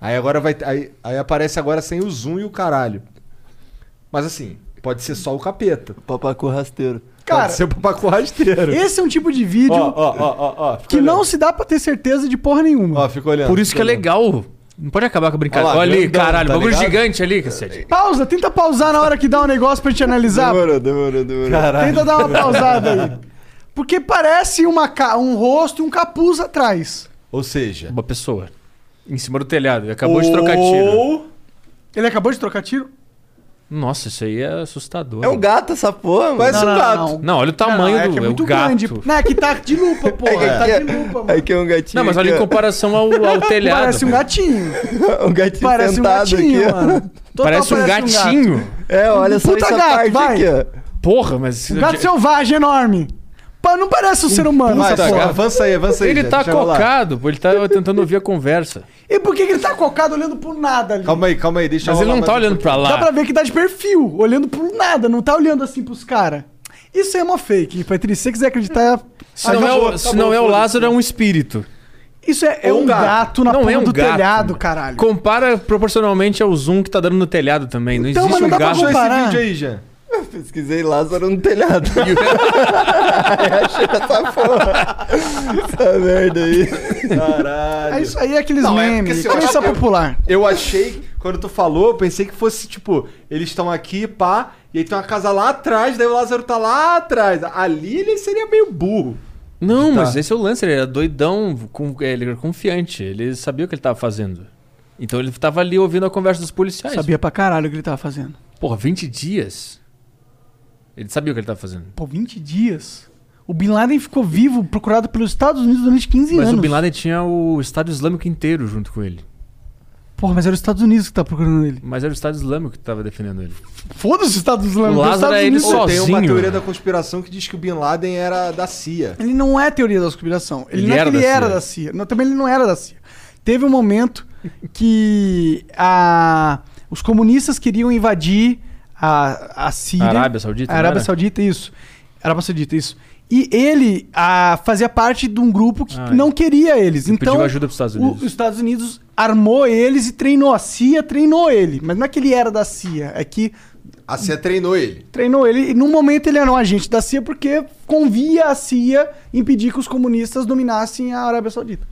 B: Aí agora vai. Aí, aí aparece agora sem o zoom e o caralho. Mas assim, pode ser só o capeta.
D: Papacu rasteiro.
C: Cara,
B: pode ser o papaco rasteiro.
C: esse é um tipo de vídeo
B: Ó, ó, ó, ó, ó. fica
C: que não
B: olhando.
C: se dá pra ter certeza de porra nenhuma.
B: Ó, fica olhando.
E: Por isso que
B: fica
E: é
B: olhando.
E: legal. Não pode acabar com a brincadeira.
B: Olha lá,
E: Olha ali,
B: grandão,
E: caralho.
B: tá
E: bagulho
B: ligado?
E: gigante ali, cacete.
C: Pausa, tenta pausar na hora que dá um negócio pra gente analisar.
D: Demorou, demorou, demorou.
B: Caralho.
C: Tenta dar uma pausada aí. Porque parece uma ca- um rosto e um capuz atrás.
B: Ou seja.
E: Uma pessoa. Em cima do telhado. e Acabou de trocar
D: Oh.
E: tiro.
B: ou-
C: Ele acabou de trocar tiro?
E: Nossa, isso aí é assustador.
D: É um gato essa porra, mano.
B: Parece um gato.
E: Não, olha o tamanho
C: é
E: do
C: que é
E: é
C: muito
E: o gato.
C: grande. Não, é que tá de lupa, pô. É, que tá de lupa, mano.
D: É que é um gatinho.
E: Não, mas olha em
D: aqui, ó.
E: comparação ao, ao telhado.
C: Parece um gatinho.
D: um gatinho
C: Parece um
D: sentado
C: gatinho,
D: aqui, ó.
C: mano. Total
E: Parece um
C: parece gato.
E: gatinho.
D: É, olha só
C: Puta
D: essa
C: gato,
D: parte
C: vai.
D: aqui, ó.
E: Porra, mas.
C: Um gato selvagem enorme. Pá, não parece um ser humano
B: Vai,
C: essa
B: tá,
C: porra.
B: avança aí, avança aí.
E: Ele
B: já,
E: tá
B: deixa eu rolar.
E: cocado, pô. Ele tá tentando ouvir a conversa.
C: E por que, que ele tá cocado olhando pro nada ali?
B: Calma aí, calma aí, deixa eu
E: Mas ele
B: rolar
E: não tá
B: mais um
E: olhando pra
C: Dá pra
E: lá.
C: ver que tá de perfil, olhando pro nada, não tá olhando assim pros caras. Isso é uma fake, Patrícia. Se você quiser acreditar,
E: Se não, é, o, se não é o Lázaro, é um espírito.
C: isso é, é
B: Ou
C: um
B: um gato.
C: gato na
E: Não
C: porra
E: é um
C: do
E: gato.
C: telhado, caralho.
E: Compara proporcionalmente ao zoom que tá dando no telhado também. Não
C: Então, mas
E: existe
C: não
E: um
C: dá pra
E: gato.
B: pouquinho. Deixa
C: Parar.
B: esse vídeo aí, Jean.
D: Pesquisei Lázaro no telhado. essa merda aí.
B: Caralho.
C: É isso aí, é aqueles
B: Não, é porque,
C: memes.
B: assim, eu
C: Crença
B: acho que-
C: popular.
B: Eu achei, quando tu falou, eu pensei que fosse tipo, eles estão aqui, pá, e aí tem uma casa lá atrás, daí o Lázaro tá lá atrás. Ali ele seria meio burro.
E: Não,
C: Tá.
E: mas esse é o lance. Ele era doidão, com- ele era confiante. Ele sabia o que ele tava fazendo. Então ele tava ali ouvindo a conversa dos policiais.
C: Sabia pra caralho o que ele tava fazendo.
E: Porra, 20 dias? Ele sabia o que ele tava fazendo.
C: Pô, 20 dias. O Bin Laden ficou vivo, procurado pelos Estados Unidos durante 15
E: Mas
C: anos.
E: o Bin Laden tinha o Estado Islâmico inteiro junto com ele.
C: Porra, mas era os Estados Unidos que tá procurando ele.
E: Mas era o Estado Islâmico que tava defendendo ele.
C: Foda-se os Estados Unidos.
E: O
C: os
E: Lázaro
C: Estados
E: é ele
C: Unidos-
E: só.
B: Tem uma
E: Sozinho,
B: teoria
E: né?
B: da conspiração que diz que o Bin Laden era da CIA.
C: Ele não é teoria da conspiração. Ele,
E: Ele
C: não é
E: era
C: que ele
E: da
C: era
E: CIA.
C: da CIA. Não, também ele não era da CIA. Teve um momento que a- os comunistas queriam invadir a, a Síria.
E: A Arábia
C: A
E: Saudita, não
C: Arábia
E: era?
C: Saudita, isso. Arábia Saudita, isso. E ele ah, fazia parte de um grupo que
E: Ah,
C: não queria eles.
E: ele
C: então,
E: pediu ajuda pros Estados
C: o-
E: Unidos.
C: os Estados Unidos armou eles e treinou. A CIA treinou ele. Mas não é que ele era da CIA. É que
B: A CIA treinou ele.
C: treinou ele e num momento ele era um agente da CIA porque convia a CIA impedir que os comunistas dominassem a Arábia Saudita.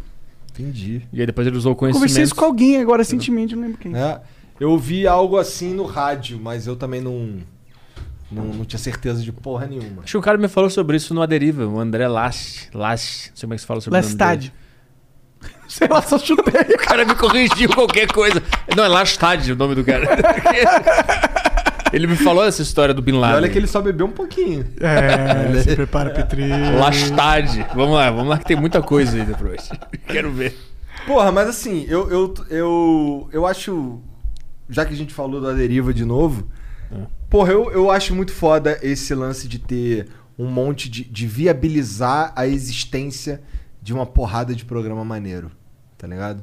B: Entendi.
E: E aí depois ele usou o
C: Conversei isso
E: conhecimento.
C: com alguém agora recentemente, não lembro quem.
B: né? eu ouvi algo assim no rádio, mas eu também não, não, não tinha certeza de porra nenhuma.
E: Acho que o cara me falou sobre isso no A Deriva, o André Last. Last. Não sei como é que se fala sobre
C: Lestade. Sei lá, só chutei.
E: O cara me corrigiu qualquer coisa. Não, é Lastad o nome do cara. Ele me falou essa história do Bin
B: E
E: Laden.
B: olha que ele só bebeu um pouquinho.
C: É, se prepara, Petri.
E: Lastad. Vamos lá, vamos lá que tem muita coisa aí depois. Quero ver.
B: Porra, mas assim, eu, eu, eu, eu acho. Já que a gente falou da deriva de novo,
E: É.
B: porra, eu, eu acho muito foda esse lance de ter um monte de, de viabilizar a existência de uma porrada de programa maneiro, tá ligado?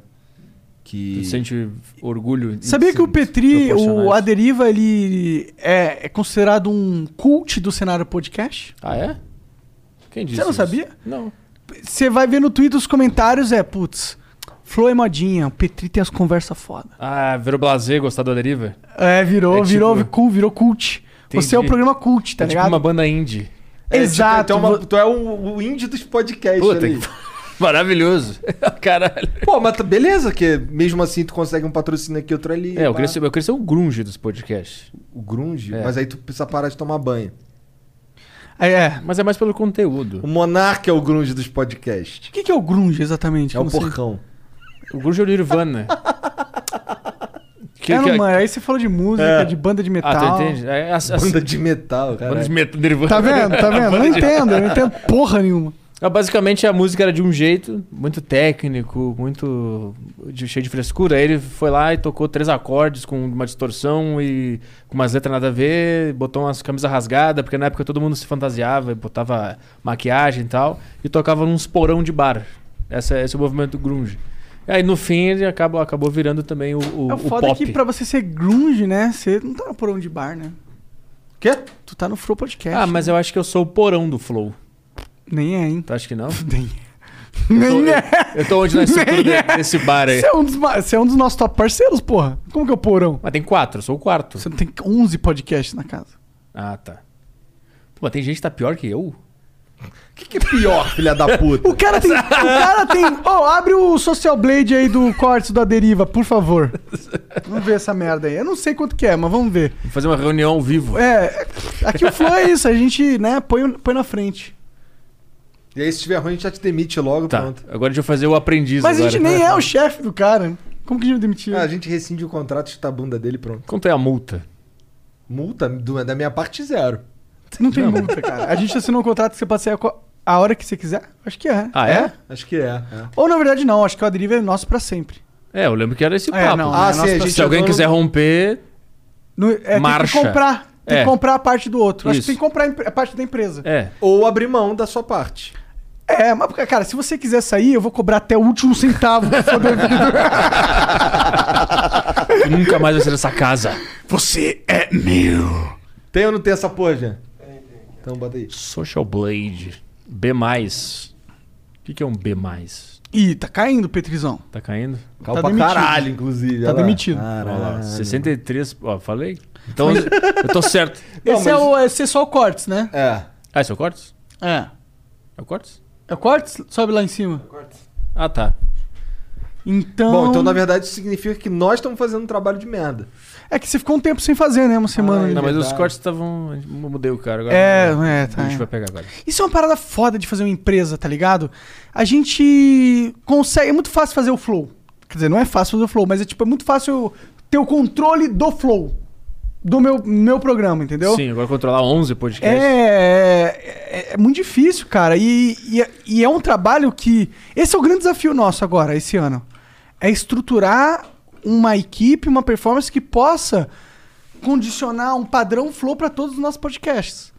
E: Tu
B: Que.
E: sente orgulho? em
C: Sabia que o
E: sermos
C: Petri, o
E: proporcionais?
C: A Deriva, ele é, é considerado um cult do cenário podcast?
E: Ah, é? Quem disse?
C: Você não
E: isso?
C: sabia?
E: Não.
C: Você vai ver no Twitter os comentários, é, putz, Flow é modinha, o Petri tem as conversas foda.
E: Ah, virou blazer gostar da deriva?
C: É, virou,
E: É tipo-
C: virou, cool, virou cult. Você é o
E: Entendi.
C: programa cult, tá
E: é tipo
C: ligado?
E: uma banda indie.
B: É, tipo,
C: Exato.
B: então é uma-
C: vo-
B: tu é o, o indie dos podcasts.
E: Puta
B: olha aí.
E: que... Maravilhoso. Caralho.
B: Pô, mas tá- beleza, que mesmo assim tu consegue um patrocínio aqui, outro ali.
E: É, eu
B: pá.
E: queria, ser, eu queria ser o grunge dos podcasts.
B: O grunge,
E: É.
B: mas aí tu precisa parar de tomar banho.
C: É, é.
E: Mas é mais pelo conteúdo.
B: O Monark é o grunge dos podcasts.
C: O que que é o grunge, exatamente? assim?
B: É o
C: Não sei.
B: porcão.
E: O Grunge é o Nirvana. Que-
C: É,
E: que-
C: não, mas aí você falou de música, de banda de metal.
E: Ah, tu entende? É, as- as-
B: Banda de metal, cara.
E: Banda de metal, Nirvana.
C: Tá vendo? Tá vendo? Eu não entendo, eu não entendo porra nenhuma.
E: Ah, Basicamente a música era de um jeito, muito técnico, muito de- cheio de frescura. Aí ele foi lá e tocou três acordes com uma distorção e com umas letras nada a ver, botou umas camisas rasgadas, porque na época todo mundo se fantasiava e botava maquiagem e tal, e tocava uns porão de bar. Essa, esse é o movimento grunge. E aí no fim ele acabou, acabou virando também o, o,
C: É o
E: o
C: foda
E: pop.
C: que pra você ser grunge, né? Você não tá no porão de bar, né?
B: Quê?
C: Tu tá no Flow Podcast.
E: Ah, mas eu acho que eu sou o porão do flow.
C: Nem é, hein?
E: Tu acha que não?
C: Nem é.
E: Eu tô onde na estrutura de- desse bar aí.
C: Você é, um dos, ma- você é um dos nossos top parceiros, porra. Como que é o porão?
E: Mas tem quatro, eu sou o quarto.
C: Você não tem 11 podcasts na casa.
E: Ah, tá. Pô, mas tem gente que tá pior que eu?
B: O que, que é pior, filha da puta?
C: O cara tem. o cara tem. Ô, abre o Social Blade aí do Cortes da Deriva, por favor. Vamos ver essa merda aí. Eu não sei quanto que é, mas vamos ver.
E: Vou fazer uma reunião ao vivo.
C: É. Aqui o Flow é isso, a gente, né, põe, põe na frente.
B: E aí, se tiver ruim, a gente já te demite logo,
E: tá,
B: pronto.
E: agora deixa eu fazer o aprendiz
C: Mas a
E: agora.
C: gente nem é o chefe do cara. Como que a gente demitiu?
B: Ah, a gente rescinde o contrato, chuta a bunda dele, pronto.
E: Quanto é a multa?
B: Multa do- da minha parte, zero.
C: Não tem multa, cara. A gente assinou um contrato que você passeia co- a hora que você quiser. Acho que é.
E: Ah, é?
B: Acho que é.
C: Ou na verdade não, acho que o Adriva é nosso pra sempre.
E: É, eu lembro que era esse
C: É,
E: papo.
C: não,
E: né?
C: Ah,
B: Ah,
C: é sim,
B: sim,
C: nosso
B: a
C: a gente
B: gente
E: Se alguém quiser romper...
C: No- é,
E: Marcha.
C: Tem que comprar. Tem
E: É.
C: que comprar a parte do outro. Acho que
E: Isso.
C: tem que comprar a empre- a parte da empresa.
E: É.
B: Ou abrir mão da sua parte.
C: É, mas cara, se você quiser sair, eu vou cobrar até o último centavo. que for devido.
E: Nunca mais vai ser essa casa.
L: Você é meu.
B: Tem ou não tem essa porra, Jean? Então bota aí.
E: Social Blade. B+. O que, que é um B+.
C: Ih, tá caindo, Petrizão.
E: Tá caindo?
B: Calma pra
C: demitido.
B: caralho, inclusive.
C: Tá
B: olha lá.
C: demitido.
E: Olha lá,
B: Caralho.
E: 63... Ó, falei? Então eu tô certo.
C: Esse é o esse é só o Cortes, né?
B: É.
E: Ah, esse é o Cortes?
C: É.
E: É o Cortes?
C: É o Cortes? Sobe lá em cima.
E: Ah, tá.
C: Então.
B: Bom, então na verdade isso significa que nós estamos fazendo um trabalho de merda.
C: É que você ficou um tempo sem fazer, né? Uma semana.
B: Ah,
C: né?
E: Não, mas os
B: verdade.
E: cortes estavam... Mudei o cara agora.
C: É, é, tá.
E: Ah, A gente
C: é.
E: vai pegar agora.
C: Isso é uma parada foda de fazer uma empresa, tá ligado? A gente consegue. É muito fácil fazer o flow. Quer dizer, não é fácil fazer o flow, mas é tipo, é muito fácil eu ter o controle do flow. Do meu, meu programa, entendeu?
E: Sim, agora controlar 11
C: É,
E: podcasts.
C: é, é muito difícil, cara. E, e, é- e é um trabalho que. Esse é o grande desafio nosso agora, esse ano. É estruturar uma equipe, uma performance que possa condicionar um padrão flow para todos os nossos podcasts.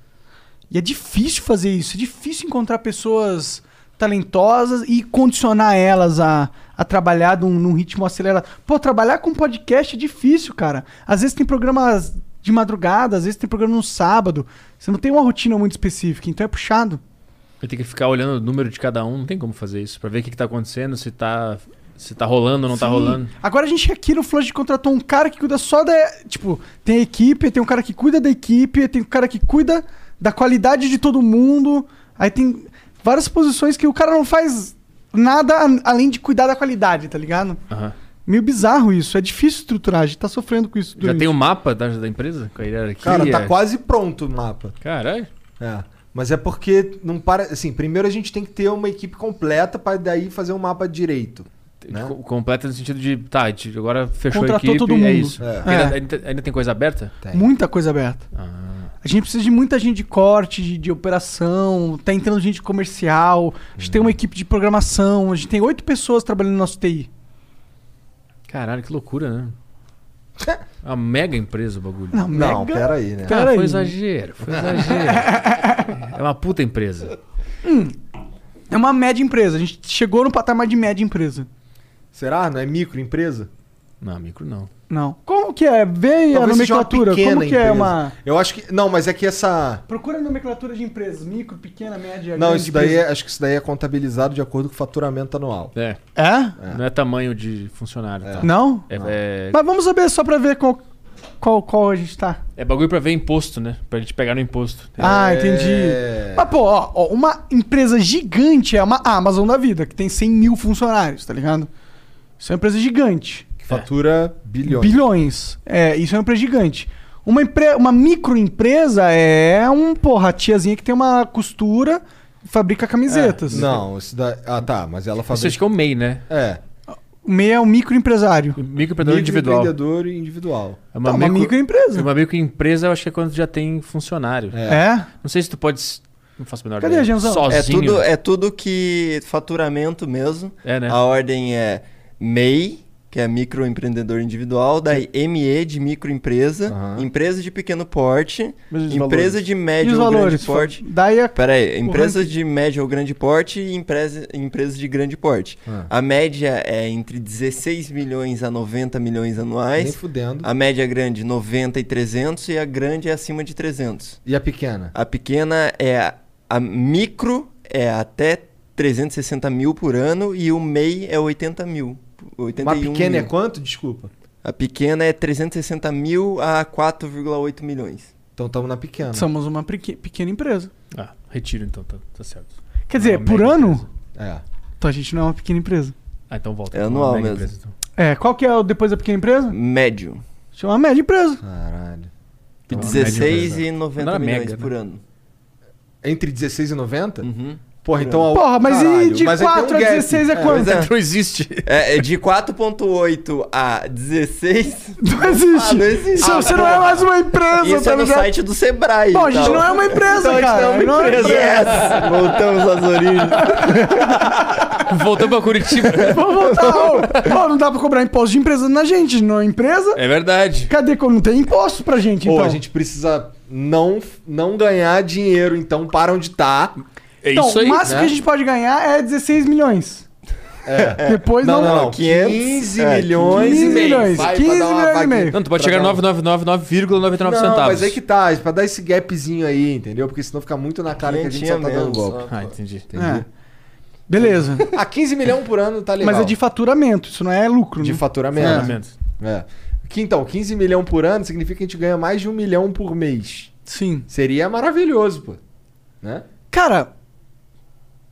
C: E é difícil fazer isso. É difícil encontrar pessoas talentosas e condicionar elas a, a trabalhar num, num ritmo acelerado. Pô, trabalhar com podcast é difícil, cara. Às vezes tem programas de madrugada, às vezes tem programa no sábado. Você não tem uma rotina muito específica, então é puxado.
E: Eu tenho que ficar olhando o número de cada um, não tem como fazer isso, pra ver o que, que tá acontecendo, se tá, se tá rolando ou não tá
C: Sim.
E: rolando.
C: Agora a gente aqui no Flush contratou um cara que cuida só da. Tipo, tem a equipe, tem um cara que cuida da equipe, tem um cara que cuida da qualidade de todo mundo. Aí tem várias posições que o cara não faz nada a- além de cuidar da qualidade, tá ligado?
E: Aham.
C: Meio bizarro isso, é difícil estruturar, a gente tá sofrendo com isso.
E: Já
C: durante-
E: tem o mapa da, da empresa? Com a hierarquia?
B: Cara, tá quase pronto o mapa.
E: Caralho.
B: É. Mas é porque não para. Assim, primeiro a gente tem que ter uma equipe completa pra daí fazer um mapa direito. Né?
E: Co- Completa no sentido de, tá, de- agora fechou
C: Contratou
E: a equipe,
C: todo
E: é
C: mundo.
E: isso.
B: É.
E: Ainda, ainda- ainda tem coisa aberta?
B: Tem.
C: Muita coisa aberta.
E: Ah.
C: A gente precisa de muita gente de corte, de, de operação, tá entrando gente de comercial, a gente tem
E: Uhum.
C: uma equipe de programação, a gente tem oito pessoas trabalhando no nosso TI.
E: Caralho, que loucura, né? Uma mega empresa o bagulho.
C: Não,
B: Não,
C: mega-
B: pera aí, né?
C: Pera
E: ah,
C: aí,
E: foi
C: né?
E: exagero, foi exagero. é uma puta empresa.
C: É uma média empresa. A gente chegou no patamar de média empresa.
B: Será? Não é microempresa?
E: Não, micro não.
C: Não. Como que é? Vê a
B: seja uma
C: nomenclatura. Como que é
B: empresa.
C: uma.
B: Eu acho que. Não, mas é que essa.
C: Procura a nomenclatura de empresas. Micro, pequena, média.
B: Não,
C: grande
B: isso daí é,
C: empresa.
B: acho que isso daí é contabilizado de acordo com o faturamento anual.
E: É,
C: é.
E: não é tamanho de funcionário. tá?
C: Não?
E: É, é,
C: Mas vamos saber só pra ver qual, qual, qual a gente tá.
E: é bagulho pra ver imposto, né? Pra gente pegar no imposto.
B: É,
C: Ah, entendi. Mas, pô, ó, ó, uma empresa gigante é uma Amazon da vida, que tem 100 mil funcionários, tá ligado? Isso é uma empresa gigante.
B: Que fatura bilhões.
C: Bilhões. É, isso é uma empresa gigante. Uma, empre- uma microempresa é um, porra, a tiazinha que tem uma costura e fabrica camisetas.
B: Não, isso da... Ah, tá, mas ela
E: Isso acho
B: fabrica...
E: que é o MEI, né?
B: É.
C: O MEI é um microempresário.
E: Microempreendedor individual.
B: Microempreendedor e individual.
E: É
C: Tá, uma microempresa.
E: Uma microempresa eu acho que é quando já tem funcionário.
B: É.
C: É?
E: Não sei se tu pode. s- Não faço a menor
C: Cadê,
E: ideia.
C: Genzão?
D: É
E: Sozinho.
D: tudo, é tudo que. faturamento mesmo.
E: É, né?
D: A ordem é MEI, que é microempreendedor individual, daí ME de microempresa,
B: Aham.
D: empresa de pequeno porte,
C: Mas e os
D: empresa
C: valores?
D: É de
C: E
D: médio
C: os
D: ou
C: valores?
D: grande porte.
C: Daí a...
D: Pera aí, empresa de médio ou grande porte e empresa, empresa de grande porte.
B: Ah.
D: A média é entre 16 milhões a 90 milhões
B: Nem
D: anuais.
B: fudendo.
D: A média grande 90 e 300 e a grande é acima de 300.
B: E a pequena?
D: A pequena é a, a micro é até 360 mil por ano e o MEI é 80 mil. 81
B: Uma
C: um
B: pequena é
D: mil.
B: quanto? Desculpa.
D: A pequena é 360 mil a 4,8 milhões.
B: Então estamos na pequena.
C: Somos uma prequi- pequena empresa.
E: Ah, retiro então, tá, tá certo.
C: Quer dizer,
E: Uma
C: por
E: mega
C: ano,
E: empresa.
B: É.
C: então a gente não é uma pequena empresa.
E: Ah, então volta.
D: É
E: Então,
D: anual
E: uma mega
D: mesmo.
E: empresa, então.
C: É, qual que é o depois da pequena empresa?
D: Médio.
C: Chama a média empresa.
B: Caralho.
D: E
E: Então, a média empresa.
D: 16,90
E: Não é
D: milhões
E: mega, né?
D: por ano.
B: Entre 16 e 90?
D: Uhum.
B: Porra, então... a-
C: Porra, mas
B: Caralho,
C: e de
B: mas aí tem
C: 4
B: um
C: a
B: gap.
C: 16 é,
B: É,
C: quanto?
D: pois
E: Não existe.
D: É, é de 4,8 a 16.
C: Não existe.
D: Ah, não existe.
C: Isso,
D: Ah,
C: você não é mais uma empresa,
D: Isso
C: tá
D: é no
C: ligado?
D: site do Sebrae.
C: Bom, a gente
D: então.
C: não é uma empresa, cara. Não é uma empresa.
D: Yes! Voltamos às origens.
E: Voltamos pra Curitiba.
C: Vamos voltar. Pô, não dá pra cobrar imposto de empresa na gente, não é empresa.
E: é verdade.
C: Cadê quando não tem imposto pra gente,
B: Pô,
C: então?
B: a gente precisa não, não ganhar dinheiro, então para onde tá.
E: É
C: então,
E: isso aí.
C: o máximo
B: né?
C: que a gente pode ganhar é 16 milhões. É. Depois não.
B: Não, não, não.
D: 500,
B: 15
D: é,
B: milhões
C: 15
B: e meio.
C: milhões,
B: Vai pra
C: 15
B: dar uma
C: milhões e
B: vaguinha.
C: meio.
E: Não, tu pode
B: Pra
E: chegar em
B: dar uma-
E: 999,99
B: Não,
E: centavos.
B: mas aí que tá, pra dar esse gapzinho aí, entendeu? Porque senão fica muito na cara que a gente só tá
D: Quinhentinha
B: dando
D: mesmo,
B: golpe.
E: Ah, entendi.
C: É. Beleza.
B: A 15 milhão por ano tá legal.
C: Mas é de faturamento, isso não é lucro,
B: De
C: né?
B: faturamento. É. Que, então, 15 milhão por ano significa que a gente ganha mais de um milhão por mês.
C: Sim.
B: Seria maravilhoso, pô. Né?
C: Cara,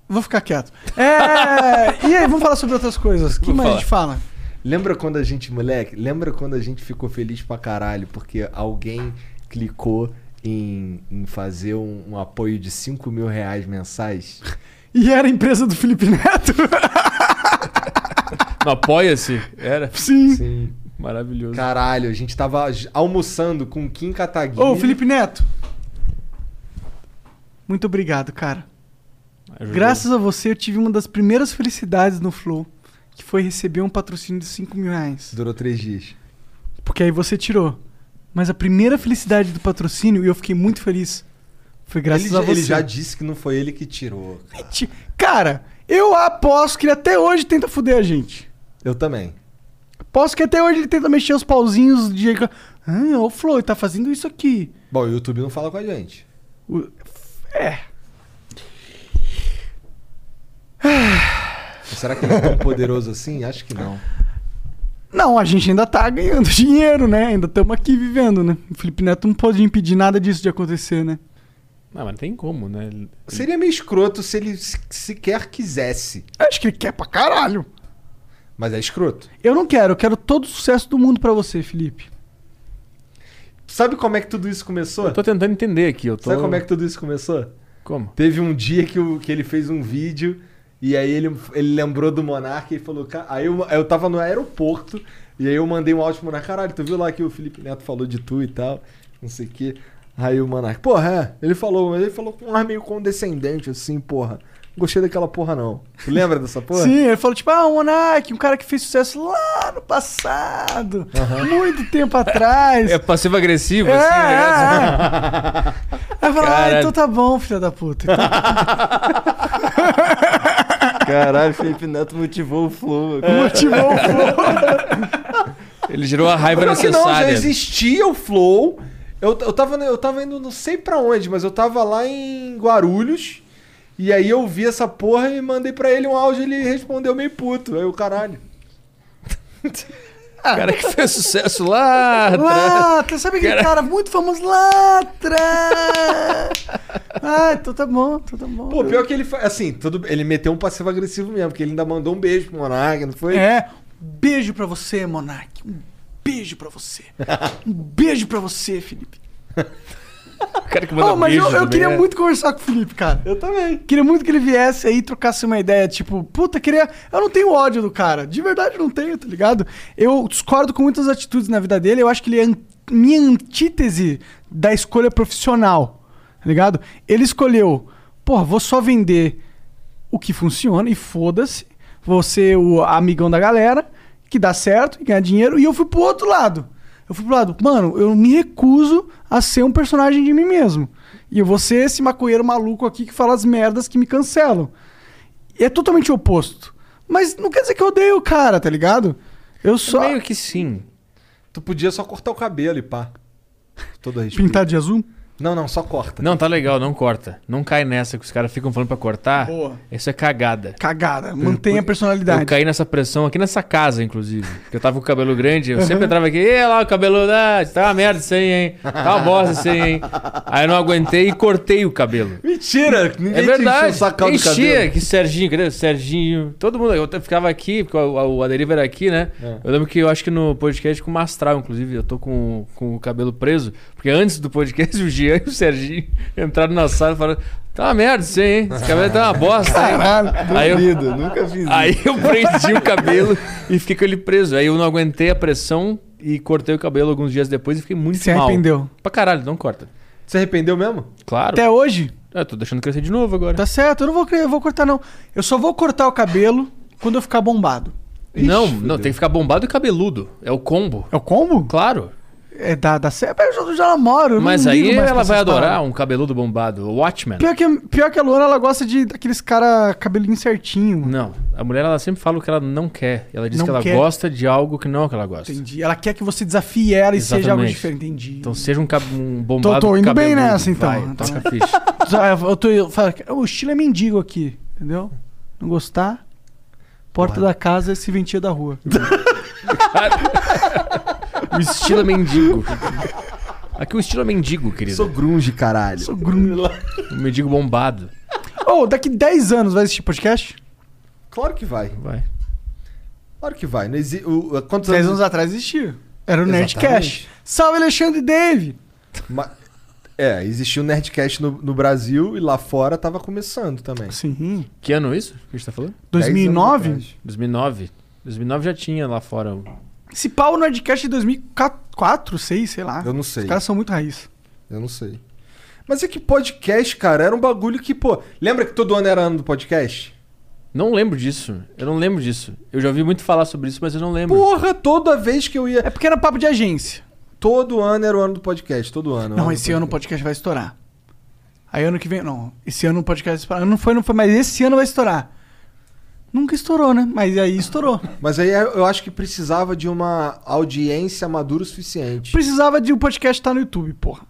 C: vou ficar quieto. É, e aí, vamos falar sobre outras coisas. O que
E: Vamos
C: mais a
E: falar.
C: gente fala?
B: Lembra quando a gente, moleque, lembra quando a gente ficou feliz pra caralho porque alguém clicou em, em fazer um, um apoio de 5 mil reais mensais?
C: E era a empresa do Felipe Neto?
E: Não, apoia-se. Era.
C: Sim.
B: Sim.
E: Maravilhoso.
B: Caralho, a gente tava j- almoçando com o Kim Kataguiri.
C: Ô, Felipe Neto. Muito obrigado, cara.
E: Ajudou.
C: Graças a você, eu tive uma das primeiras felicidades no Flow, que foi receber um patrocínio de 5 mil reais.
B: Durou três dias.
C: Porque aí você tirou. Mas a primeira felicidade do patrocínio, e eu fiquei muito feliz, foi graças
B: Ele,
C: a
B: já-
C: você.
B: ele já disse que não foi ele que tirou.
C: Ti- Cara, eu aposto que ele até hoje tenta fuder a gente.
B: Eu também.
C: Aposto que até hoje ele tenta mexer os pauzinhos de... Ah, ô Flow, ele tá fazendo isso aqui.
B: Bom, o YouTube não fala com a gente.
C: O- É.
B: Será que ele é tão poderoso assim? Acho que não.
C: Não, a gente ainda tá ganhando dinheiro, né? Ainda estamos aqui vivendo, né? O Felipe Neto não pode impedir nada disso de acontecer, né?
E: Não, mas não tem como, né? Ele-
B: Seria meio escroto se ele se- sequer quisesse.
C: Acho que ele quer pra caralho.
B: Mas é escroto.
C: Eu não quero, eu quero todo o sucesso do mundo pra você, Felipe.
B: Sabe como é que tudo isso começou?
E: Eu tô tentando entender aqui. Eu tô...
B: Sabe como é que tudo isso começou?
E: Como?
B: Teve um dia que, o, que ele fez um vídeo e aí ele, ele lembrou do Monark e falou... "Ca- Aí eu, eu tava no aeroporto e aí eu mandei um áudio pro Monark. Caralho, tu viu lá que o Felipe Neto falou de tu e tal, não sei o quê. Aí o Monark, porra, é. Ele falou, mas ele falou com um ar meio condescendente assim, porra. Não gostei daquela porra não. Tu lembra dessa porra?
C: Sim, ele falou tipo, ah, o Monark, um cara que fez sucesso lá no passado, muito tempo atrás.
E: É passivo-agressivo,
C: É,
E: assim,
C: é,
E: né?
C: é. Aí eu falo, ah,
E: Caralho.
C: então tá bom, filha da puta. Então,
D: Caralho, Felipe Neto motivou o flow.
C: motivou o Flow.
E: Ele gerou a raiva
B: Pior é que não, já
E: necessária.
B: existia o Flow. Eu, eu, tava, eu tava indo não sei pra onde, mas eu tava lá em Guarulhos. E aí eu vi essa porra e mandei pra ele um áudio ele respondeu meio puto. Aí o caralho.
E: O cara que fez sucesso lá atrás.
C: Lá, atrás, ah, tá, sabe aquele cara... muito famoso lá atrás? ah, então tá bom, então tá bom.
B: Pô, pior que ele. fa- Assim, tudo, ele meteu um passivo agressivo mesmo, porque ele ainda mandou um beijo pro Monark, não foi?
C: É, um beijo pra você, Monark. Um beijo pra você. Um beijo pra você, Felipe.
E: O cara que manda
C: Oh, mas eu,
E: beijo
C: eu
E: também
C: queria
E: é-
C: muito conversar com o Felipe, cara. Eu também. Queria muito que ele viesse aí e trocasse uma ideia. Tipo, puta, queria. Eu não tenho ódio do cara. De verdade, eu não tenho, tá ligado? Eu discordo com muitas atitudes na vida dele. Eu acho que ele é an- minha antítese da escolha profissional, tá ligado? Ele escolheu, porra, vou só vender o que funciona e foda-se. Vou ser o amigão da galera, que dá certo e ganha dinheiro. E eu fui pro outro lado. Eu fui pro lado, mano, eu me recuso a ser um personagem de mim mesmo. E eu vou ser esse maconheiro maluco aqui que fala as merdas que me cancelam. E é totalmente o oposto. Mas não quer dizer que eu odeio o cara, tá ligado? Eu só.
E: Meio que sim.
B: Tu podia só cortar o cabelo e pá. Todo respeito.
C: Pintar de azul?
B: Não, não, só corta.
E: Não, tá legal, não corta. Não cai nessa que os caras ficam falando pra cortar.
C: Boa.
E: Isso é cagada.
C: Cagada. Mantém a
E: É, Eu
C: personalidade.
E: caí nessa pressão aqui nessa casa, inclusive. Que eu tava com o cabelo grande, eu sempre entrava aqui, e lá o cabelo, ah, tá uma merda isso aí, hein? Tá uma bosta isso aí, hein? Aí eu não aguentei e cortei o cabelo.
B: Mentira! Ninguém
E: É verdade.
B: o sacão do
E: Enchia
B: cabelo.
E: que Serginho, cadê o Serginho? Todo mundo. Eu t- ficava aqui, porque o, o- a deriva era aqui, né?
C: É.
E: Eu lembro que eu acho que no podcast com o Mastral, inclusive, eu tô com, com o cabelo preso. Porque antes do podcast, o Jean e o Serginho entraram na sala e falaram: tá uma merda isso aí, hein? Esse cabelo tá uma bosta. hein?" aí eu,
D: Duvido, nunca fiz isso.
E: aí eu prendi o cabelo e fiquei com ele preso. Aí eu não aguentei a pressão e cortei o cabelo alguns dias depois e fiquei muito
C: Se
E: mal.
C: arrependeu.
E: Pra caralho, não corta.
B: Você arrependeu mesmo?
E: Claro.
C: Até hoje?
E: Eu tô deixando crescer de novo agora.
C: Tá certo, eu não vou, cre- eu vou cortar, não. Eu só vou cortar o cabelo quando eu ficar bombado.
E: não, não, tem que ficar bombado e cabeludo. É o combo.
C: É o combo?
E: Claro.
C: É, dá, dá certo. Mas eu já namoro. eu
E: Mas
C: não
E: aí
C: ligo mais pra
E: ela vai
C: essas
E: adorar
C: paradas.
E: um cabeludo bombado. O Watchman.
C: Pior que, pior que a Luana, ela gosta de daqueles cara cabelinho certinho.
E: Não. A mulher, ela sempre fala o que ela não quer. Ela diz
C: Não
E: que ela
C: quer.
E: gosta de algo que não é o que ela gosta.
C: Entendi. Ela quer que você desafie ela e seja algo
E: Exatamente.
C: diferente. Entendi.
E: Então seja um, cab- um bombado
C: tô indo bem
E: cabeludo.
C: nessa, então.
E: Vai,
C: Então-
E: toca a ficha.
C: Ah, eu tô, eu falo, o estilo é mendigo aqui, entendeu? Não gostar, porta da casa e se ventia da rua.
E: O estilo é mendigo. Aqui o estilo é mendigo, querido.
B: Sou grunge, caralho. Sou
E: Um mendigo bombado.
C: Ô, daqui 10 anos vai assistir podcast?
B: Claro que vai.
E: Vai.
B: Claro que vai. Não exi... o- o- Quantos
C: 10
B: anos?
C: anos atrás existia. Era o
B: Exatamente.
C: Nerdcast. Salve Alexandre e Dave!
B: Ma- É, existiu o Nerdcast no, no Brasil e lá fora tava começando também.
C: Sim.
E: Que ano é isso que a gente tá falando?
B: 10 anos
C: 2009?
B: atrás.
E: 2009. 2009 já tinha lá fora. o-
C: Se pau o Nerdcast é de 2004, 6, sei lá.
B: Eu não sei.
C: Ah, Os caras são muito raiz.
B: Eu não sei. Mas é que podcast, cara, era um bagulho que, pô. Lembra que todo ano era ano do podcast?
E: Não lembro disso. Eu não lembro disso. Eu já ouvi muito falar sobre isso, mas eu não lembro.
B: Porra, toda vez que eu ia.
C: É porque era papo de agência.
B: Todo ano era o ano do podcast, todo ano.
C: Não, esse ano o podcast vai estourar. Aí ano que vem, não. Esse ano o podcast vai estourar. Não foi, não foi, mas esse ano vai estourar. Nunca estourou, né? Mas aí estourou.
B: Mas aí eu acho que precisava de uma audiência madura o suficiente.
C: Precisava de um podcast estar no YouTube, porra.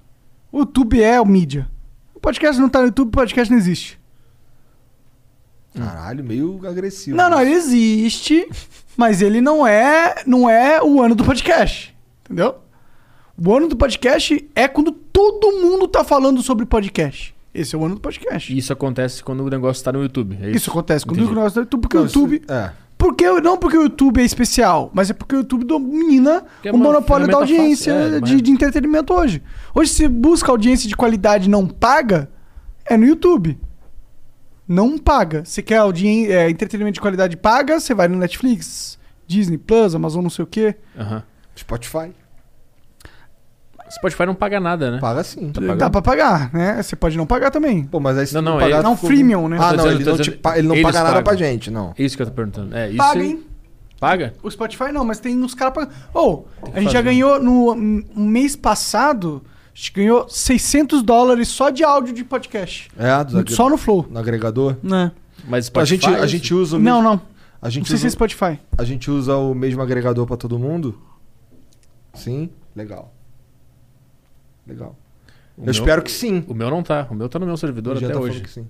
C: O YouTube é o mídia. O podcast não tá no YouTube, o podcast não existe.
B: Caralho, meio agressivo.
C: Não, não, ele existe, mas ele não é, não é o ano do podcast, entendeu? O ano do podcast é quando todo mundo tá falando sobre podcast. Esse é o ano do podcast.
E: E Isso acontece quando o negócio tá no YouTube. é
C: Isso acontece quando
E: Entendi.
C: o negócio do YouTube, porque
B: Não,
C: o
B: isso-
C: YouTube
B: É.
C: Porque, não porque o YouTube é especial, mas é porque o YouTube domina
E: Que é
C: o
E: uma
C: monopólio da
E: ferramenta
C: audiência
E: fácil, é,
C: de,
E: mas-
C: de entretenimento hoje. Hoje, se busca audiência de qualidade não paga, é no YouTube. Não paga. Você quer audien- é, entretenimento de qualidade paga, você vai no Netflix, Disney Plus, Amazon não sei o quê.
E: Aham.
B: É, Spotify.
E: Spotify não paga nada, né?
B: Paga sim.
C: Dá pra pagar, né? Você pode não pagar também.
B: Pô, mas aí se
E: Não,
B: tu
E: não,
B: pagar,
E: ele-
B: tu
C: Não,
B: ficou-
C: freemium, né?
B: Ah,
E: Tô
B: não,
E: dizendo-
B: ele
E: tô
B: não,
E: dizendo-
B: te pa- ele não
E: eles
B: paga nada
E: pagam.
B: pra gente, não.
E: É isso que eu tô perguntando. É, isso
C: Paga,
E: aí-
C: hein?
E: Paga?
C: O Spotify não, mas tem uns caras pagando. Ou, a gente
E: fazer.
C: já ganhou no um mês passado, a gente ganhou 600 dólares só de áudio de podcast.
B: É, dos agre-
C: Só no Flow.
B: no agregador.
C: Né?
B: A
E: Mas Spotify.
B: gente, a gente usa o
C: Não,
B: mesmo,
C: não.
B: A
C: Não
B: gente,
C: sei se é
B: usa,
C: Spotify.
B: a gente usa o mesmo agregador pra todo mundo? Sim? Legal. Legal.
E: O
B: Eu
E: meu-
B: espero que sim.
E: O meu não tá. O meu tá no meu servidor
B: O Jean
E: até
B: tá
E: hoje.
B: falando que sim.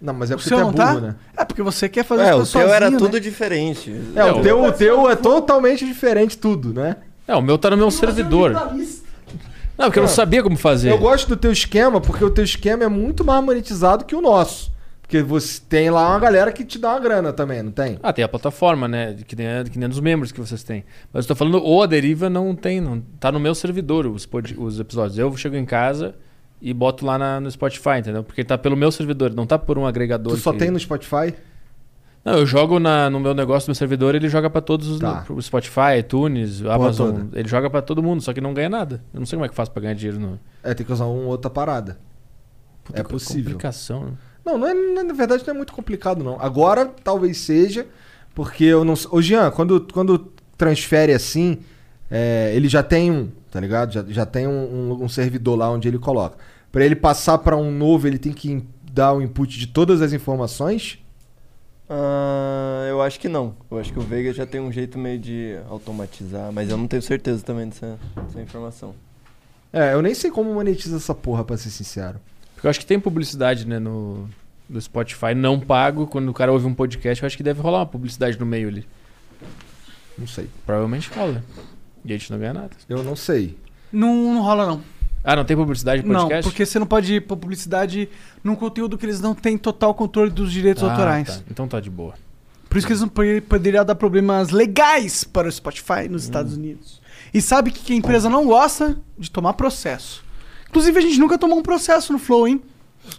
B: Não, mas é
C: O
B: porque
C: seu
B: tu é
C: não
B: burro,
C: tá?
B: né?
C: É porque você quer fazer as
D: É, o
C: coisas
D: teu era
C: sozinho,
D: tudo
C: né?
D: diferente.
B: É,
E: É,
B: o,
E: o-
B: teu,
C: tá
B: o teu é totalmente diferente tudo, né?
E: É, o meu tá no meu servidor. Não,
B: Ah.
E: porque eu não sabia como fazer.
B: Eu gosto do teu esquema porque o teu esquema é muito mais monetizado que o nosso. Porque você tem lá uma galera que te dá uma grana também, não tem?
E: Ah, tem a plataforma, né? Que nem, que nem dos membros que vocês têm. Mas eu tô falando, ou a deriva não tem, não tá no meu servidor os, pod- os episódios. Eu chego em casa e boto lá na- no Spotify, entendeu? Porque tá pelo meu servidor, não tá por um agregador.
B: Tu só
E: que-
B: tem no Spotify?
E: Não, eu jogo na- no meu negócio, no meu servidor, ele joga pra todos os.
B: Tá.
E: pro Spotify, iTunes, Amazon.
B: toda.
E: Ele joga pra todo mundo, só que não ganha nada. Eu não sei como é que faço pra ganhar dinheiro. No...
B: É, tem que usar uma outra parada.
E: Puta,
B: é
E: co-
B: possível.
E: Complicação, né?
B: Não, não é, não é- na verdade não é muito complicado, não. Agora talvez seja, porque eu não sei. Ô, Jean, quando, quando transfere assim, é, ele já tem um, tá ligado? Já, já tem um, um- um servidor lá onde ele coloca. Pra ele passar pra um novo, ele tem que in- dar o input de todas as informações.
D: Ah, eu acho que não. Eu acho que o Vega já tem um jeito meio de automatizar, mas eu não tenho certeza também dessa, dessa informação.
B: É, eu nem sei como monetiza essa porra, pra ser sincero.
E: Porque eu acho que tem publicidade, né, no, no Spotify, não pago. Quando o cara ouve um podcast, eu acho que deve rolar uma publicidade no meio ali.
B: Não sei.
E: Provavelmente rola. E a gente não ganha nada.
B: Eu não sei.
C: Não, não rola, não.
E: Ah, não tem publicidade em
C: Não,
E: podcast?
C: porque você não pode ir pra publicidade num conteúdo que eles não têm total controle é dos direitos
E: Ah,
C: autorais.
E: tá. Então tá de boa.
C: Por isso que eles não pod- poderiam dar problemas legais para o Spotify
B: Hum.
C: nos Estados Unidos. E sabe que a empresa não gosta de tomar processo. Inclusive, a gente nunca tomou um processo no Flow, hein?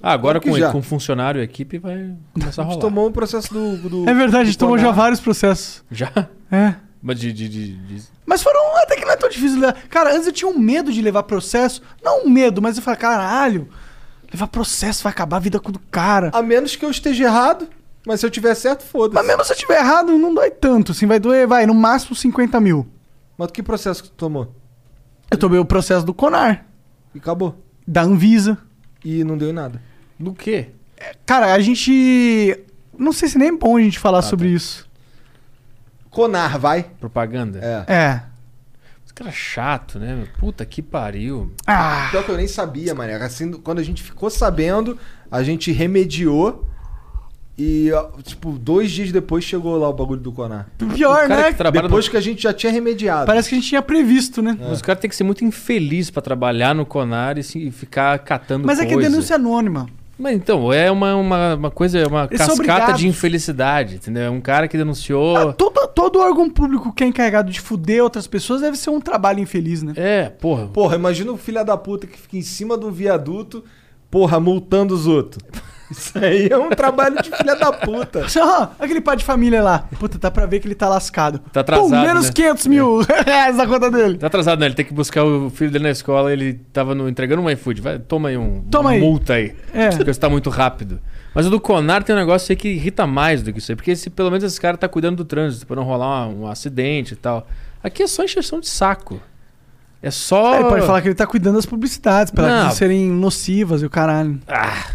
E: Ah, agora
B: que
E: com,
B: já.
E: com funcionário e equipe vai começar a
B: A gente
E: rolar.
B: tomou o processo do. do-
C: É verdade, a gente
B: do
C: tomou já
B: Conar.
C: vários processos.
E: Já?
C: É.
E: Mas de, de, de- de-
C: Mas foram até que não é tão difícil levar. Cara, antes eu tinha um medo de levar processo. Não um medo, mas eu falei, caralho, levar processo vai acabar a vida do cara.
B: A menos que eu esteja errado, mas se eu tiver certo,
C: Mas
B: foda-se.
C: mesmo se eu tiver errado, não dói tanto. Assim, vai doer, vai, no máximo 50 mil.
B: Mas que processo que tu tomou?
C: Eu tomei o processo do Conar,
B: E acabou.
C: da Anvisa.
B: E não deu em nada.
E: Do quê?
C: Cara, a gente. Não sei se nem é bom a gente
E: Ah,
C: falar sobre
E: tá.
C: isso.
B: Conar, vai.
E: Propaganda?
B: É.
C: É.
E: Esse cara é chato, né? meu? Puta que pariu.
C: Ah,
B: Pior que eu nem sabia, mané. Assim, quando a gente ficou sabendo, a gente remediou. E, ó, tipo, dois dias depois chegou lá o bagulho do Conar.
C: pior,
E: o cara
C: né?
E: que trabalha É,
B: Depois que a gente já tinha remediado.
C: Parece que a gente tinha previsto, né?
E: no... Mas o cara tem que ser muito infeliz pra trabalhar no Conar e, se- e ficar catando
C: Mas é
E: coisa.
C: que é denúncia anônima.
E: Mas então, é uma, uma, uma coisa, é uma
C: Eles são
E: cascata
C: obrigados.
E: de infelicidade, entendeu? É um cara que denunciou...
C: Ah, todo, todo órgão público que é encarregado de fuder outras pessoas deve ser um trabalho infeliz, né?
E: É, porra.
B: Porra, imagina o filho da puta que fica em cima de um viaduto, porra, multando os outros. Isso aí é um trabalho de filha da puta.
C: Ah, aquele pai de família lá. Puta, dá pra ver que ele tá lascado.
E: Tá atrasado,
C: Pô, menos
E: né?
C: 500 mil reais na conta dele.
E: Tá atrasado, né? Ele tem que buscar o filho dele na escola, ele tava no, entregando um iFood. Vai, toma aí um
C: Toma
E: uma
C: aí.
E: multa aí.
C: É.
E: Porque você tá muito rápido. Mas o do Conar tem um negócio aí que irrita mais do que isso aí. Porque esse, pelo menos esse cara tá cuidando do trânsito, pra não rolar um, um acidente e tal. Aqui é só encheção de saco. É só.
C: É, ele pode falar que ele tá cuidando das publicidades, pra elas
E: Não.
C: não serem nocivas e o caralho.
E: Ah,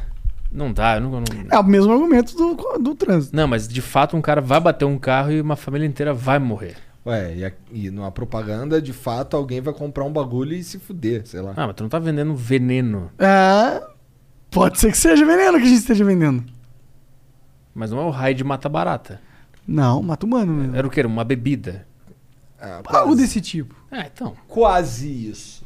E: Não dá, eu não. eu não...
C: É o mesmo argumento do, do trânsito.
E: Não, mas de fato um cara vai bater um carro e uma família inteira vai morrer.
B: Ué, e, a, e numa propaganda, de fato, alguém vai comprar um bagulho e se fuder, sei lá.
E: Ah, mas tu não tá vendendo veneno.
C: É. Pode ser que seja veneno que a gente esteja vendendo.
E: Mas não é o raio de mata barata.
C: Não, mata humano mesmo.
E: Era o quê? Era Uma bebida.
C: Algo desse tipo.
E: Ah, então.
B: Quase isso.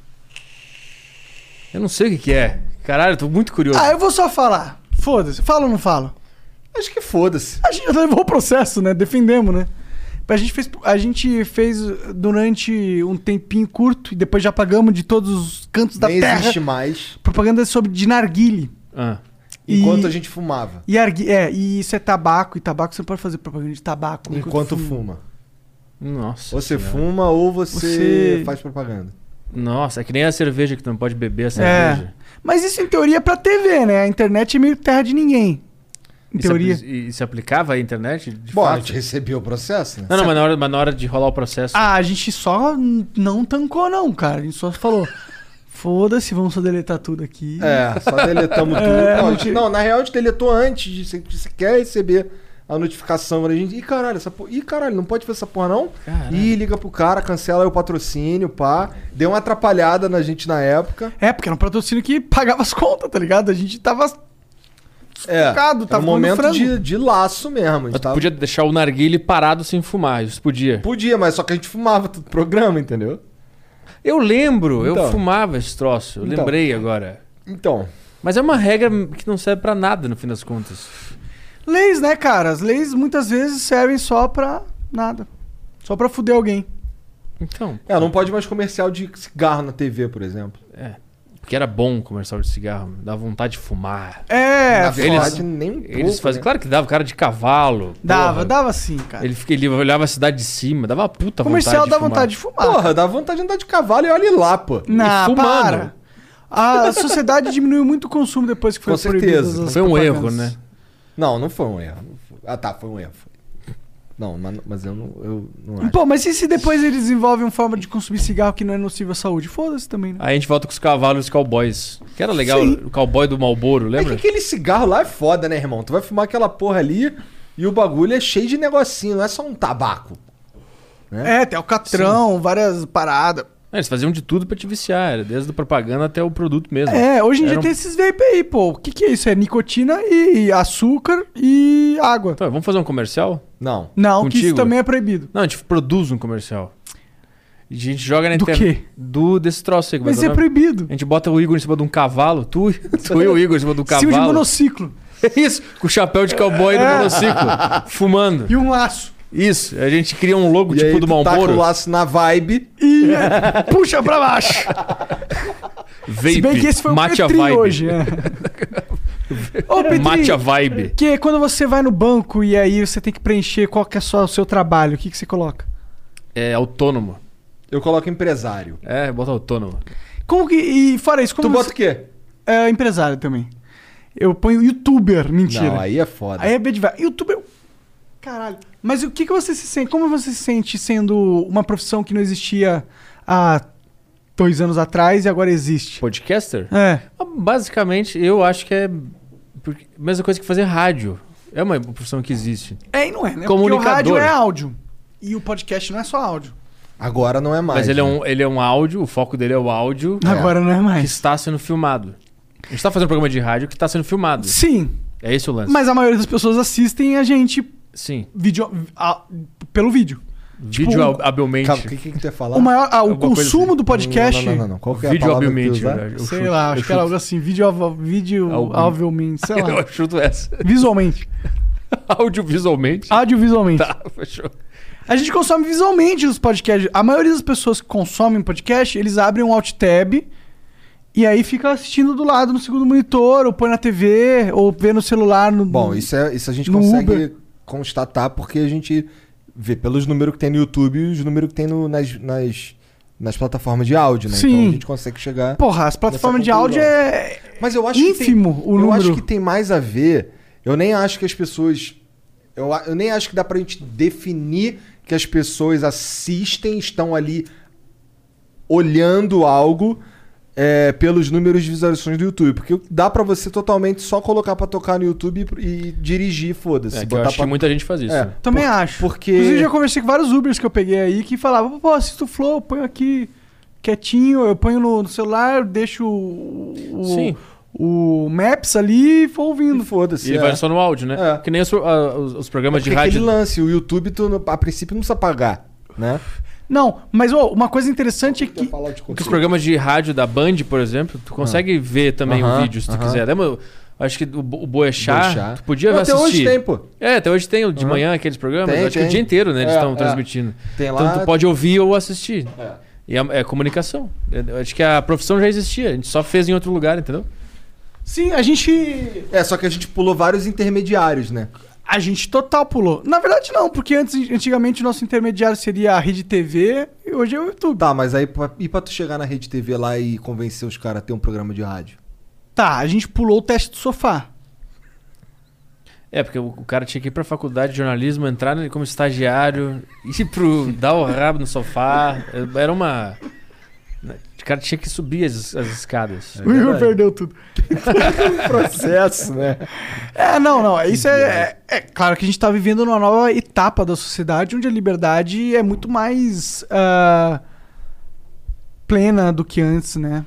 E: Eu não sei o que, que é. Caralho, eu tô muito curioso.
C: Ah, eu vou só falar. Foda-se. Fala ou não fala?
B: Acho que foda-se.
C: A gente já levou o processo, né? Defendemos, né? A gente, fez, a gente fez durante um tempinho curto e depois já pagamos de todos os cantos da
B: Nem
C: terra.
B: existe mais.
C: Propaganda sobre de narguile.
E: Ah.
C: E-
B: Enquanto a gente fumava.
C: E, argui- é, e isso é tabaco, e tabaco você não pode fazer propaganda de tabaco.
B: Enquanto
C: fuma. é.
B: fuma.
E: Nossa.
B: Você
E: senhora.
B: fuma ou você,
C: Você-
B: faz propaganda.
E: Nossa, é que nem a cerveja que tu não pode beber a cerveja.
C: Mas isso em teoria é pra TV, né? A internet é meio terra de ninguém. Em
E: E
B: é
E: se
C: teoria.
E: apli- E, e se aplicava à internet? De
B: Bom, a
E: fato?
B: gente recebeu o processo, né?
E: Não, não, mas na, hora, mas na hora de rolar o processo.
C: Ah, a gente só n- não tancou, não, cara. A gente só falou. Foda-se, vamos só deletar tudo aqui.
B: É, só deletamos tudo.
C: é
B: Não, a gente- não, na real a gente deletou antes de você, você quer receber a notificação pra gente. Ih, caralho, essa porra. Ih, caralho, não pode fazer essa porra, não?
E: Caralho.
B: Ih, liga pro cara, cancela aí o patrocínio, pá. Deu uma atrapalhada na gente na época.
C: É, porque era um patrocínio que pagava as contas, tá ligado? A gente tava.
B: É,
C: Focado,
B: era
C: tava
B: um
C: comendo
B: momento
C: frango.
B: de, de laço mesmo. a gente
E: mas tu
B: tava-
E: podia deixar o narguile parado sem fumar. Isso podia.
B: podia, mas só que a gente fumava todo o programa, entendeu?
E: Eu lembro, eu
B: Então.
E: fumava esse troço. Eu
B: Então.
E: lembrei agora.
B: Então,
E: Mas é uma regra que não serve pra nada, no fim das contas.
C: Leis, né, cara? As leis muitas vezes servem só pra nada. Só pra fuder alguém.
E: Então,
B: É, não pode mais comercial de cigarro na TV, por exemplo.
E: é. Porque era bom o comercial de cigarro, dá vontade de fumar.
C: É,
B: na
C: foda.
B: verdade, nem um pouco,
E: Eles faziam.
B: né?
E: Claro que dava cara de cavalo.
C: Dava,
E: porra.
C: dava sim, cara.
E: Ele, fica- ele olhava a cidade de cima, dava uma puta
C: Comercial
E: vontade. de
C: dá
E: fumar.
C: vontade de fumar.
B: Porra, dá vontade de andar de cavalo e olha lá, pô.
C: Não,
E: fumando.
C: para. A sociedade diminuiu muito o consumo depois que foi
B: Com certeza.
C: proibidas as
E: Foi um erro,
C: propagandas.
E: né?
B: Não, não foi um erro. não foi. Ah, tá, foi um erro. foi. Não, mas, mas eu não, eu não acho.
C: Pô, mas e se depois eles desenvolvem uma forma de consumir cigarro que não é nocivo à saúde? Foda-se também, né?
E: Aí a gente volta com os cavalos e os cowboys. Que era legal,
C: Sim.
E: o cowboy do Malboro,
B: É que
E: lembra?
B: aquele cigarro lá é foda, né, irmão? Tu vai fumar aquela porra ali e o bagulho é cheio de negocinho, não é só um tabaco.
C: É, tem alcatrão, várias paradas.
E: É, Eles faziam de tudo pra te viciar, era desde a propaganda até o produto mesmo.
C: É, hoje em dia
E: Era um-
C: tem esses vape aí, pô. O que, que é isso? É nicotina e açúcar e água.
E: Então, vamos fazer um comercial?
B: Não.
C: Não, que isso
E: Contigo?
C: também é proibido.
E: Não, a gente produz um comercial. E A gente joga na
C: Do
E: internet.
C: quê?
E: Do desse troço aí. como é
C: Mas
E: que é
C: é
E: o nome?
C: proibido.
E: A gente bota o Igor em cima de um cavalo, tu, tu e o Igor em cima de um
C: Cima de
E: cavalo.
C: monociclo É.
E: Isso, com o chapéu de cowboy no monociclo, fumando.
C: e um laço.
E: Isso, a gente cria um logo
B: E
E: tipo
B: aí tu
E: do
B: taca o
E: Malboro.
B: laço na vibe.
C: E puxa pra baixo.
E: Vape,
C: Se bem que esse foi o
E: mate a
C: Petri
E: vibe. É,
C: hoje. É. Ô, Petri,
E: Mate a vibe.
C: que quando você vai no banco e aí você tem que preencher qual que é só o seu trabalho, o que, que você coloca?
E: É autônomo.
B: Eu coloco empresário.
E: É, bota autônomo.
C: Como que... E fora isso, como
B: tu bota
C: você-
B: o quê?
C: É empresário também. Eu ponho youtuber, mentira.
B: Não, aí é foda.
E: Tá.
C: Aí é bad vibe. Youtuber. Caralho. Mas o que, que você se sente? Como você se sente sendo uma profissão que não existia há dois anos atrás e agora existe?
E: Podcaster? Ah,
C: É.
E: Basicamente, eu acho que é porque- mesma coisa que fazer rádio. É uma profissão que existe.
C: É e não é, né?
E: Comunicador.
C: Porque o rádio é áudio. E o podcast não é só áudio.
B: Agora não é mais.
E: Mas ele é,
B: né?
E: um, ele é um áudio, o foco dele é o áudio
C: Agora não é
E: que
C: mais.
E: está sendo filmado. A gente está fazendo um programa de rádio que está sendo filmado.
C: Sim.
E: É esse o lance.
C: Mas a maioria das pessoas assistem a tipo gente
E: Sim.
C: vídeo, a- pelo vídeo.
E: Vídeo
C: um-
E: ab- habilmente.
B: Calma, o que, que que tu ia falar?
C: O, maior, ah, o
E: Alguma coisa
C: consumo
E: assim.
C: do podcast.
B: Não, não, não. não. Qual que é a
E: Vídeo
B: palavra que tu ia
E: habilmente. né?
B: usar?
E: eu- eu
C: Sei
E: chuto-
C: lá, acho
E: eu
C: que era
E: chuto-
C: algo assim, vídeo, av- vídeo
E: Algum.
C: audivelmente, sei lá.
E: Eu chuto essa.
C: Visualmente.
E: Audiovisualmente.
C: Audiovisualmente.
E: Tá, fechou.
C: A gente consome visualmente os podcasts. A maioria das pessoas que consomem podcast, eles abrem um alt tab e aí fica assistindo do lado no segundo monitor, ou põe na TV, ou vê no celular. No...
B: Bom, isso, é, isso a gente
C: Uhum. No
B: consegue
C: Uber.
B: constatar porque a gente vê pelos números que tem no YouTube e os números que tem no- nas, nas, nas plataformas de áudio, né?
C: Sim.
B: Então a gente consegue chegar.
C: Porra, as plataformas de
B: Essa
C: áudio
B: cultura.
C: é.
B: Mas eu acho
C: ínfimo
B: que tem,
C: o
B: eu
C: número.
B: acho que tem mais a ver. Eu nem acho que as pessoas. Eu, a- eu nem acho que dá pra gente definir que as pessoas assistem, estão ali olhando algo é, pelos números de visualizações do YouTube. Porque dá pra você totalmente só colocar pra tocar no YouTube e, e dirigir, foda-se.
E: É, que eu
B: botar
E: acho
B: pra-
E: que muita gente faz isso.
B: É.
C: Também acho.
B: porque-
C: Inclusive, já conversei com vários Ubers que eu peguei aí que falavam, pô, assisto o Flow, eu ponho aqui quietinho, eu ponho no, no celular, deixo o, o-
E: Sim.
C: o Maps ali e vou ouvindo.
B: Foda-se.
E: E ele
B: é.
E: vai só no áudio, né?
B: É.
E: Que nem os, a- os- os programas
B: Porque
E: de rádio.
B: aquele lance, o YouTube, tu, no- a princípio, não precisa pagar, né?
C: Não, mas ó, uma coisa interessante é que.
B: falar de
E: Porque os programas de rádio da Band, por exemplo, tu consegue ver também o
B: Ah. Aham,
E: vídeo se tu
B: aham.
E: quiser. Lembra? Acho que o, Bo- o Boechat,
B: Boechat.
E: tu podia
B: Não, até
E: assistir.
B: hoje tem, pô.
E: É, até hoje tem o de manhã aqueles programas.
B: Tem,
E: acho que
B: tem.
E: o dia inteiro, né? Eles
B: É,
E: estão
B: é.
E: transmitindo.
B: Tem lá- é.
E: Então tu pode ouvir ou assistir. E é, é comunicação. Eu acho que a profissão já existia. A gente só fez em outro lugar, entendeu?
C: Sim, a gente.
B: É, só que a gente pulou vários intermediários, né?
C: A gente total pulou. Na verdade, não, porque antes, antigamente o nosso intermediário seria a Rede TV e hoje é o YouTube.
B: Tá, mas aí pra- e pra tu chegar na rede TV lá e convencer os caras a ter um programa de rádio?
C: Tá, a gente pulou o teste do sofá.
E: É, porque o, o cara tinha que ir pra faculdade de jornalismo, entrar nele como estagiário, ir pro dar o rabo no sofá. É, Era uma. né, O cara tinha que subir as, as escadas.
B: É
C: o Igor perdeu tudo.
B: Processo, né?
C: É, não, não. Isso é, é, é claro que a gente tá vivendo uma nova etapa da sociedade onde a liberdade é muito mais ah, plena do que antes, né?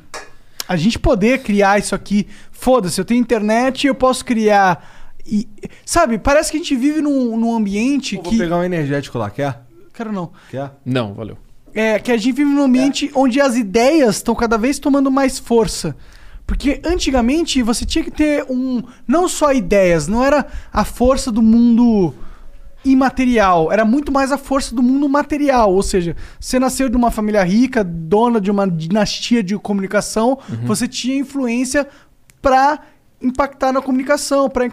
C: A gente poder criar isso aqui, foda-se, eu tenho internet, eu posso criar. E, sabe, parece que a gente vive num, num ambiente
B: Vou
C: que.
B: pegar um energético lá, quer?
C: Quero não.
B: Quer?
E: Não, valeu.
C: É, que a gente vive num ambiente onde as ideias estão cada vez tomando mais força. Porque antigamente você tinha que ter um. Não só ideias, não era a força do mundo imaterial, era muito mais a força do mundo material. Ou seja, você nasceu de uma família rica, dona de uma dinastia de comunicação, você tinha influência para impactar na comunicação, para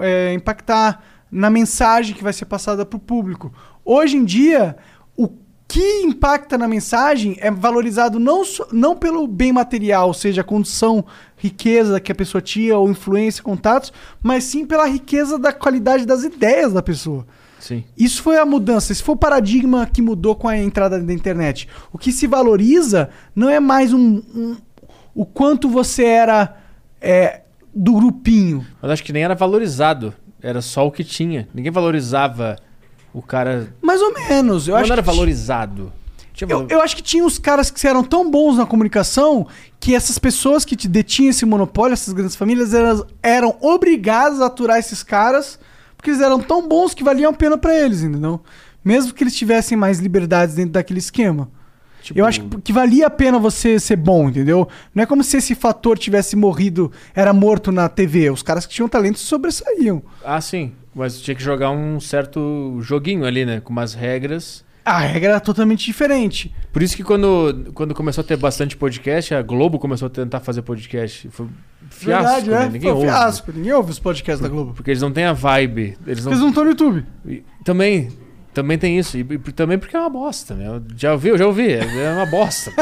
C: é, impactar na mensagem que vai ser passada para o público. Hoje em dia, o que impacta na mensagem é valorizado não, só- não pelo bem material, ou seja, a condição, riqueza que a pessoa tinha, ou influência, contatos, mas sim pela riqueza da qualidade das ideias da pessoa.
E: Sim.
C: Isso foi a mudança, esse foi o paradigma que mudou com a entrada da internet. O que se valoriza não é mais um, um- o quanto você era é, do grupinho.
E: Mas acho que nem era valorizado. Era só o que tinha. Ninguém valorizava o cara.
C: Mais ou menos. Eu
E: não
C: acho
E: era
C: que-
E: valorizado. Tinha
C: Eu,
E: valor-
C: eu acho que tinha uns caras que eram tão bons na comunicação que essas pessoas que te detinham esse monopólio, essas grandes famílias, elas eram obrigadas a aturar esses caras porque eles eram tão bons que valiam a pena pra eles, entendeu? Mesmo que eles tivessem mais liberdades dentro daquele esquema.
E: Tipo,
C: Eu acho que, que valia a pena você ser bom, entendeu? Não é como se esse fator tivesse morrido, era morto na TV. Os caras que tinham talento se sobressaíam.
E: Ah, sim. Mas tinha que jogar um certo joguinho ali, né? Com umas regras.
C: A regra era totalmente diferente.
E: Por isso que quando, quando começou a ter bastante podcast, a Globo começou a tentar fazer podcast. Foi um fiasco,
C: Verdade,
E: né?
C: é.
E: Ninguém
C: Foi um
E: ouve.
C: fiasco. Ninguém ouve os podcasts da Globo.
E: Porque eles não têm a vibe. Eles não...
C: Eles não estão no YouTube.
E: E Também, também tem isso. E, e também porque é uma bosta, né? Eu Já ouvi, eu já ouvi. É é uma bosta.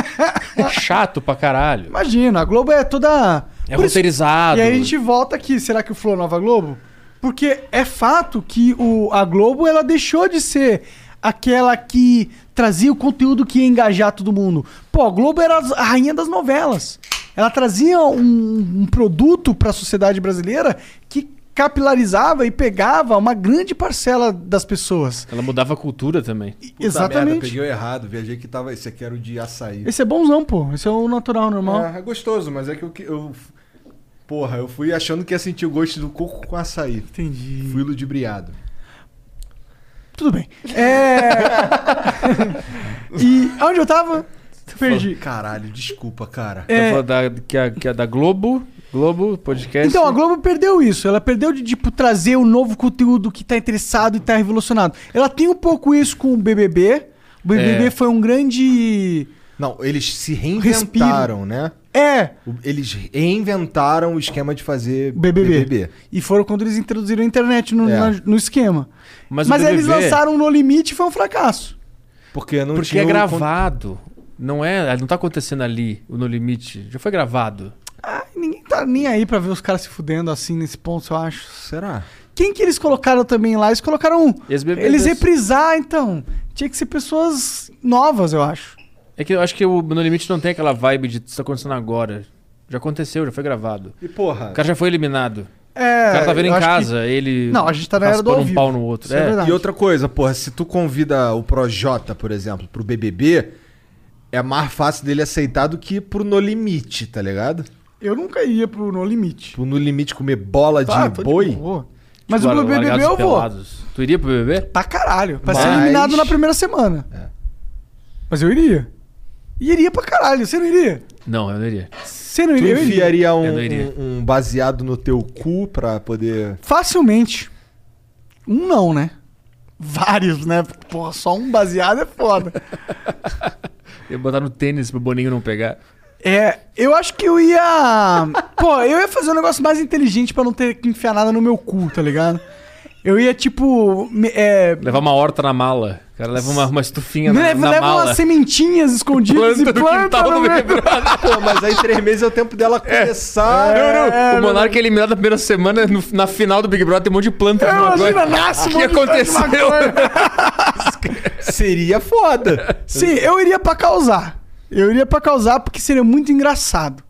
E: é chato pra caralho.
C: Imagina, a Globo é toda.
B: Tá
E: É
C: Por isso-
E: roteirizado.
C: E aí a gente volta aqui. Será que o Flow é Nova Globo? Porque é fato que o, a Globo ela deixou de ser aquela que trazia o conteúdo que ia engajar todo mundo. Pô, a Globo era a rainha das novelas. Ela trazia um, um produto para a sociedade brasileira que capilarizava e pegava uma grande parcela das pessoas.
E: Ela mudava a cultura também.
B: Puta Merda, peguei o errado, viajei que tava. Esse aqui era o de açaí.
C: Esse é bonzão, pô. Esse é o natural, normal.
B: É, é gostoso, mas é que eu, que- eu. Porra, eu fui achando que ia sentir o gosto do coco com açaí.
C: Entendi.
B: Fui ludibriado.
C: Tudo bem. É. e onde eu tava? Perdi.
B: Caralho, desculpa, cara.
E: Tá
C: É,
E: falando da, que, a, que a da Globo, Globo, podcast.
C: então, a Globo perdeu isso. Ela perdeu de, tipo, trazer o novo conteúdo que tá interessado e tá revolucionado. Ela tem um pouco isso com o BBB. O BBB
E: É.
C: foi um grande...
B: Não, eles se reinventaram, né?
C: É,
B: O- Eles reinventaram o esquema de fazer
C: BBB. E foram quando eles introduziram a internet no,
B: É.
C: na- no esquema.
E: Mas
C: Mas,
E: o
C: aí eles
E: BBB
C: lançaram o No Limite e foi um fracasso.
B: Porque não
E: Porque
B: tinha
E: é
B: o con-
E: gravado. Não é. Não tá acontecendo ali, o No Limite. Já foi gravado.
C: Ah, ninguém tá nem aí pra ver os caras se fudendo assim nesse ponto, eu acho.
B: Será?
C: Quem que eles colocaram também lá? Eles colocaram. um.
E: Ex-BBBs.
C: Eles reprisar, então. Tinha que ser pessoas novas, eu acho.
E: É que eu acho que o No Limite não tem aquela vibe de isso tá acontecendo agora. Já aconteceu, já foi gravado.
B: E porra.
E: O cara já foi eliminado.
C: É.
E: O cara tá vendo
C: eu
E: em
C: acho
E: casa, ele.
C: Não, a gente tá na era do
E: raspando
C: ao
E: um
C: vivo.
E: pau no outro.
C: Isso é
E: É.
C: verdade.
B: E outra coisa, porra, se tu convida o Projota, por exemplo, pro BBB, é mais fácil dele aceitar do que pro No Limite, tá ligado?
C: que Eu nunca ia pro No Limite.
B: Pro No Limite comer bola
C: Tá,
B: de
C: tô
B: boi.
C: boa. Mas
E: Larga-
C: o é BBB
E: Tipo, largados
C: eu vou.
E: pelados. Tu iria pro BBB?
C: Pra Tá caralho. Pra ser
B: Mas-
C: eliminado na primeira semana. Mas eu iria. E iria pra caralho. Você não iria?
E: Não, eu não iria.
C: Você não
B: tu
C: iria? Eu iria.
B: enfiaria um,
E: Eu não iria.
B: um- um baseado no teu cu pra poder.
C: Facilmente. Um não, né? Vários, né? Porra, só um baseado é foda.
E: Eu ia botar no tênis pro Boninho não pegar.
C: É, eu acho que eu ia. Pô, eu ia fazer um negócio mais inteligente pra não ter que enfiar nada no meu cu, tá ligado? Eu ia, tipo. me- É,
E: Levar uma horta na mala. O cara leva uma, uma estufinha na,
C: leva
E: na
C: leva
E: mala.
C: umas sementinhas escondidas
E: Planta
C: e
E: no
C: planta
E: quintal
C: no
E: do
C: meu...
E: Big Brother.
B: Pô, mas aí três meses é o tempo dela começar.
E: Não, não. O Monarca é eliminado na primeira semana, no- na final do Big Brother tem um monte de planta. de maconha.
C: É, Imagina, nasce um
E: O que
C: monte de planta de
E: aconteceu?
C: maconha.
B: Seria foda.
C: Sim, eu iria pra causar. Eu iria pra causar porque seria muito engraçado.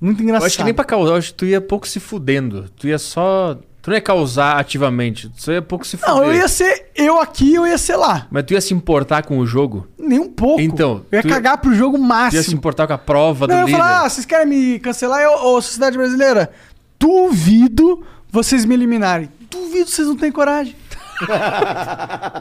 C: Muito engraçado.
E: Eu acho que nem pra causar, eu acho que tu ia pouco se fudendo. Tu ia só. Tu não ia causar ativamente, tu só ia pouco se fuder.
C: Não, eu ia ser eu aqui, eu ia ser lá.
E: Mas tu ia se importar com o jogo?
C: Nem um pouco.
E: Então,
C: eu ia
E: tu-
C: cagar pro jogo
E: Tu ia se
C: máximo.
E: importar com a prova
C: Não, eu
E: do
C: ia
E: líder?
C: falar, ah, vocês querem me cancelar? Eu, ô, sociedade brasileira, duvido vocês me eliminarem. Duvido, vocês não têm coragem.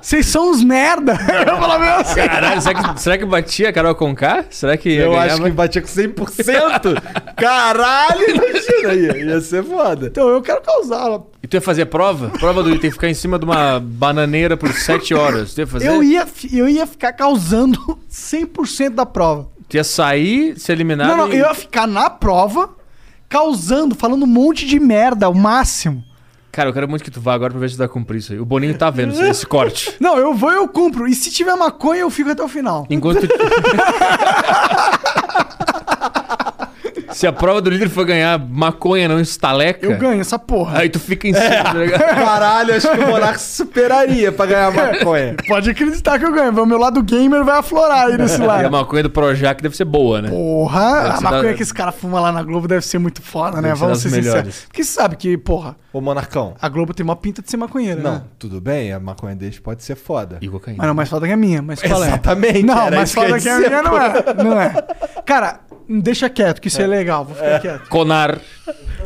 C: Vocês são uns merda. Eu falava assim.
E: Caralho, será que, será que batia a Carol Conká? Será que. ia
B: Eu
E: ganhar
B: acho que
E: mais?
B: batia com 100%. Caralho, imagina aí. Ia ser foda.
C: Então eu quero causar.
E: E tu ia fazer a prova? Prova do item ficar em cima de uma bananeira por 7 horas. Tu ia fazer?
C: Eu ia, fi- eu ia ficar causando 100% da prova.
E: Tu ia sair, se eliminar.
C: Não, não,
E: e-
C: eu ia ficar na prova causando, falando um monte de merda, o máximo.
E: Cara, eu quero muito que tu vá agora pra ver se tu vai cumprir isso aí. O Boninho tá vendo esse corte.
C: Não, eu vou e eu cumpro. E se tiver maconha, eu fico até o final.
E: Enquanto tu- Se a prova do líder for ganhar maconha, não estaleca.
C: Eu ganho essa porra.
E: Aí tu fica em cima, tá
B: É.
E: ligado?
B: Caralho, acho que o Monark superaria pra ganhar maconha.
C: Pode acreditar que eu ganho. É O meu lado gamer vai aflorar aí nesse
E: E a
C: lado.
E: maconha do Projac deve ser boa, né?
C: Porra,
E: Deve
C: a
E: ser
C: maconha
E: da-
C: que esse cara fuma lá na Globo deve ser muito foda, né?
E: Deve ser
C: Vamos
E: das
C: ser
E: melhores.
C: sinceros. Porque você sabe que, porra,
B: Ô, Monarcão.
C: a Globo tem uma pinta de ser maconheira, né?
B: Não, tudo bem, a maconha deles pode ser foda.
E: É. E cocaína.
C: Mas Ah, não, mais foda que a minha, mas qual é?
B: Exatamente,
C: Não,
B: era
C: mais
B: isso que eu
C: foda
B: ia
C: que a
B: dizer,
C: minha não é. Não é. Cara, deixa quieto, que isso é, legal. Vou ficar quieto.
E: Conar.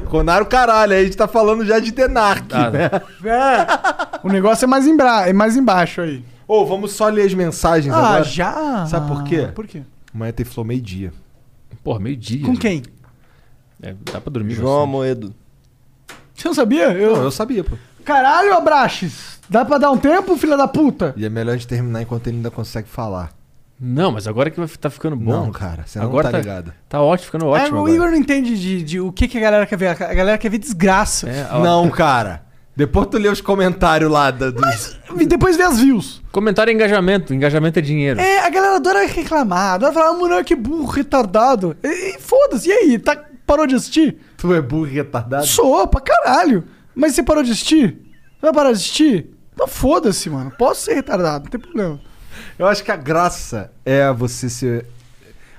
B: Conar o caralho, aí a gente tá falando já de Denark.
E: Ah,
B: né?
C: O negócio é mais, embra... é mais embaixo aí.
B: Ô, vamos só ler as mensagens
C: Ah,
B: agora.
C: já?
B: Sabe por quê?
C: Por quê?
B: Amanhã tem flow meio-dia.
E: Porra, meio-dia. né?
C: Com quem?
E: É, dá pra dormir.
D: João
E: bastante.
D: Amoedo.
C: Você não sabia? Eu...
B: Não, eu sabia, pô.
C: Caralho, Abraxes! Dá pra dar um tempo, filha da puta?
B: E é melhor a gente terminar enquanto ele ainda consegue falar.
E: Não, mas agora que vai, tá ficando bom.
B: Não, cara, você não
E: agora
B: tá ligado.
E: Tá ótimo, ficando
C: Ah,
E: ótimo.
C: o
E: agora.
C: Igor não entende de, de o que, que a galera quer ver. A galera quer ver desgraça.
E: É, ó,
B: Não, cara. Depois tu lê os comentários lá da, dos...
C: E depois vê as views.
E: Comentário é engajamento. Engajamento é dinheiro.
C: É, a galera adora reclamar, adora falar, ah, moleque burro, retardado. E, e foda-se, e aí? Tá, parou de assistir?
B: Tu é burro e retardado?
C: Sou, pra caralho. Mas você parou de assistir? Você vai parar de assistir? Então foda-se, mano. Posso ser retardado, não tem problema.
B: Eu acho que a graça é você ser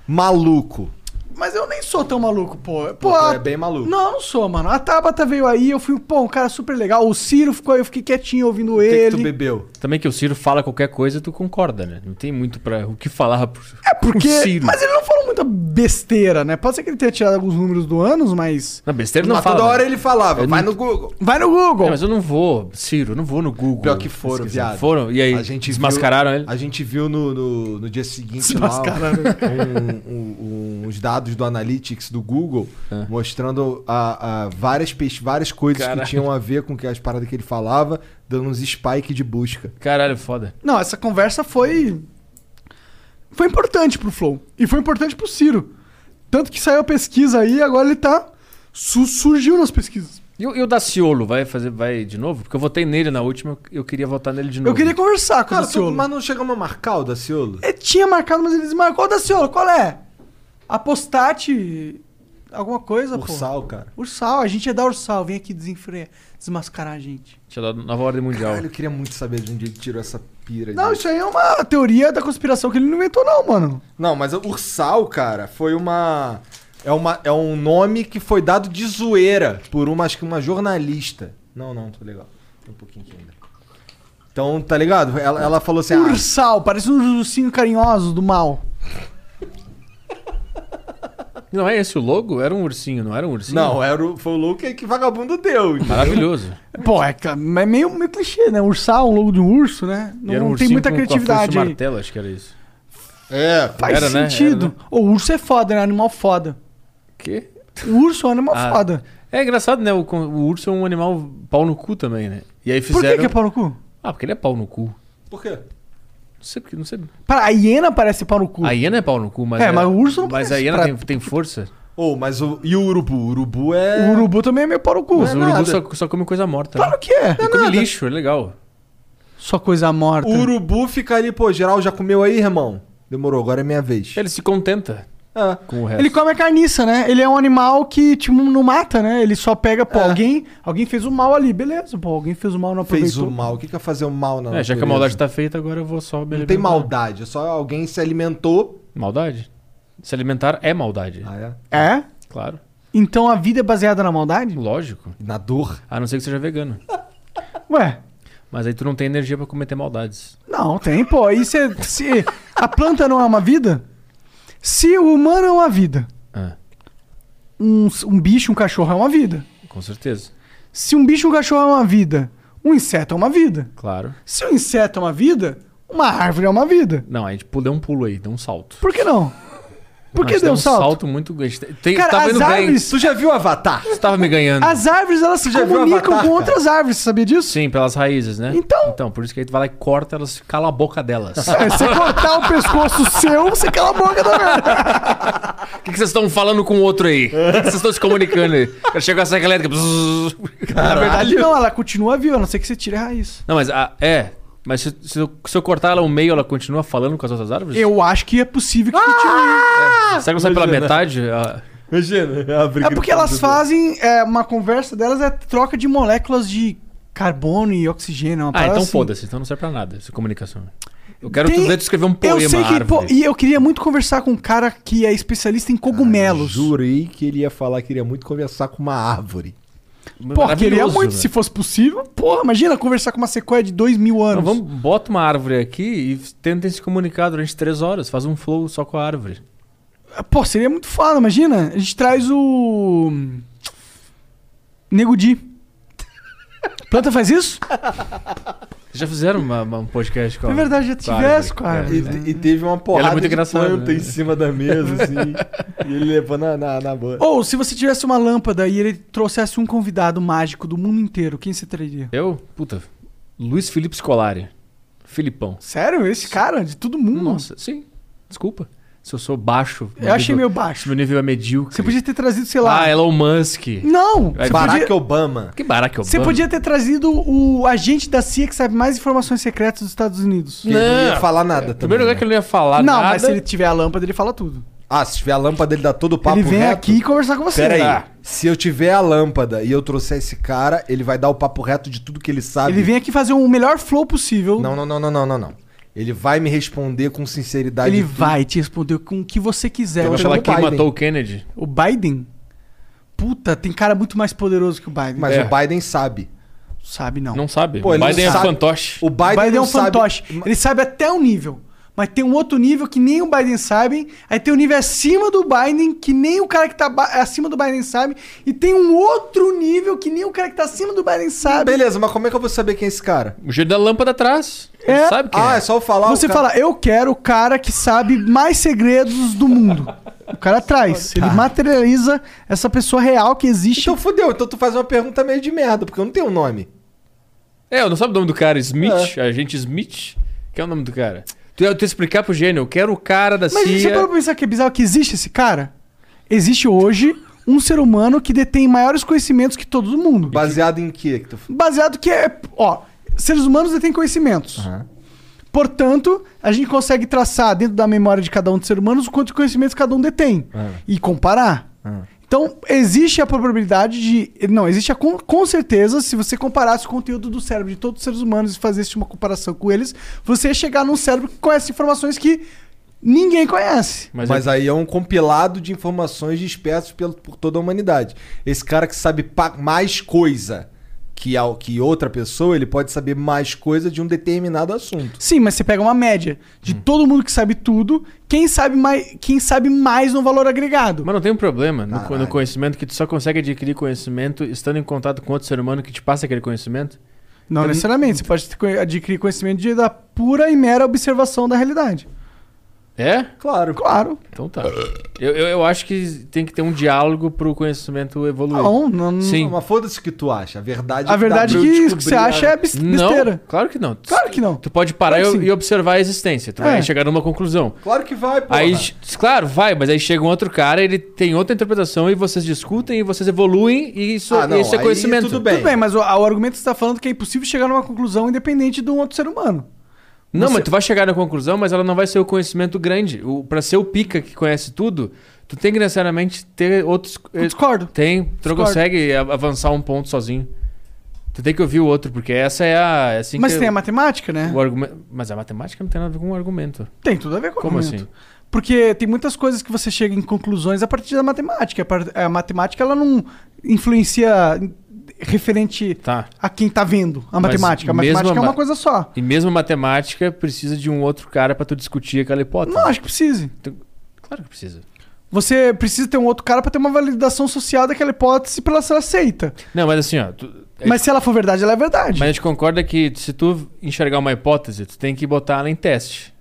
B: maluco.
C: Mas eu nem sou tão maluco, pô. Pô,
B: tu
C: a-
B: é bem maluco.
C: Não, eu não sou, mano. A Tabata veio aí, eu fui, pô, um cara super legal. O Ciro ficou aí, eu fiquei quietinho ouvindo
B: O que, que
C: ele.
B: tu bebeu?
E: Também que o Ciro fala qualquer coisa tu concorda, né? Não tem muito pra o que falar pro, é
C: Porque,
E: Ciro.
C: mas ele não falou muita besteira, né? Pode ser que ele tenha tirado alguns números do anos, mas.
E: Não, besteira ele não
B: Mas
E: fala.
B: toda hora
E: né?
B: ele falava,
E: Eu
B: vai
E: não-
B: no Google.
C: Vai no Google!
E: É, mas eu não vou, Ciro, eu não vou no Google.
B: Pior que foram,
E: Pesquisar.
B: viado.
E: Foram, e aí
B: A gente viu-
E: desmascararam ele.
B: A gente viu no, no, no dia seguinte lá
C: Desmascararam.
B: um- um- um- uns dados do Analytics do Google mostrando a, a várias, pes- várias coisas
E: Caralho.
B: que tinham a ver com que as paradas que ele falava, dando uns spike de busca.
E: Caralho, foda.
C: Não, essa conversa foi. Foi importante pro Flow. E foi importante pro Ciro. Tanto que saiu a pesquisa aí, agora ele tá. su- surgiu nas pesquisas.
E: E, o- e o Daciolo vai fazer, vai de novo? Porque eu votei nele na última, eu- eu queria votar nele de novo.
C: Eu queria conversar com o
B: Cara, tu-
C: Daciolo.
B: mas não chegamos a marcar o Daciolo?
C: Ele tinha marcado, mas ele desmarcou. Ô, Daciolo, qual é? Apostate. Alguma coisa, pô.
B: Ursal, cara.
C: Ursal, a gente é da Ursal. Vem aqui desenfrear, desmascarar a gente.
E: Tinha dado nova ordem mundial.
B: Caralho, eu queria muito saber de onde ele tirou essa pira.
C: Não,
B: de-
C: isso aí é uma teoria da conspiração que ele não inventou, não, mano.
B: Não, mas o Ursal, cara, foi uma é, uma. é um nome que foi dado de zoeira por uma, acho que uma jornalista. Não, não, tô legal. Tem um pouquinho aqui ainda. Então, tá ligado? Ela, ela falou assim. ah,
C: Ursal, parece um ursinho carinhoso do mal.
E: Não é esse o logo? Era um ursinho, não era um ursinho?
B: não, era o, foi o look que, que vagabundo deu.
C: é-
B: entendeu?
E: Maravilhoso.
C: Pô, é, ca- mas é meio, meio clichê, né? Ursal, um logo de um urso, né?
E: E
C: Não,
E: era um
C: não tem
E: ursinho
C: muita
E: com- com a
C: criatividade
E: foice e
C: aí.
E: martelo, acho que era isso.
B: É,
C: Faz
E: Era, né?
C: sentido.
E: Era,
C: O urso é foda, né? Animal foda.
E: Que?
C: O urso é um animal
E: Ah,
C: foda.
E: É engraçado, né? O, con- o urso é um animal pau no cu também, né? E aí
C: Por
E: fizeram.
C: que, que é pau no cu?
E: Ah, porque ele é pau no cu.
B: por quê?
E: Não sei porque, não sei.
C: Para, a hiena parece pau no cu.
E: A hiena é pau no cu, mas.
C: É, mas o urso não
E: Mas
C: parece
E: a hiena
C: pra-
E: tem, tem força.
B: Ou, mas o. E o urubu? O urubu é.
C: O urubu também é meio pau no cu.
E: Mas o urubu
B: nada.
E: só, só come coisa morta. né?
C: Claro que é.
E: Ele come lixo, é legal.
C: Só coisa morta.
B: O urubu fica ali, pô, geral já comeu aí, irmão? Demorou, agora é minha vez.
E: Ele se contenta
B: Ah,
E: com o resto.
C: Ele come a carniça, né? Ele é um animal que, tipo, não mata, né? Ele só pega, pô,
B: É.
C: alguém, alguém fez o mal ali, beleza, pô, alguém fez o mal, não aproveitou.
B: fez o mal. O que que é fazer o mal na
E: É, já que a
B: natureza?
E: maldade tá feita, agora eu vou só me
B: Não tem
E: alimentar.
B: maldade, é só alguém se alimentou.
E: Maldade? Se alimentar é maldade.
B: Ah, é?
C: É?
E: Claro.
C: Então a vida é baseada na maldade?
E: Lógico.
B: Na dor.
E: A não ser que seja vegano.
C: Ué,
E: Mas aí tu não tem energia pra cometer maldades.
C: não, tem, pô. Aí cê, se a planta não é uma vida, se o humano é uma vida,
E: Ah,
C: um, um bicho, um cachorro é uma vida.
E: com certeza.
C: Se um bicho, um cachorro é uma vida, Um inseto é uma vida.
E: Claro.
C: Se um inseto é uma vida, uma árvore é uma vida.
E: Não, a gente pu- deu um pulo aí, deu um salto.
C: Por que não? Por que
E: Nós
C: deu um
E: demos
C: salto?
E: muito grande. Tem,
C: Cara,
E: tá
C: as
E: vendo bem.
C: árvores-
B: Tu já viu Avatar?
E: Você tava me ganhando.
C: As árvores, elas se
B: já viu
C: comunicam
B: Avatar,
C: com
B: cara?
C: outras árvores, você sabia disso?
E: Sim, pelas raízes, né?
C: Então-
E: Então, por isso que aí tu vai lá e corta elas, cala a boca delas. O
C: É, você cortar o pescoço seu, você cala a boca da merda.
E: que, que vocês estão falando com o outro aí? O que, que vocês estão se comunicando aí? Quero chegar essa elétrica. bzzz. É
C: Na verdade, não, ela continua viva, a não ser que você tire a raiz.
E: Não, mas a- é. Mas se, se eu, se eu cortar ela ao meio, ela continua falando com as outras árvores?
C: Eu né? acho que é possível que
B: Ah!
C: continue.
E: Será que não sai pela
B: Imagina.
E: metade? Ah,
B: Imagina.
C: É porque elas fazem. é, uma conversa delas é troca de moléculas de carbono e oxigênio. uma
E: Ah,
C: parada
E: então
C: assim.
E: foda-se. Então não serve pra nada essa comunicação. Eu quero
C: Tem-
E: tu ver tu escrever um poema
C: Eu sei que, pô,
E: árvore.
C: e eu queria muito conversar com um cara que é especialista em cogumelos.
E: Ah,
B: Jurei que ele ia falar que queria muito conversar com uma árvore.
C: Pô, queria
E: Maravilhoso,
C: é muito,
E: velho.
C: se fosse possível. Porra, imagina conversar com uma sequoia de dois mil anos.
E: Então vamos, bota uma árvore aqui e tentem se comunicar durante três horas. Faz um flow só com a árvore.
C: Pô, seria muito foda, imagina. A gente traz o. Nego Di. Planta faz isso?
E: Vocês já fizeram uma- uma- um podcast com a
C: É verdade, já
E: com a
C: tivesse,
E: árvore.
C: cara.
B: E, e teve uma porrada
E: muito
B: de
E: engraçada,
B: planta
E: né?
B: em cima da mesa, assim. e ele levou na, na, na boa.
C: Ou se você tivesse uma lâmpada e ele trouxesse um convidado mágico do mundo inteiro, quem você traria?
E: Eu? Puta. Luiz Felipe Scolari. Filipão.
C: Sério? Esse cara? De todo mundo?
E: Nossa, sim. Desculpa. Se eu sou baixo. meu
C: Hum. Eu achei
E: nível-
C: meio
E: se
C: baixo.
E: Meu nível é medíocre.
C: Você podia ter trazido, sei lá.
E: Ah, Elon Musk.
C: Não!
E: Vai
C: Você
B: Barack
C: podia...
B: Obama.
E: Que Barack Obama.
C: você podia ter trazido o agente da CIA que sabe mais informações secretas dos Estados Unidos.
B: Que não
E: Não.
B: ia falar nada
E: Em
B: também.
E: primeiro lugar
B: né?
E: que ele não ia falar
C: não,
E: nada.
C: mas se ele tiver a lâmpada, ele fala tudo.
B: Ah, se tiver a lâmpada dele dá todo o papo
C: ele vem
B: reto.
C: aqui conversar com você.
B: Pera aí.
C: Ah,
B: Se eu tiver a lâmpada e eu trouxer esse cara, ele vai dar o papo reto de tudo que ele sabe.
C: Ele vem aqui fazer o melhor flow possível.
B: Não, não, não, não, não, não, não. Ele vai me responder com sinceridade.
C: Ele
B: de tudo.
C: vai te responder com o que você quiser.
E: Eu
B: Eu
E: vou
B: acho
E: falar
B: que
E: quem
B: Biden.
E: matou o Kennedy.
C: O Biden? Puta, tem cara muito mais poderoso que o Biden.
B: Mas
E: É.
B: o Biden sabe.
C: Sabe não.
E: Não sabe.
B: Pô,
E: o
B: ele não
E: Biden é
B: sabe.
E: fantoche.
B: O
C: O
B: Biden,
C: Biden, é
B: não
C: um
B: sabe-
C: fantoche. Ele sabe até um nível. Mas tem um outro nível que nem o Biden sabe. Aí tem um nível acima do Biden que nem o cara que tá ba- acima do Biden sabe. E tem um outro nível que nem o cara que tá acima do Biden sabe.
B: Beleza, mas como é que eu vou saber quem é esse cara?
E: O jeito da lâmpada atrás.
C: É.
E: Ele Sabe quem
B: ah,
E: é.
B: é só eu falar.
C: Você
B: o cara-
C: fala, eu quero o cara que sabe mais segredos do mundo. O cara traz. Ele materializa essa pessoa real que existe.
B: tá. Então fodeu, então tu faz uma pergunta meio de merda, porque eu não tenho um nome.
E: É, eu não sabe o nome do cara. Smith,
C: É.
E: agente Smith. Que é o nome do cara. Tu ia tu ia explicar pro gênio. Eu quero o cara da
C: Mas você
E: CIA.
C: parou pra pensar que é bizarro que existe esse cara? Existe hoje um ser humano que detém maiores conhecimentos que todo mundo.
B: Baseado em quê? Que tu...
C: Baseado que é. Ó, seres humanos detêm conhecimentos. Portanto, a gente consegue traçar dentro da memória de cada um dos seres humanos o quanto de conhecimentos cada um detém. E comparar. Então, existe a probabilidade de. Não, existe a com, com certeza, se você comparasse o conteúdo do cérebro de todos os seres humanos e fizesse uma comparação com eles, você ia chegar num cérebro que conhece informações que ninguém conhece.
E: Mas,
B: Mas,
E: é-
B: aí é um compilado de informações dispersas pelo- por toda a humanidade. Esse cara que sabe pa- mais coisa que, ao- que outra pessoa, ele pode saber mais coisa de um determinado assunto.
C: Sim, mas você pega uma média de todo mundo que sabe tudo, quem sabe mais, quem sabe mais no valor agregado.
E: mas não tem um problema no, co- no
B: Caralho.
E: conhecimento que tu só consegue adquirir conhecimento estando em contato com outro ser humano que te passa aquele conhecimento.
C: Não necessariamente, você pode ter- adquirir conhecimento de, da pura e mera observação da realidade.
E: É?
B: Claro.
C: Claro.
E: Então tá. Eu, eu, eu acho que tem que ter um diálogo pro conhecimento evoluir.
C: Não, não-
E: Sim.
B: Mas foda-se o que tu acha. A verdade
C: assim? A
B: dá
C: verdade é
B: pra eu
C: que isso
B: descobrir
C: que você
B: a-
C: acha é bis-
E: Não,
C: besteira.
E: claro que não. Tu-
C: Claro que não.
E: Tu pode parar
C: Claro que
E: e,
C: sim.
E: e observar a existência. Tu
C: É.
E: vai chegar numa conclusão.
B: Claro que vai, pô.
E: Aí, ch- claro, vai, mas aí chega um outro cara, ele tem outra interpretação e vocês discutem e vocês evoluem e isso,
B: Ah, não,
E: isso é
B: aí
E: conhecimento.
B: tudo bem.
C: Tudo bem, mas o, o argumento que você está falando é que é impossível chegar numa conclusão independente de um outro ser humano.
E: Não, mas tu vai chegar na conclusão, mas ela não vai ser o conhecimento grande. O, pra ser o pica que conhece tudo, tu tem que necessariamente ter outros. eh,
C: Eu discordo.
E: Tem, tu não
C: Discordo.
E: consegue a- avançar um ponto sozinho. Tu tem que ouvir o outro, porque essa é a. é assim
C: mas
E: que
C: tem a matemática, né?
E: o argumento. Mas a matemática não tem nada a ver com o argumento.
C: Tem tudo a ver com o
E: Como
C: argumento.
E: assim?
C: Porque tem muitas coisas que você chega em conclusões a partir da matemática. A par- A matemática ela não influencia referente
E: Tá.
C: a quem tá vendo a
E: Mas
C: matemática. A
E: mesmo
C: matemática
E: a
C: é uma
E: ma-
C: coisa só.
E: E mesmo a matemática precisa de um outro cara pra tu discutir aquela hipótese.
C: Não acho que precise.
E: Claro que precisa.
C: Você precisa ter um outro cara pra ter uma validação social daquela hipótese pra ela ser aceita.
E: Não, mas assim, ó, tu-
C: Mas se ela for verdade, ela é verdade.
E: Mas a gente concorda que se tu enxergar uma hipótese, tu tem que botar ela em teste.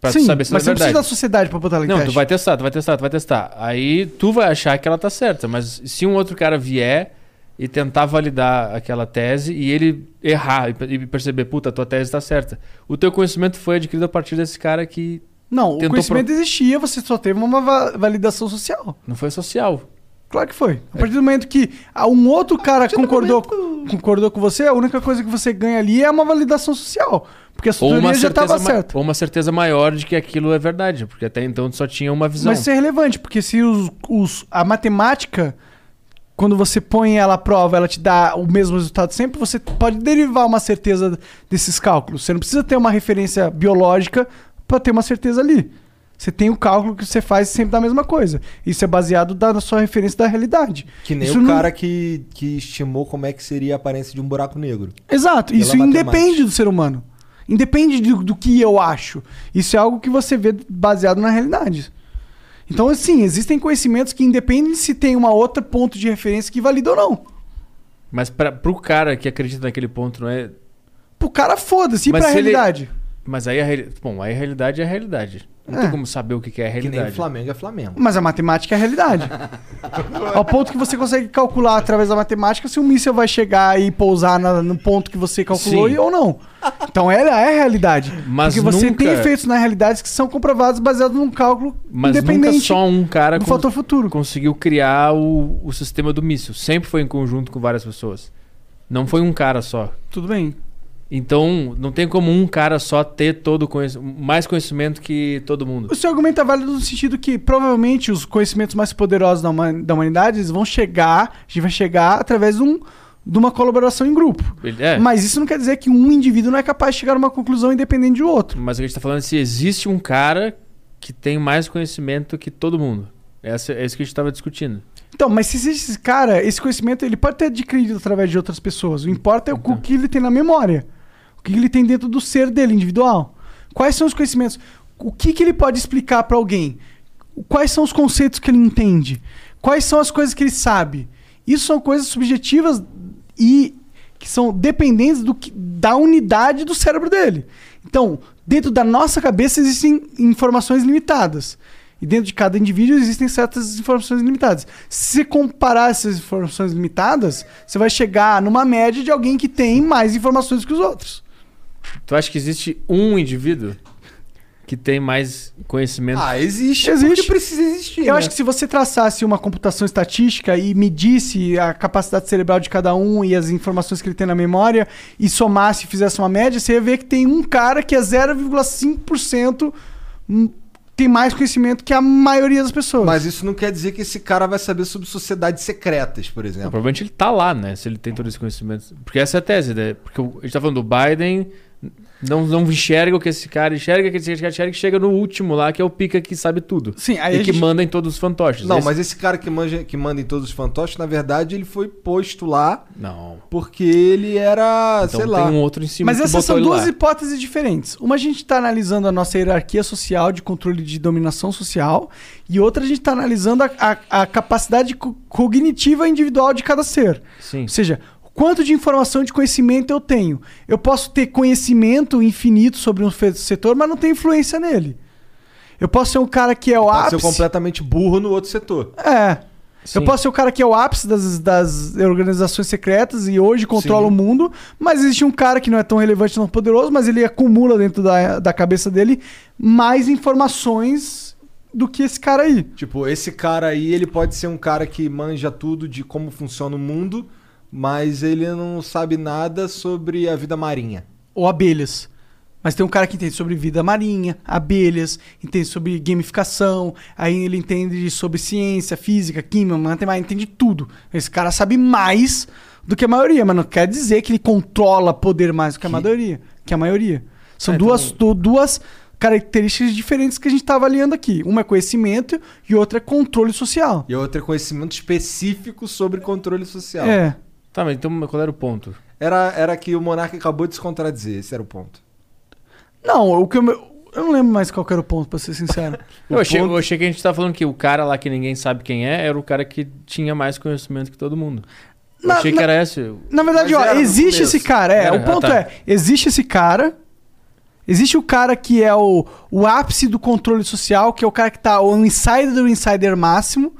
E: Pra tu
C: Sim,
E: saber se
C: mas
E: ela é
C: você não precisa da
E: verdade.
C: sociedade pra botar ela em
E: Não,
C: teste.
E: tu vai testar, tu vai testar, tu vai testar. Aí tu vai achar que ela tá certa, mas se um outro cara vier e tentar validar aquela tese e ele errar e pe- e perceber, puta, tua tese tá certa. O teu conhecimento foi adquirido a partir desse cara que
C: Não, o
E: Tentou
C: conhecimento existia, você só teve uma va- validação social.
E: não foi social.
C: Claro que foi.
E: É.
C: A partir do momento que ah, um outro cara concordou, concordou com você, a única coisa que você ganha ali é uma validação social. Porque a sua
E: Ou uma,
C: teoria já
E: certeza
C: estava
E: ma-
C: certa.
E: ou uma certeza maior de que aquilo é verdade, porque até então tu só tinha uma visão.
C: Mas isso é relevante, porque se os, os- a matemática, quando você põe ela à prova, ela te dá o mesmo resultado sempre, você pode derivar uma certeza desses cálculos. Você não precisa ter uma referência biológica para ter uma certeza ali. Você tem o cálculo que você faz sempre da mesma coisa. Isso é baseado da- na sua referência da realidade.
B: Que nem
C: Isso
B: o
C: não-
B: cara que, que estimou como é que seria a aparência de um buraco negro.
C: Exato, isso
B: Pela
C: independe
B: matemática.
C: do ser humano. Independe do, do que eu acho. Isso é algo que você vê baseado na realidade. Então, assim, existem conhecimentos que independem se tem uma outra ponto de referência que valida ou não.
E: Mas pra, pro cara que acredita naquele ponto, não é.
C: Pro cara, foda-se, e
E: Mas
C: pra
E: se ele-
C: realidade.
E: Mas aí a, reali- Bom, aí a realidade é a realidade. Não
C: É.
E: tem como saber o que que é a
B: Que
E: realidade.
B: nem Flamengo é Flamengo.
C: Mas a matemática é a realidade. Ao ponto que você consegue calcular através da matemática se um míssil vai chegar e pousar na- no ponto que você calculou
E: Sim.
C: e- ou não. Então ela é a realidade.
E: Mas
C: Porque você
E: nunca-
C: tem efeitos na realidade que são comprovados baseados num cálculo
E: Mas nunca
C: independente
E: só um cara
C: do
E: cons-
C: fator futuro.
E: conseguiu criar o, o sistema do míssil. Sempre foi em conjunto com várias pessoas. Não foi um cara só.
C: Tudo bem.
E: Então, não tem como um cara só ter todo o conhec- mais conhecimento que todo mundo.
C: O seu argumento é válido no sentido que provavelmente os conhecimentos mais poderosos da, huma- da humanidade eles vão chegar, a gente vai chegar através de, um- de uma colaboração em grupo.
E: Ele- é.
C: Mas isso não quer dizer que um indivíduo não é capaz de chegar a uma conclusão independente do outro.
E: Mas o que a gente tá falando é se existe um cara que tem mais conhecimento que todo mundo. Essa, é isso que a gente tava discutindo.
C: Então, mas se existe esse cara, esse conhecimento ele pode ter adquirido através de outras pessoas. O que importa é o que ele tem na memória. O que ele tem dentro do ser dele, individual. Quais são os conhecimentos? O que, que ele pode explicar pra alguém? Quais são os conceitos que ele entende? Quais são as coisas que ele sabe? Isso são coisas subjetivas e que são dependentes do que- da unidade do cérebro dele. Então, dentro da nossa cabeça existem informações limitadas. E dentro de cada indivíduo existem certas informações limitadas. Se você comparar essas informações limitadas, você vai chegar numa média de alguém que tem mais informações que os outros.
E: Tu acha que existe um indivíduo que tem mais conhecimento?
B: Ah, existe.
C: Existe.
B: Porque precisa existir.
C: Eu
B: né?
C: acho que se você traçasse uma computação estatística e medisse a capacidade cerebral de cada um e as informações que ele tem na memória e somasse e fizesse uma média, você ia ver que tem um cara que é 0,5% hum, tem mais conhecimento que a maioria das pessoas.
B: Mas isso não quer dizer que esse cara vai saber sobre sociedades secretas, por
E: Não,
B: exemplo.
E: provavelmente ele tá lá, né? Se ele tem todo esse conhecimento. Porque essa é a tese, né? Porque o- a gente tá falando do Biden, não, não enxerga o que esse cara enxerga, o que esse cara enxerga, e chega no último lá, que é o pica que sabe tudo.
C: Sim, aí a
E: e que
C: gente-
E: manda em todos os fantoches.
B: Não,
E: Esse-
B: mas esse cara que, manja, que manda em todos os fantoches, na verdade, ele foi posto lá
E: Não.
B: porque ele era,
E: Então
B: sei
E: tem
B: lá.
E: um outro em cima
C: Mas
E: que
C: essas
E: botou
C: são
E: ele
C: duas
E: lá.
C: hipóteses diferentes. Uma a gente está analisando a nossa hierarquia social de controle de dominação social e outra a gente está analisando a, a- a capacidade co- cognitiva individual de cada ser.
E: Sim.
C: Ou seja, quanto de informação de conhecimento eu tenho? Eu posso ter conhecimento infinito sobre um fe- setor, mas não ter influência nele. Eu posso ser um cara que é o
B: Pode ser
C: ápice.
B: completamente burro no outro setor.
C: É. Eu
E: Sim.
C: posso ser o cara que é o ápice das, das organizações secretas e hoje controla o mundo, mas existe um cara que não é tão relevante, tão poderoso, mas ele acumula dentro da, da cabeça dele mais informações do que esse cara aí.
B: Tipo, esse cara aí, ele pode ser um cara que manja tudo de como funciona o mundo, mas ele não sabe nada sobre a vida marinha.
C: Ou abelhas. Mas tem um cara que entende sobre vida marinha, abelhas, entende sobre gamificação, aí ele entende sobre ciência, física, química, matemática, entende tudo. Esse cara sabe mais do que a maioria, mas não quer dizer que ele controla poder mais do que a maioria. Que a maioria. São duas, du- duas características diferentes que a gente está avaliando aqui. Uma é conhecimento e outra é controle social.
B: E outro é conhecimento específico sobre controle social.
C: É.
E: Tá, mas então qual era o ponto?
B: Era, era que o Monarca acabou de se contradizer, esse era o ponto.
C: Não, o que eu, me- eu não lembro mais qual que era o ponto, pra ser sincero.
E: Eu achei, eu achei que a gente tava falando que o cara lá que ninguém sabe quem é era o cara que tinha mais conhecimento que todo mundo. Eu achei que era esse. o-
C: Na verdade,
B: Mas
C: ó,
B: era no
C: existe
B: começo.
C: esse cara. É,
E: Era,
C: o ponto
E: ah, tá.
C: é, existe esse cara. Existe o cara que é o, o ápice do controle social, que é o cara que tá o insider do insider máximo.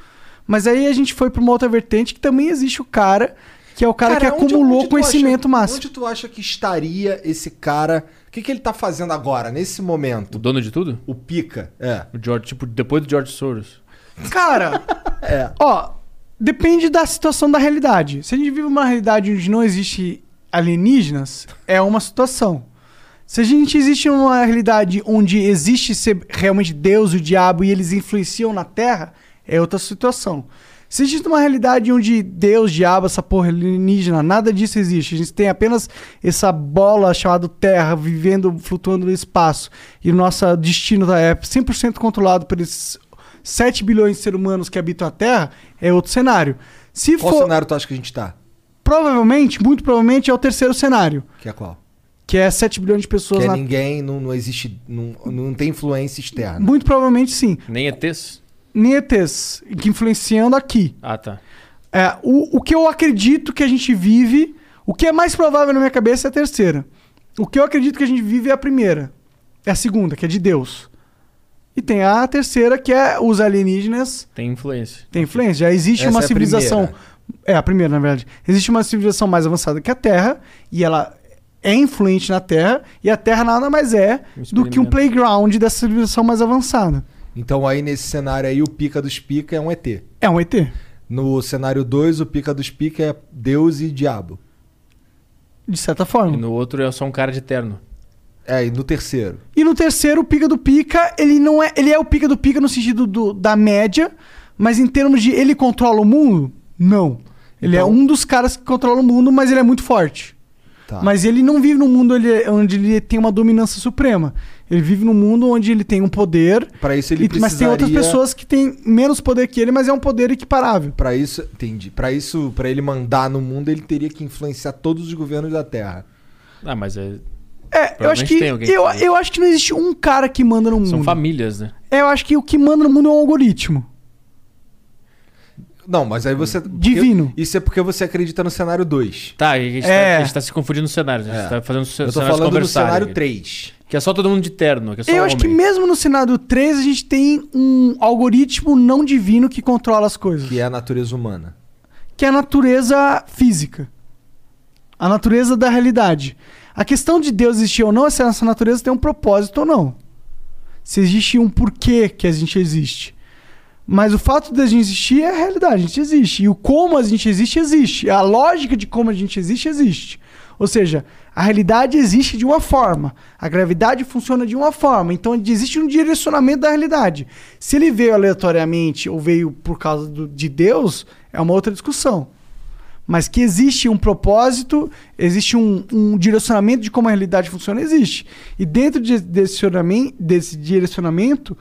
C: Mas aí a gente foi pra uma outra vertente que também existe o cara, que é o cara, que
B: onde-
C: acumulou
B: onde tu
C: conhecimento
B: acha-
C: máximo.
B: Onde tu acha que estaria esse cara? O que, que ele tá fazendo agora, nesse
E: O
B: momento?
E: dono de tudo?
B: O pica. É.
E: O George, tipo, depois do George Soros.
C: Cara, É. ó, depende da situação da realidade. Se a gente vive uma realidade onde não existe alienígenas, é uma situação. Se a gente existe uma realidade onde existe ser realmente Deus e o diabo e eles influenciam na Terra, é outra situação. Se existe uma realidade onde Deus, diabo, essa porra alienígena, nada disso existe. A gente tem apenas essa bola chamada Terra vivendo, flutuando no espaço. E o nosso destino é 100% controlado por esses 7 bilhões de seres humanos que habitam a Terra, é outro cenário. Se
B: Qual
C: for,
B: cenário tu acha que a gente tá?
C: provavelmente, muito provavelmente, é o terceiro cenário.
B: Que é qual?
C: Que é 7 bilhões de pessoas
B: Que é
C: na
B: ninguém, não, não existe, não, não tem influência externa.
C: Muito provavelmente sim.
E: Nem ETs?
C: Nem ETs, que influenciando aqui.
E: Ah, tá.
C: É, o, o que eu acredito que a gente vive, o que é mais provável na minha cabeça é a terceira. O que eu acredito que a gente vive é a primeira. É a segunda, que é de Deus. E tem a terceira, que é os alienígenas
E: Tem influência.
C: Tem influência. Já existe
B: Essa
C: uma
B: é a
C: civilização.
B: primeira.
C: É a primeira, na verdade. Existe uma civilização mais avançada que a Terra, e ela é influente na Terra, e a Terra nada mais é do que um
E: experimento.
C: playground dessa civilização mais avançada.
B: Então aí nesse cenário aí o pica dos pica é um ET.
C: É um ET.
B: No cenário 2, o pica dos pica é Deus e diabo.
C: De certa forma.
E: E
C: E no,
E: no outro é só um cara de terno.
B: É, e no terceiro.
C: terceiro, o pica do pica, ele não é. Ele é o pica do pica no sentido do- da média, mas em termos de ele controla o mundo, não. Ele
B: Então-
C: é um dos caras que controla o mundo, mas ele é muito forte.
B: Tá.
C: Mas ele não vive num mundo ele- onde ele tem uma dominância suprema. Ele vive num mundo onde ele tem um poder.
B: Pra isso ele
C: e- Mas tem outras
B: precisaria-
C: pessoas que têm menos poder que ele, mas é um poder equiparável.
B: Pra isso, entendi. Pra isso, para ele mandar no mundo, ele teria que influenciar todos os governos da Terra.
E: Ah, mas é-
C: É, eu acho
E: Provavelmente
C: que.
E: tem alguém que
C: Eu,
E: faz isso.
C: eu acho que não existe um cara que manda no mundo.
E: são
B: Hum.
E: famílias, né?
C: É, Eu acho que o que manda no mundo é um algoritmo.
B: Não, mas aí você
C: Divino.
B: porque- isso é porque você acredita no cenário 2.
E: Tá, a gente,
C: É.
E: tá, a gente tá se confundindo nos cenários. A gente
B: É.
E: tá fazendo ce-
B: Eu tô
E: cenários
B: falando do
E: conversarem
B: cenário
E: aqui.
B: 3.
E: Que é só todo mundo de terno. Que é só
C: eu
E: homem.
C: acho que mesmo no cenário 3 a gente tem um algoritmo não divino que controla as coisas.
B: Que é a natureza humana.
C: que é a natureza física. A natureza da realidade. A questão de Deus existir ou não é se essa natureza tem um propósito ou não. Se existe um porquê que a gente existe. Mas o fato de a gente existir é a realidade, a gente existe. E o como a gente existe, existe. A lógica de como a gente existe, existe. Ou seja, a realidade existe de uma forma. A gravidade funciona de uma forma. Então existe um direcionamento da realidade. Se ele veio aleatoriamente ou veio por causa do- de Deus, é uma outra discussão. Mas que existe um propósito, existe um, um direcionamento de como a realidade funciona, existe. E dentro de- desse, direcionamen- desse direcionamento,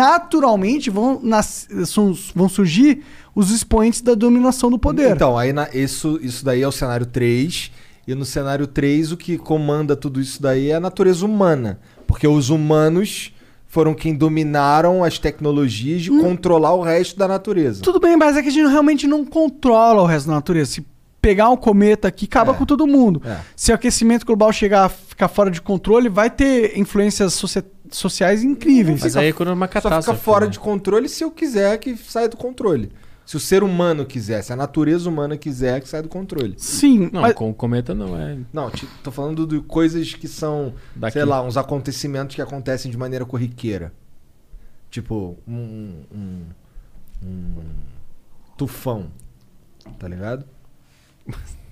C: naturalmente vão, nas- são- vão surgir os expoentes da dominação do poder.
B: Então, aí na- isso, isso daí é o cenário 3. E no cenário 3, o que comanda tudo isso daí é a natureza humana. Porque os humanos foram quem dominaram as tecnologias de controlar o resto da natureza.
C: Hum. Tudo bem, mas é que a gente realmente não controla o resto da natureza. Se pegar um cometa aqui, acaba com todo mundo.
B: É.
C: Se o aquecimento global chegar a ficar fora de controle, vai ter influências socia- sociais incríveis.
E: Mas aí é quando é uma
B: Só
E: catástrofe.
B: fica fora
E: né?
B: de controle se eu quiser que saia do controle. Se o ser humano quiser, se a natureza humana quiser que saia do controle.
C: Sim,
E: Não,
C: mas-
E: com o cometa não é.
B: Não, te- tô falando de coisas que são,
E: Daqui.
B: sei lá, uns acontecimentos que acontecem de maneira corriqueira. Tipo, um, um, um tufão. Tá ligado?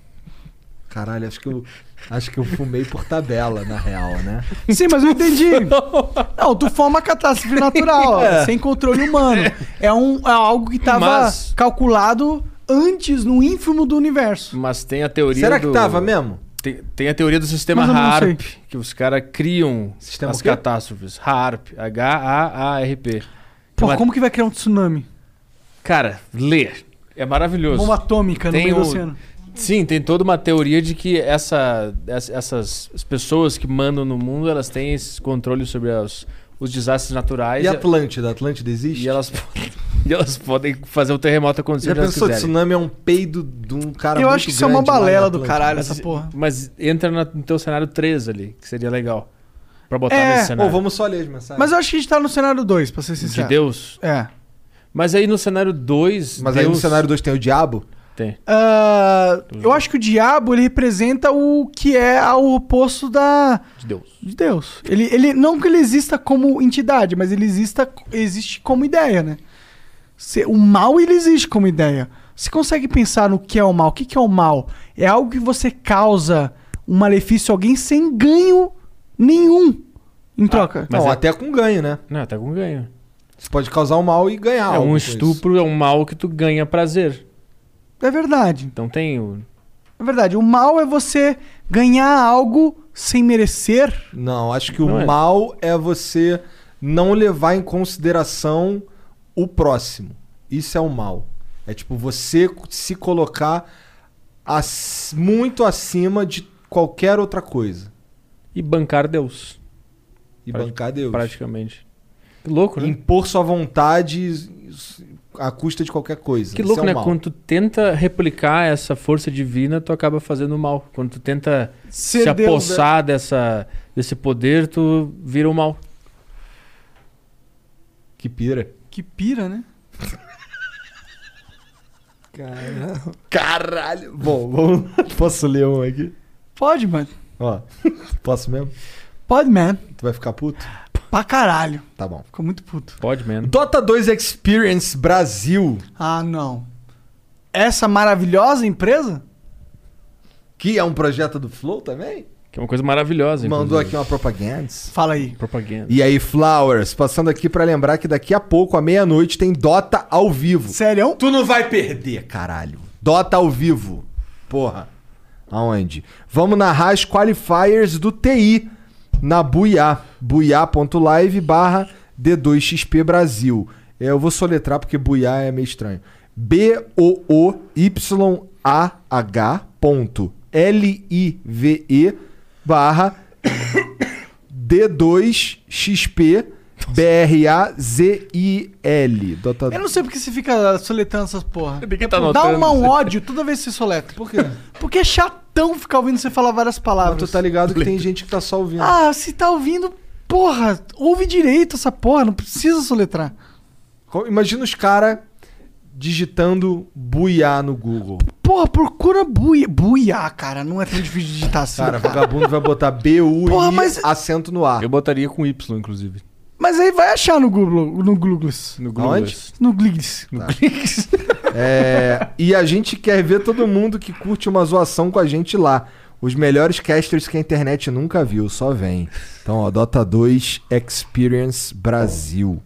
B: Caralho, acho que eu acho que eu fumei por tabela, na real, né?
C: Sim, mas eu entendi. Não, o tufão é uma catástrofe natural, ó, sem controle humano. É, um, é algo que estava
E: Mas-
C: calculado antes no ínfimo do universo.
E: Mas tem a teoria.
B: Será que
E: do-
B: tava mesmo?
E: Tem, tem a teoria do sistema
C: Mas eu não
E: HARP, que os caras criam
B: Sistema
E: as
B: o quê?
E: catástrofes. HARP, H-A-A-R-P.
C: Pô,
E: Uma-
C: como que vai criar um tsunami?
E: Cara, lê. É maravilhoso.
C: Bomba atômica no
E: Tem
C: meio do
E: um-
C: oceano.
E: Sim, tem toda uma teoria de que essa, ess- essas pessoas que mandam no mundo, elas têm esse controle sobre as- os desastres naturais.
B: E Atlântida? Atlântida existe?
E: e elas E elas podem fazer o terremoto acontecer.
B: Já
E: onde elas
B: pensou que
E: quiserem.
B: tsunami é um peido de um cara
C: eu
B: muito
C: acho que isso é uma
B: grande lá no
C: balela do
B: Atlântico?
C: caralho,
E: Mas-
C: essa porra.
E: Mas entra na- no teu cenário 3 ali, que seria legal. Pra botar
C: É,
E: nesse
B: Pô,
E: cenário.
B: vamos só ler as mensagens.
C: Mas eu acho que a gente tá no cenário 2, pra ser
E: De
C: sincero.
E: Deus.
C: É.
E: Mas aí no cenário 2.
B: Mas
E: Deus...
B: aí no cenário 2 tem o diabo?
E: Tem.
C: Ah, eu acho que o diabo ele representa o que é ao oposto da
E: De Deus.
C: de Deus. Ele, ele não que ele exista como entidade, mas ele exista existe como ideia, né? Se- o mal ele existe como ideia. Você consegue pensar no que é o mal? O que, que é o mal? É algo que você causa um malefício a alguém sem ganho nenhum em troca.
E: Mas
B: não,
E: é-
B: até com ganho, né?
E: Não, tá com ganho.
B: Você pode causar o mal e ganhar
E: é
B: algo
E: um
B: com
E: estupro, é um mal que tu ganha prazer.
C: É verdade.
E: Então tem o.
C: É verdade. O mal é você ganhar algo sem merecer.
B: isso. Não, acho que
E: Não
B: o
E: é.
B: mal é você não levar em consideração o próximo. Isso é o mal. É tipo você se colocar ac- muito acima de qualquer outra coisa.
E: E bancar Deus,
B: E
E: Prati-
B: bancar Deus.
E: praticamente. Que louco, né?
B: Impor sua vontade s- à custa de qualquer coisa.
E: Que
B: Isso
E: louco,
B: é o
E: né?
B: mal.
E: Quando tu tenta replicar essa força divina, tu acaba fazendo mal. Quando tu tenta se
C: Cedeu, né?
E: apossar dessa, desse poder, tu vira o mal.
B: Que pira.
C: Que pira, né?
B: Caralho! Bom, vamos... posso ler um aqui?
C: Pode, mano.
B: Ó, posso mesmo?
C: Pode, man.
B: Tu vai ficar puto?
C: Pra caralho.
B: Tá bom.
C: Ficou muito puto.
E: Pode, mesmo.
B: Dota 2 Experience Brasil,
C: Ah, não. Essa maravilhosa empresa?
B: que é um projeto do Flow também,
E: Que é uma coisa maravilhosa.
B: mandou aqui
E: inclusive.
B: uma propaganda.
C: Fala aí.
E: Propaganda.
B: E aí, Flowers, passando aqui pra lembrar que daqui a pouco, à meia-noite, tem Dota ao vivo.
C: Sério?
B: Tu não vai perder, caralho. Dota ao vivo. Porra. Aonde? Vamos narrar as qualifiers do TI na Buiá. buiá.live barra D2XP Brasil. É, Eu vou soletrar porque Buiá é meio estranho. B-O-O-Y-A-H ponto L-I-V-E barra D2XP B-R-A-Z-I-L. Dota
C: Eu não sei porque você fica soletrando essas porra.
E: que tá
C: Dá
E: anotando
C: uma um
E: isso?
C: ódio toda vez que você soletra.
B: Por quê?
C: Porque é chatão ficar ouvindo você falar várias
B: Mas tu
C: palavras.
B: tá ligado que tem gente que tá só ouvindo.
C: Ah, se tá ouvindo, porra, ouve direito essa porra, não precisa soletrar.
B: Co- Imagina os caras digitando buiá no Google.
C: Porra, procura buia. Buia, cara, não é tão difícil de digitar assim.
B: Cara, vagabundo vai botar B-U
C: Porra,
B: e
C: mas-
B: acento no A.
E: Eu botaria com Y, inclusive.
C: Mas aí vai achar no Google, no Google.
E: No
B: Aonde?
E: Google.
C: No Gliggs.
B: Tá. É, e a gente quer ver todo mundo que curte uma zoação com a gente lá. Os melhores casters que a internet nunca viu, só vem. Então, ó, Dota 2 Experience Brasil.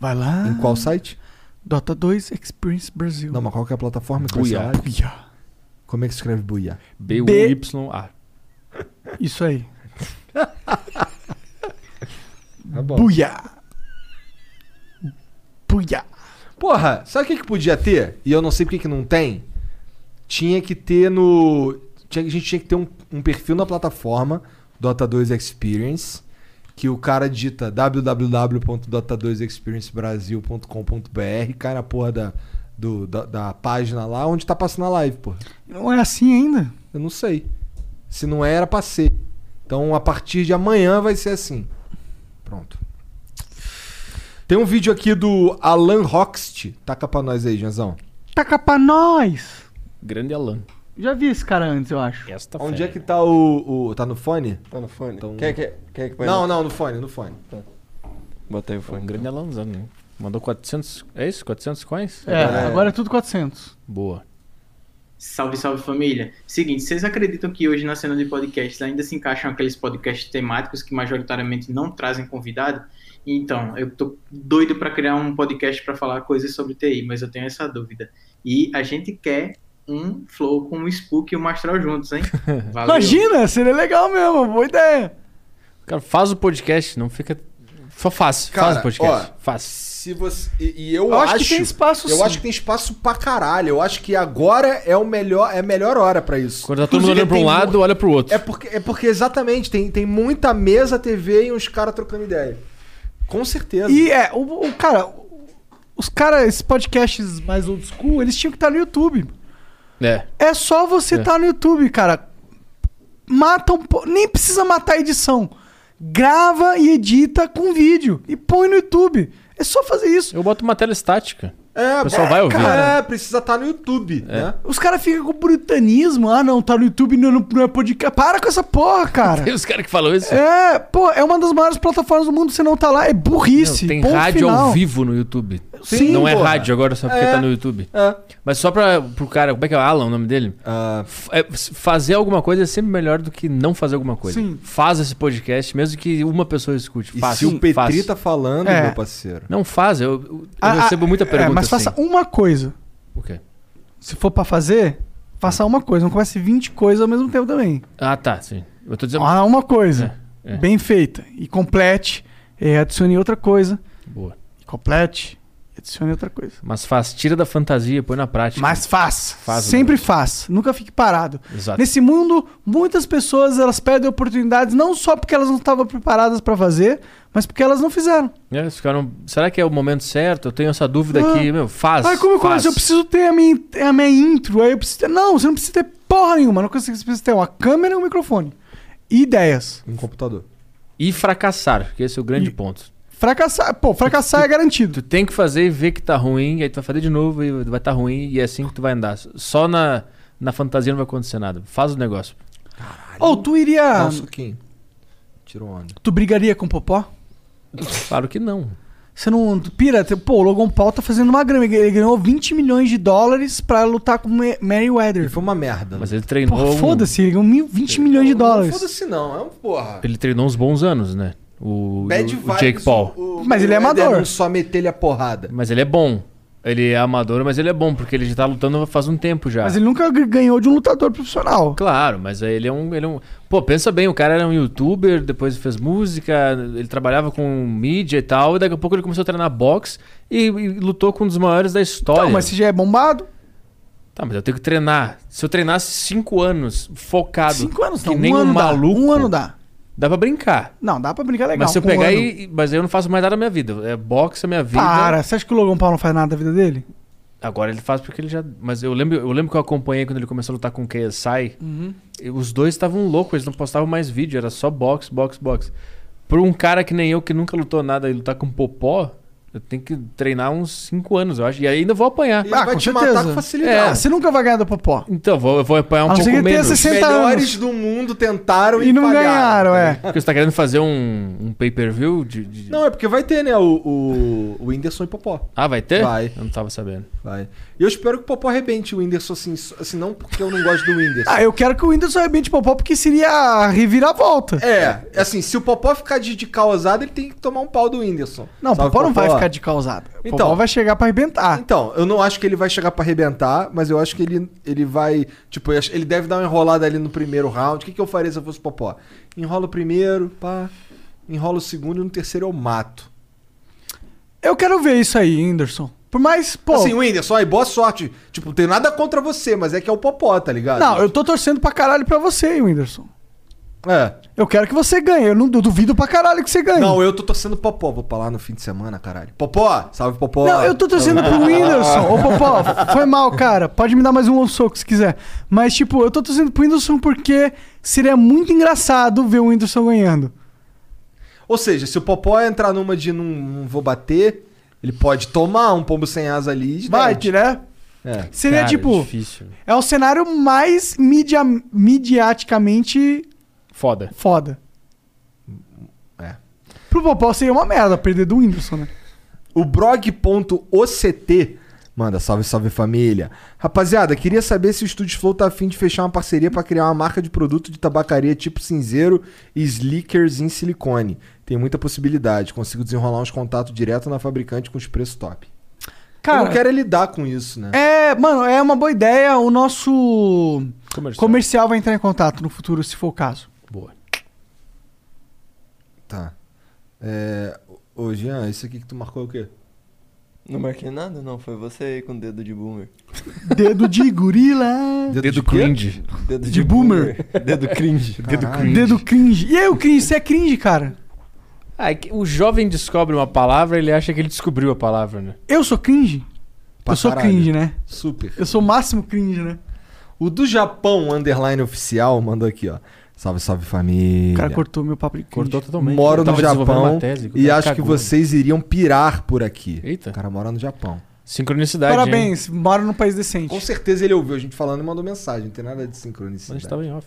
C: Vai lá.
B: Em qual site?
C: Dota 2 Experience Brasil.
B: Não, mas qual que é a plataforma? que vai
E: Buiá.
B: ser?
C: Buia.
B: Como é que escreve buiá?
E: B-U-Y-A.
C: Isso aí.
B: Tá bom.
C: Buia. Buia.
B: Porra, sabe o que, que podia ter? E eu não sei porque que não tem. Tinha que ter no. tinha- a gente tinha que ter um, um perfil na plataforma, Dota 2 Experience, que o cara digita www.dota2experiencebrasil.com.br, cai na porra da, do- da, da página lá onde tá passando a live, porra.
C: Não é assim ainda?
B: Eu não sei. Se não era pra ser. Então a partir de amanhã vai ser assim. Pronto. Tem um vídeo aqui do Alan Roxt. Taca pra nós aí, Janzão.
C: Taca pra nós.
E: Grande Alan.
C: Já vi esse cara antes, eu acho.
E: Esta
B: Onde
E: fera.
B: é que tá o. o- tá no fone?
D: Tá no fone.
B: Então-
D: Quer, quer, quer que põe
B: não,
D: no-
B: não, no fone, no fone.
D: Botei o
E: Foi um
D: fone.
E: grande Alanzão, né? Mandou 400... É isso? 400 coins?
C: É, agora é tudo 400.
E: Boa.
H: Salve, salve família. Seguinte, vocês acreditam que hoje na cena de podcasts ainda se encaixam aqueles podcasts temáticos que majoritariamente não trazem convidado? Então, eu tô doido para criar um podcast para falar coisas sobre TI, mas eu tenho essa dúvida. E a gente quer um flow com o Spook e o Mastral juntos, hein? Valeu.
C: Imagina, seria legal mesmo, boa ideia.
E: Cara, faz o podcast, não fica... Só faz. faz
B: Cara,
E: o podcast. Faz.
B: Se você. E, e eu,
C: Eu
B: acho,
C: acho que tem espaço,
B: Eu
C: sim.
B: acho que tem espaço pra caralho. Eu acho que agora é o melhor, é a melhor hora pra isso.
E: Quando tá todo mundo
B: Inclusive,
E: olhando pra
B: tem
E: um lado, olha pro outro.
B: É porque, é porque exatamente, tem, tem muita mesa, TV e uns caras trocando ideia. Com certeza.
C: E é, o, o cara, o- os caras, esses podcasts mais old school, eles tinham que estar no YouTube.
E: É.
C: É só você
E: É.
C: estar no YouTube, cara. Mata um pouco. Nem precisa matar a edição. Grava e edita com vídeo. E põe no YouTube. É só fazer isso.
E: Eu boto uma tela estática.
B: É,
E: O pessoal vai ouvir, né? É.
B: Cara, é, precisa estar no YouTube, né?
C: Os caras ficam com puritanismo. Ah, não, tá no YouTube, não, não é podcast. Para com essa porra, cara.
E: Tem né? os caras que falam isso.
C: É, pô, é uma das maiores plataformas do mundo. Você não tá lá, é burrice.
E: Não, tem
C: ponto
E: rádio
C: final.
E: ao vivo no YouTube.
B: Sim,
E: não é
B: porra.
E: rádio agora só porque tá no YouTube.
B: É.
E: Mas só pra, pro cara, como é que é o Alan, o nome dele?
B: Ah,
E: F- é, s- fazer alguma coisa é sempre melhor do que não fazer alguma coisa.
C: Sim.
E: Faz esse podcast, mesmo que uma pessoa escute.
B: E
E: Faz,
B: se o Petri
E: faz.
B: tá falando,
C: É.
B: meu parceiro.
E: Não faz, eu, eu
C: Ah, ah,
E: recebo muita
C: é,
E: pergunta
C: mas
E: assim.
C: faça uma coisa.
E: O quê?
C: Se for pra fazer, faça uma coisa. Não comece 20 coisas ao mesmo tempo também.
E: Ah, tá, sim. Eu tô dizendo...
C: Ah, uma coisa.
E: É, é.
C: Bem feita. E complete. E adicione outra coisa.
E: Boa.
C: E complete. E adicione outra coisa.
E: Mas faz, tira da fantasia, põe na prática.
C: Mas faça.
E: Faz o
C: Sempre
E: negócio.
C: faça. Nunca fique parado.
E: Exato.
C: Nesse mundo, muitas pessoas elas perdem oportunidades não só porque elas não estavam preparadas pra fazer, mas porque elas não fizeram.
E: É, eles ficaram, será que é o momento certo? Eu tenho essa dúvida
C: Ah.
E: aqui. Meu, faz,
C: Aí como eu
E: faz.
C: comecei, eu preciso ter a minha, a minha intro, aí eu preciso ter... Não, você não precisa ter porra nenhuma. Não consigo, você precisa ter uma câmera e um microfone. E ideias.
B: Um computador.
E: E fracassar, que esse é o grande ponto.
C: Fracassar, pô, fracassar é garantido.
E: Tu tem que fazer e ver que tá ruim, aí tu vai fazer de novo e vai tá ruim, e é assim que tu vai andar. Só na, na fantasia não vai acontecer nada. Faz o negócio.
C: Ou tu iria...
B: Dá um suquinho. Tirou onda.
C: Tu brigaria com o Popó?
E: Claro que não.
C: Você não... tu Pira, tu- pô, o Logan Paul tá fazendo uma grana. Ele ganhou 20 milhões de dólares pra lutar com o Ma-
B: E
C: Mayweather.
B: foi uma merda.
E: Mas
B: né?
E: ele treinou.
C: Porra,
E: um-
C: foda-se, ele ganhou mil- 20 milhões de
B: Não,
C: dólares.
B: Foda-se não, é um porra.
E: Ele treinou uns bons anos, né? O,
B: Bad
E: o- o
B: vibes,
E: Jake Paul.
B: o- o-
C: Mas ele é
B: o Ederson
C: amador. Tá,
B: só meter ele a porrada.
E: Mas ele é bom. Ele é amador, mas ele é bom, porque ele já tá lutando faz um tempo já.
C: Mas ele nunca g- ganhou de um lutador profissional.
E: Claro, mas aí ele é, um, ele é um. Pô, pensa bem, o cara era um youtuber, depois fez música, ele trabalhava com mídia e tal, e daqui a pouco ele começou a treinar boxe e, e lutou com um dos maiores da história.
C: Não, mas se já é bombado...
E: Tá, mas eu tenho que treinar. Se eu treinasse cinco anos focado,
C: Cinco anos
E: que
C: não,
E: nem
C: um ano
E: maluco,
C: dá. Um ano dá.
E: dá pra brincar.
C: Não, dá pra brincar legal.
E: mas se eu
C: um
E: pegar
C: ano.
E: e. Mas aí eu não faço mais nada na minha vida. É boxe a minha vida.
C: Para, você acha que o Logan Paul não faz nada da vida dele?
E: Agora ele faz porque ele já. Mas eu lembro, eu lembro que eu acompanhei quando ele começou a lutar com o KSI. E Os dois estavam loucos, eles não postavam mais vídeo, era só boxe, boxe, boxe. Pra um cara que nem eu, que nunca lutou nada, e lutar com popó, eu tenho que treinar uns 5 anos, eu acho. E ainda vou apanhar.
B: Ele
C: Ah,
B: vai
C: com
B: te
C: certeza.
B: matar com
E: É.
C: Ah,
B: facilidade.
C: você nunca vai ganhar do Popó.
E: Então, vou, eu vou apanhar um
C: A não ser
E: pouco
C: que tenha
E: menos.
C: 60
B: Os melhores
C: anos.
B: do mundo tentaram e,
C: E não
B: falharam.
C: ganharam,
B: né?
C: é.
E: Porque você tá querendo fazer um, um pay-per-view de. de-
B: Não, é porque vai ter, né, o, o, o Whindersson e Popó.
E: Ah, vai ter?
B: Vai.
E: Eu não tava sabendo.
B: Vai. E eu espero que o Popó arrebente o Whindersson, assim, assim não porque eu não gosto do Whindersson.
C: Ah, eu quero que o Windows arrebente o Popó porque seria a reviravolta.
B: É, assim, se o Popó ficar de, de causado, ele tem que tomar um pau do Whindersson.
C: Não, o
B: Sabe,
C: Popó não vai ficar de ah. causado. O
B: Então.
C: Popó vai chegar pra arrebentar.
B: Então, eu não acho que ele vai chegar pra arrebentar, mas eu acho que ele, ele vai. Tipo, eu acho- ele deve dar uma enrolada ali no primeiro round. O que, que eu faria se eu fosse o Popó? Enrola o primeiro, pá. Enrola o segundo e no terceiro eu mato.
C: Eu quero ver isso aí, Anderson. Por mais, pô.
B: Assim, Whindersson, aí boa sorte. Tipo, não tem nada contra você, mas é que é o Popó, tá ligado?
C: não, eu tô torcendo pra caralho pra você, Whindersson.
B: É.
C: Eu quero que você ganhe. Eu não du- duvido pra caralho que você ganhe.
B: Não, eu tô torcendo Popó. Vou pra lá no fim de semana, caralho. Popó! Salve, Popó!
C: Não, eu tô torcendo pro Whindersson. Ô, Popó, foi mal, cara. Pode me dar mais um soco se quiser. Mas, tipo, eu tô torcendo pro Whindersson porque seria muito engraçado ver o Whindersson ganhando.
B: Ou seja, se o Popó entrar numa de não, não vou bater, ele pode tomar um pombo sem asa ali. e
C: Vai,
B: dá.
C: né?
B: É.
C: Seria,
E: Cara,
C: tipo,
E: Difícil.
C: é o cenário mais media, mediaticamente
E: Foda.
C: foda.
B: É.
C: Pro Popó seria uma merda perder do Whindersson, né?
B: O brog.oct manda salve, salve família. Rapaziada, queria saber se o Estúdio Flow tá afim de fechar uma parceria pra criar uma marca de produto de tabacaria tipo cinzeiro e slickers em silicone. Tem muita possibilidade. Consigo desenrolar uns contatos direto na fabricante com os preços top. eu
C: Cara,
B: não quero é lidar com isso, né?
C: é, mano, é uma boa ideia. O nosso
E: Comercial.
C: comercial vai entrar em contato no futuro, se for o caso.
E: Boa.
B: Tá. É... Ô, Jean, isso aqui que tu marcou é o quê?
D: Não marquei nada, não. Foi você aí com o dedo de boomer.
C: Dedo de gorila.
E: Dedo,
B: de quê?
E: cringe.
D: Dedo
C: De boomer?
D: Dedo cringe.
E: Dedo cringe.
C: Dedo cringe. E aí, o cringe? Você é cringe, cara?
E: Ah, é que o jovem descobre uma palavra, ele acha que ele descobriu a palavra, né?
C: Eu sou cringe?
B: Pra
C: eu sou
B: caralho.
C: cringe, né?
B: Super.
C: Eu sou o máximo cringe, né?
B: O do Japão, underline oficial, mandou aqui, ó. Salve, salve família.
C: O cara cortou meu papo de cringe.
E: Cortou totalmente.
B: Moro
E: Eu
B: no
E: tava desenvolvendo
B: Japão
E: uma tese, o
B: e
E: cara
B: acho que
E: cagou.
B: vocês iriam pirar por aqui.
E: Eita.
B: O cara mora no Japão.
E: Sincronicidade. hein?
C: Parabéns, mora num país decente.
B: Com certeza ele ouviu a gente falando e mandou mensagem. Não tem nada de
E: Mas a gente
B: sincronicidade.
E: tava em off.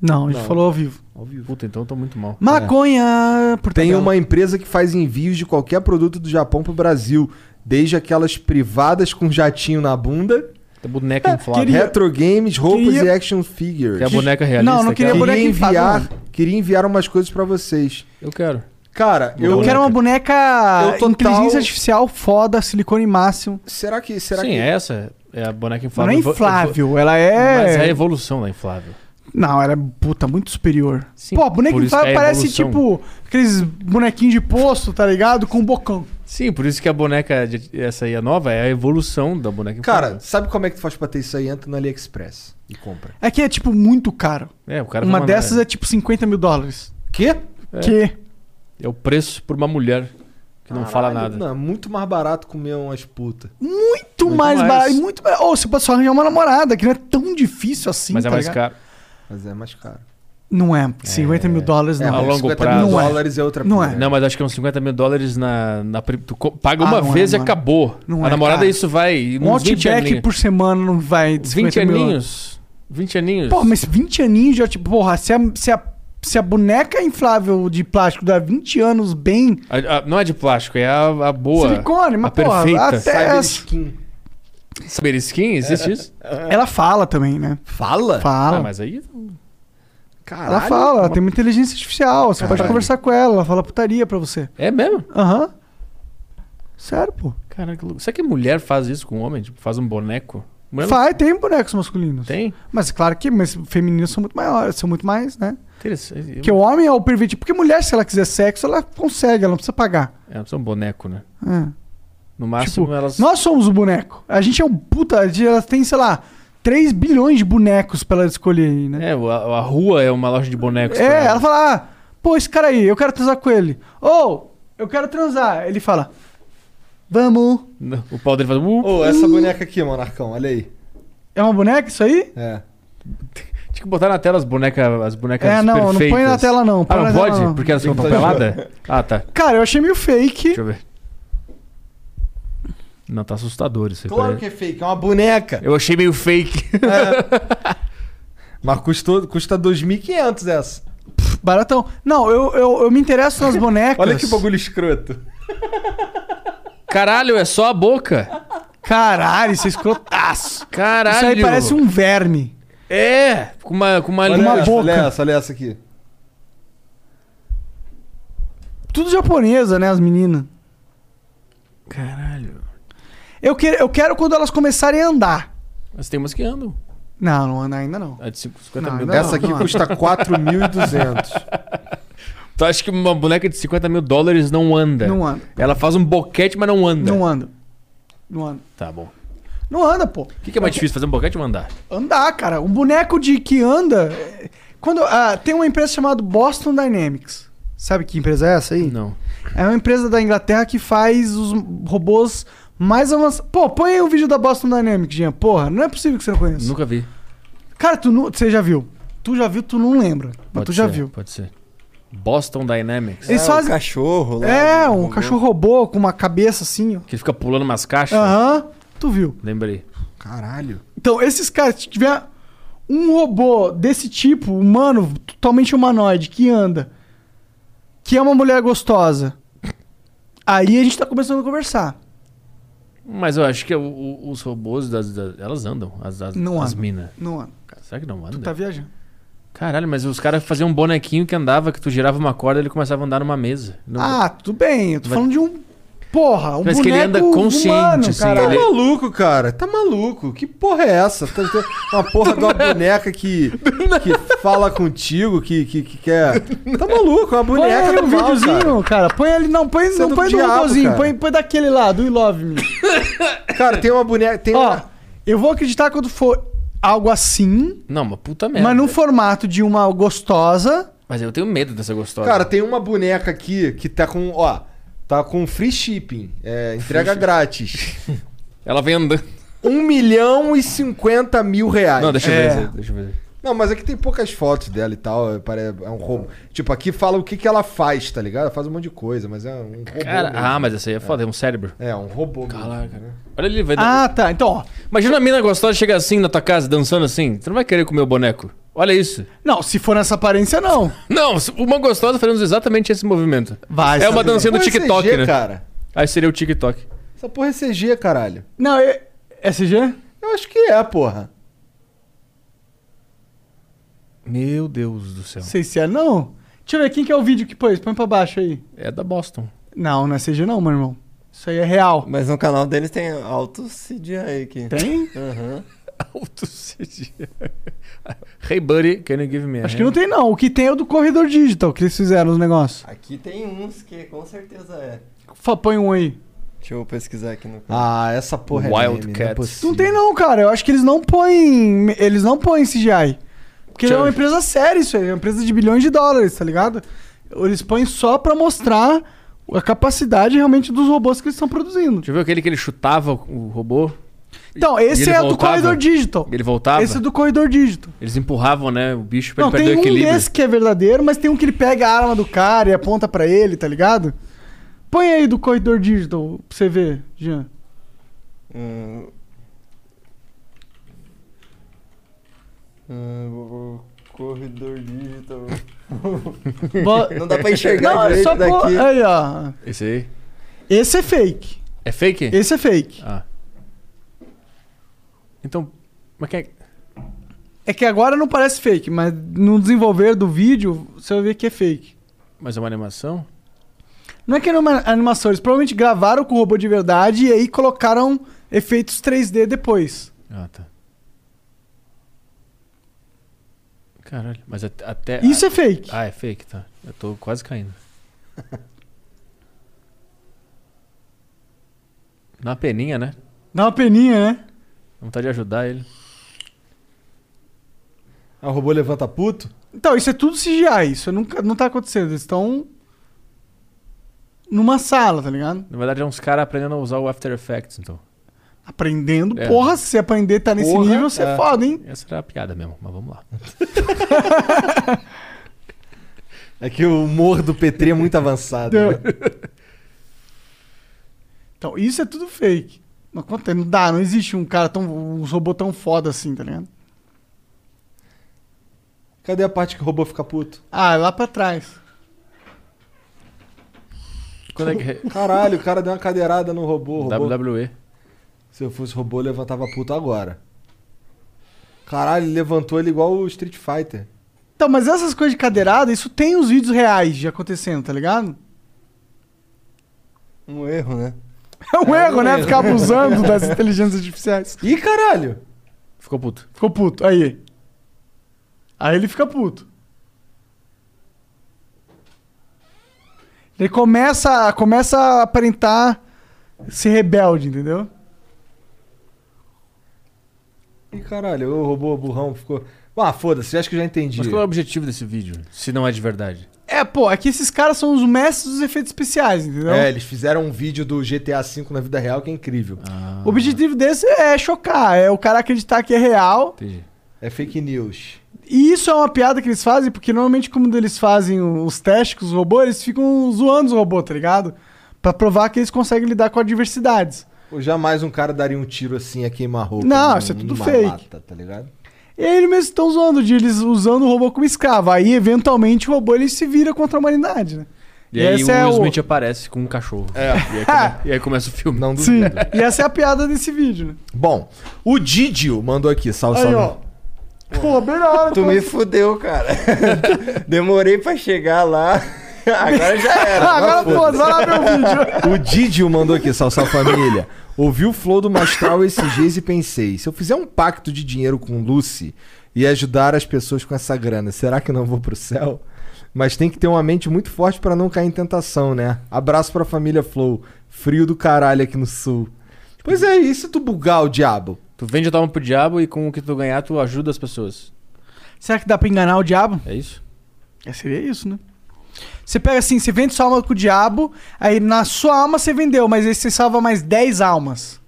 C: Não, a gente
B: Não.
C: falou ao vivo.
B: Ao vivo.
E: Puta, então eu tô muito mal.
C: Maconha por
B: Tem
C: tabela.
B: uma empresa que faz envios de qualquer produto do Japão pro Brasil. Desde aquelas privadas com jatinho na bunda,
E: Tá boneca inflável.
C: Queria-
B: retro games, roupas
C: Queria-
B: e action figures.
E: Que é a boneca realista.
C: Não, não queria
E: aquela?
C: boneca
B: Queria
C: inflável,
B: enviar, queria enviar umas coisas pra vocês.
E: Eu quero.
B: Cara, eu
C: Eu quero
E: é.
C: uma boneca
B: Eu total-
C: inteligência artificial foda, silicone máximo.
B: Será que será
E: Sim,
B: que
E: essa é a boneca
C: Não
E: inflável.
C: é
E: Eu vou- eu vou-
C: inflável, ela
E: Mas é a
C: é...
E: evolução da inflável.
C: Não, ela é, puta, muito superior.
E: Sim,
C: Pô, a boneca
E: por isso que
C: inflável
E: é
C: parece
E: evolução.
C: tipo aqueles bonequinhos de poço, tá ligado? Com bocão.
E: Sim, por isso que a boneca, de- essa aí, a nova, é a evolução da boneca
B: Cara,
E: inflável.
B: sabe como é que tu faz pra ter isso aí? Entra no AliExpress e compra.
C: É que é, tipo, muito caro.
E: é, o cara
C: uma
E: tá mandando-
C: dessas é, tipo, 50 mil dólares.
B: Quê?
C: Que...
E: é o preço por uma mulher que não fala nada.
B: Não, é muito mais barato comer umas putas.
C: Muito, mais,
E: mais.
C: barato. e Muito mais... Ou você pode só arranjar uma namorada, que não é tão difícil assim,
E: mas é
C: tá
E: mais
C: ligado?
E: caro.
B: Mas é mais caro.
C: Não é. 50 mil dólares
B: É,
C: não.
E: a
B: mas
E: longo
B: 50
E: prazo.
B: mil
C: Não é.
B: dólares é outra
C: Não é.
B: coisa.
E: Não, mas acho que é uns 50 mil dólares na. na pri- tu co- paga
C: Ah,
E: uma
C: não é,
E: vez e
C: não é.
E: acabou.
C: Não
E: a
C: é,
E: namorada,
C: cara.
E: isso vai.
C: Um
E: Uns 20
C: Outback
E: aninhos.
C: por semana não vai
E: 20
C: 50 mil
E: aninhos. 20 aninhos.
C: Pô, mas 20 aninhos já, tipo, porra, se a, se a, se a boneca inflável de plástico dá 20 anos bem,
E: A- a- não é de plástico, é a, a boa.
C: silicone, mas
E: a
C: porra,
E: perfeita.
C: até
B: Cyber
C: as-
B: skin.
E: Saber skin, existe isso?
C: ela fala também, né?
B: Fala?
C: Fala.
E: Ah, mas aí.
B: Caralho.
C: Ela fala, ela tem uma inteligência artificial, você pode
B: Caralho.
C: conversar com ela, ela fala putaria pra você.
E: É mesmo?
C: Aham. Sério, pô.
E: Caraca, que louco. Será que mulher faz isso com homem? Tipo, faz um boneco? Mulher não
C: Faz, tem bonecos masculinos.
E: tem?
C: Mas claro que mas femininos são muito maiores, são muito mais, né?
E: Interessante.
C: Porque o homem é o pervertido. Porque mulher, se ela quiser sexo, ela consegue, ela não precisa pagar.
E: É, não são um boneco, né?
C: É.
E: No máximo
C: Tipo,
E: elas.
C: Nós somos o boneco. A gente é um puta. a gente- Elas têm, sei lá, 3 bilhões de bonecos pra ela escolher aí, né?
E: É, o- a, a rua é uma loja de bonecos.
C: É,
E: pra
C: ela fala, ah, pô, esse cara aí, eu quero transar com ele. Ou, eu quero transar. Ele fala, vamos.
E: Não, O pau dele faz. Uh,
C: Oh,
B: Ô, essa boneca aqui, monarcão, olha aí.
C: É uma boneca isso aí?
B: É.
E: Tinha que botar na tela as bonecas, as bonecas
C: É, não, não
E: perfeitas.
C: põe na tela não. põe
E: Ah,
C: na
E: não
C: tela
E: pode?
C: não.
E: Porque elas são
B: Tem que
E: papelada? Ah, tá.
C: Cara, eu achei meio fake.
E: Deixa eu ver. Não, tá assustador isso aí.
B: Claro
E: peraí.
B: que é fake, é uma boneca.
E: Eu achei meio fake.
B: Mas custou, custa 2.500 essa.
C: Baratão. Não, eu, eu, eu me interesso nas bonecas.
B: Olha que bagulho escroto.
E: Caralho, é só a boca.
C: Caralho, isso é escrotaço.
E: Caralho.
C: Isso aí parece um verme.
E: É, com uma, com uma
B: Olha
E: língua-
B: essa,
C: boca.
B: Olha essa, olha essa aqui.
C: Tudo japonesa, né, as meninas.
E: Caralho.
C: Eu, que, eu quero quando elas começarem a andar.
E: Mas tem umas que andam.
C: Não, não anda ainda não.
E: A de cinco- 50
C: Não,
E: mil
C: não.
E: dólares.
B: essa aqui
C: mano.
B: custa 4.200.
E: Tu acha que uma boneca de 50 mil dólares não anda?
C: Não anda.
E: Ela faz um boquete, mas não anda.
C: Não anda. Não anda.
E: Tá bom.
C: Não anda, pô.
E: O que, que é mais difícil, fazer um boquete ou andar?
C: Andar, cara. Um boneco de que anda. é- Quando. ah, tem uma empresa chamada Boston Dynamics. Sabe que empresa é essa aí?
E: Não.
C: É uma empresa da Inglaterra que faz os robôs mais avançados. Pô, põe aí um vídeo da Boston Dynamics, Jean. Porra, não é possível que você não conheça.
E: Nunca vi.
C: Cara, tu nu- você já viu. Tu já viu, tu não lembra. Mas
E: Pode
C: tu já
E: ser,
C: viu.
E: Pode ser. Boston Dynamics.
C: Eles
D: É, um
C: fazem.
D: cachorro lá.
C: É,
D: né, do
C: um
D: robô.
C: cachorro robô com uma cabeça assim, ó.
E: Que ele fica pulando umas caixas.
C: Aham, tu viu.
E: Lembrei.
B: Caralho.
C: Então, esses caras, se tiver um robô desse tipo, humano, totalmente humanoide, que anda, que é uma mulher gostosa, aí a gente tá começando a conversar.
E: Mas eu acho que é o- o- os robôs, das, das- elas andam. As, as,
C: Não
E: as
C: andam.
E: minas.
C: Não anda.
E: Será que não
C: Tu
E: andam?
C: tá viajando.
E: Caralho, mas os caras faziam um bonequinho que andava, que tu girava uma corda e ele começava a andar numa mesa. Não-
C: Ah, tudo bem. Eu tô
E: Vai-
C: falando de um. Porra, um boneco
E: Parece que ele anda consciente,
C: humano,
E: assim,
C: cara.
E: ele-
B: Tá maluco, cara. Tá maluco. Que porra é essa? Tá- tá- Uma porra de uma boneca que, que fala contigo, que, que, que quer. Tá maluco, é uma
C: Põe
B: boneca
C: aí um
B: do mal, cara.
C: videozinho, cara. Põe ele. Não, põe,
B: Isso é
C: não,
B: do
C: põe do
B: diabo,
C: robôzinho.
B: cara.
C: Põe, põe daquele lá, do I Love Me.
B: Cara, tem uma boneca. Tem
C: Ó,
B: uma-
C: eu vou acreditar quando for algo assim,
E: Não, mas puta merda.
C: mas num formato de uma gostosa.
E: Mas eu tenho medo dessa gostosa.
B: Cara, tem uma boneca aqui que tá com, ó, tá com free shipping, é, entrega grátis.
E: Ela vem andando.
B: 1 milhão e 50 mil reais.
E: Não, deixa eu
B: É.
E: ver. essa- Deixa eu ver.
B: Não, mas aqui tem poucas fotos dela e tal, é, pare- é um roubo. Tipo, aqui fala o que, que ela faz, tá ligado? Ela faz um monte de coisa, mas é um robô.
E: Cara,
B: mesmo.
E: ah, mas essa aí é foda, é um cérebro.
B: É, um robô. mesmo, né?
E: Olha ele é vai.
C: Ah, tá. Então, ó.
E: Imagina a mina gostosa chegar assim na tua casa, dançando assim. Tu não vai querer comer o boneco. Olha isso.
C: Não, se for nessa aparência, não.
E: Não, uma gostosa fazemos exatamente esse movimento.
C: Vai,
E: é uma
C: sabe?
E: dancinha do
B: Porra, é
E: TikTok,
B: CG,
E: né?
B: cara.
E: Aí seria o TikTok.
B: Essa porra é CG, caralho.
C: Não, é. SG?
B: Eu acho que é, porra.
E: Meu Deus do céu.
C: Não sei se é, não. Deixa eu ver quem que é o vídeo que pôs. Põe pra baixo aí.
E: É da Boston.
C: Não, não é CG, não, meu irmão. Isso aí é real.
D: Mas no canal deles tem altos CGI aqui.
C: Tem?
E: Alto CG. hey, buddy, can you give me a
C: Acho que não tem, não. O que tem é o do corredor digital que eles fizeram os negócios.
D: Aqui tem uns que com certeza é.
C: Fa- Põe um aí.
D: Deixa eu pesquisar aqui no canal.
B: Ah, essa porra é
E: Wildcats.
B: meme, não é possível.
C: Não tem, não, cara. Eu acho que eles não põem. Eles não põem CGI. Porque
E: Tchau.
C: é uma empresa séria isso aí. É uma empresa de bilhões de dólares, tá ligado? Eles põem só pra mostrar a capacidade realmente dos robôs que eles estão produzindo.
E: Deixa eu ver aquele que ele chutava o robô.
C: Então,
E: E
C: esse
E: ele
C: é do
E: voltava?
C: corredor digital.
E: Ele voltava.
C: Esse é do corredor digital.
E: Eles empurravam, né, o bicho pra
C: não,
E: ele perder
C: tem
E: o
C: um
E: equilíbrio.
C: desse que é verdadeiro, mas tem um que ele pega a arma do cara e aponta pra ele, tá ligado? Põe aí do corredor digital pra você ver, Jean.
D: Hum. Hum, o- o corredor digital.
C: Bo-
D: Não dá pra enxergar
C: Não, é
D: direito
C: só pô...
D: daqui.
C: Aí, ó.
E: Esse aí.
C: Esse é fake.
E: É fake?
C: Esse é fake.
E: Ah. Então, mas quem é...
C: É que agora não parece fake, mas no desenvolver do vídeo, você vai ver que é fake.
E: Mas é uma animação?
C: Não é que é uma animação, eles provavelmente gravaram com o robô de verdade e aí colocaram efeitos 3D depois.
E: Ah, tá. Caralho, mas at- até...
C: Isso é fake.
E: Ah, é fake, tá. Eu tô quase caindo. Na peninha, né?
C: Dá uma peninha, né?
E: Vontade de ajudar ele.
B: Ah, o robô levanta puto?
C: Então, isso é tudo CGI, isso nunca, não tá acontecendo. Eles estão numa sala, tá ligado?
E: Na verdade, é uns caras aprendendo a usar o After Effects, então.
C: Aprendendo.
E: É.
C: Porra, se você aprender e tá nesse
B: Porra,
C: nível, você é.
B: é.
C: foda, hein?
E: Essa era a piada mesmo, mas vamos lá.
B: É que o humor do Petri é muito avançado. né?
C: Então, isso é tudo fake. Não acontece, não dá, não existe um cara tão. um robô tão foda assim, tá ligado?
B: Cadê a parte que o robô fica puto?
C: Ah, é lá pra trás.
E: Quando é que...
B: Caralho, o cara deu uma cadeirada no robô. o robô-
E: WWE.
B: Se eu fosse robô, eu levantava puto agora. Caralho, ele levantou ele igual o Street Fighter.
C: Então, mas essas coisas de cadeirada, isso tem os vídeos reais de acontecendo, tá ligado?
D: Um erro, né?
C: É um erro, né? Ficar abusando das inteligências artificiais.
B: Ih, caralho!
E: Ficou puto.
C: Ficou puto, aí. Aí ele fica puto. Ele começa, começa a aparentar ser rebelde, entendeu?
B: Ih, caralho, o robô burrão ficou. Ah, foda-se, acho que eu já entendi.
E: Mas qual é o objetivo desse vídeo? Se não é de verdade.
C: É, pô, é que esses caras são os mestres dos efeitos especiais, entendeu?
B: É, eles fizeram um vídeo do GTA V na vida real que é incrível.
C: O objetivo desse é chocar, é o cara acreditar que é real.
E: Entendi.
B: É fake news.
C: E isso é uma piada que eles fazem, porque normalmente quando eles fazem os testes com os robôs, eles ficam zoando os robôs, tá ligado? Pra provar que eles conseguem lidar com adversidades.
B: Ou jamais um cara daria um tiro assim a queimar roupa.
C: Não, isso é tudo fake.
B: Lata, tá ligado?
C: E aí eles mesmos estão zoando de eles usando o robô como escravo. Aí, eventualmente, o robô ele se vira contra a humanidade, né?
E: E, aí o
C: esse
E: Will
C: é o-
E: Smith aparece com um cachorro. É. E aí, come- e aí começa o filme.
B: Não
C: Sim.
B: duvido.
C: e essa é a piada desse vídeo, né?
B: Bom, o Didio mandou aqui, salve,
C: Aí,
B: salve.
C: ó. Pô, bem na hora.
D: Tu
C: pô.
D: me fudeu, cara. Demorei pra chegar lá. Agora já é. era.
C: Ah, agora, pô, vai lá ver o vídeo.
B: O Didio mandou aqui, salve, salve família. Ouvi o flow do Mastral esses dias e pensei, se eu fizer um pacto de dinheiro com Lucy e ajudar as pessoas com essa grana, será que eu não vou pro céu? Mas tem que ter uma mente muito forte pra não cair em tentação, né? Abraço pra família Flow. Frio do caralho aqui no sul. Pois é, e se tu bugar o diabo?
E: Tu vende a tua alma pro diabo e com o que tu ganhar, tu ajuda as pessoas.
C: Será que dá pra enganar o diabo?
E: É isso?
C: É, seria isso, né? Você pega assim, você vende sua alma com o diabo, aí na sua alma você vendeu, mas aí você salva mais 10 almas.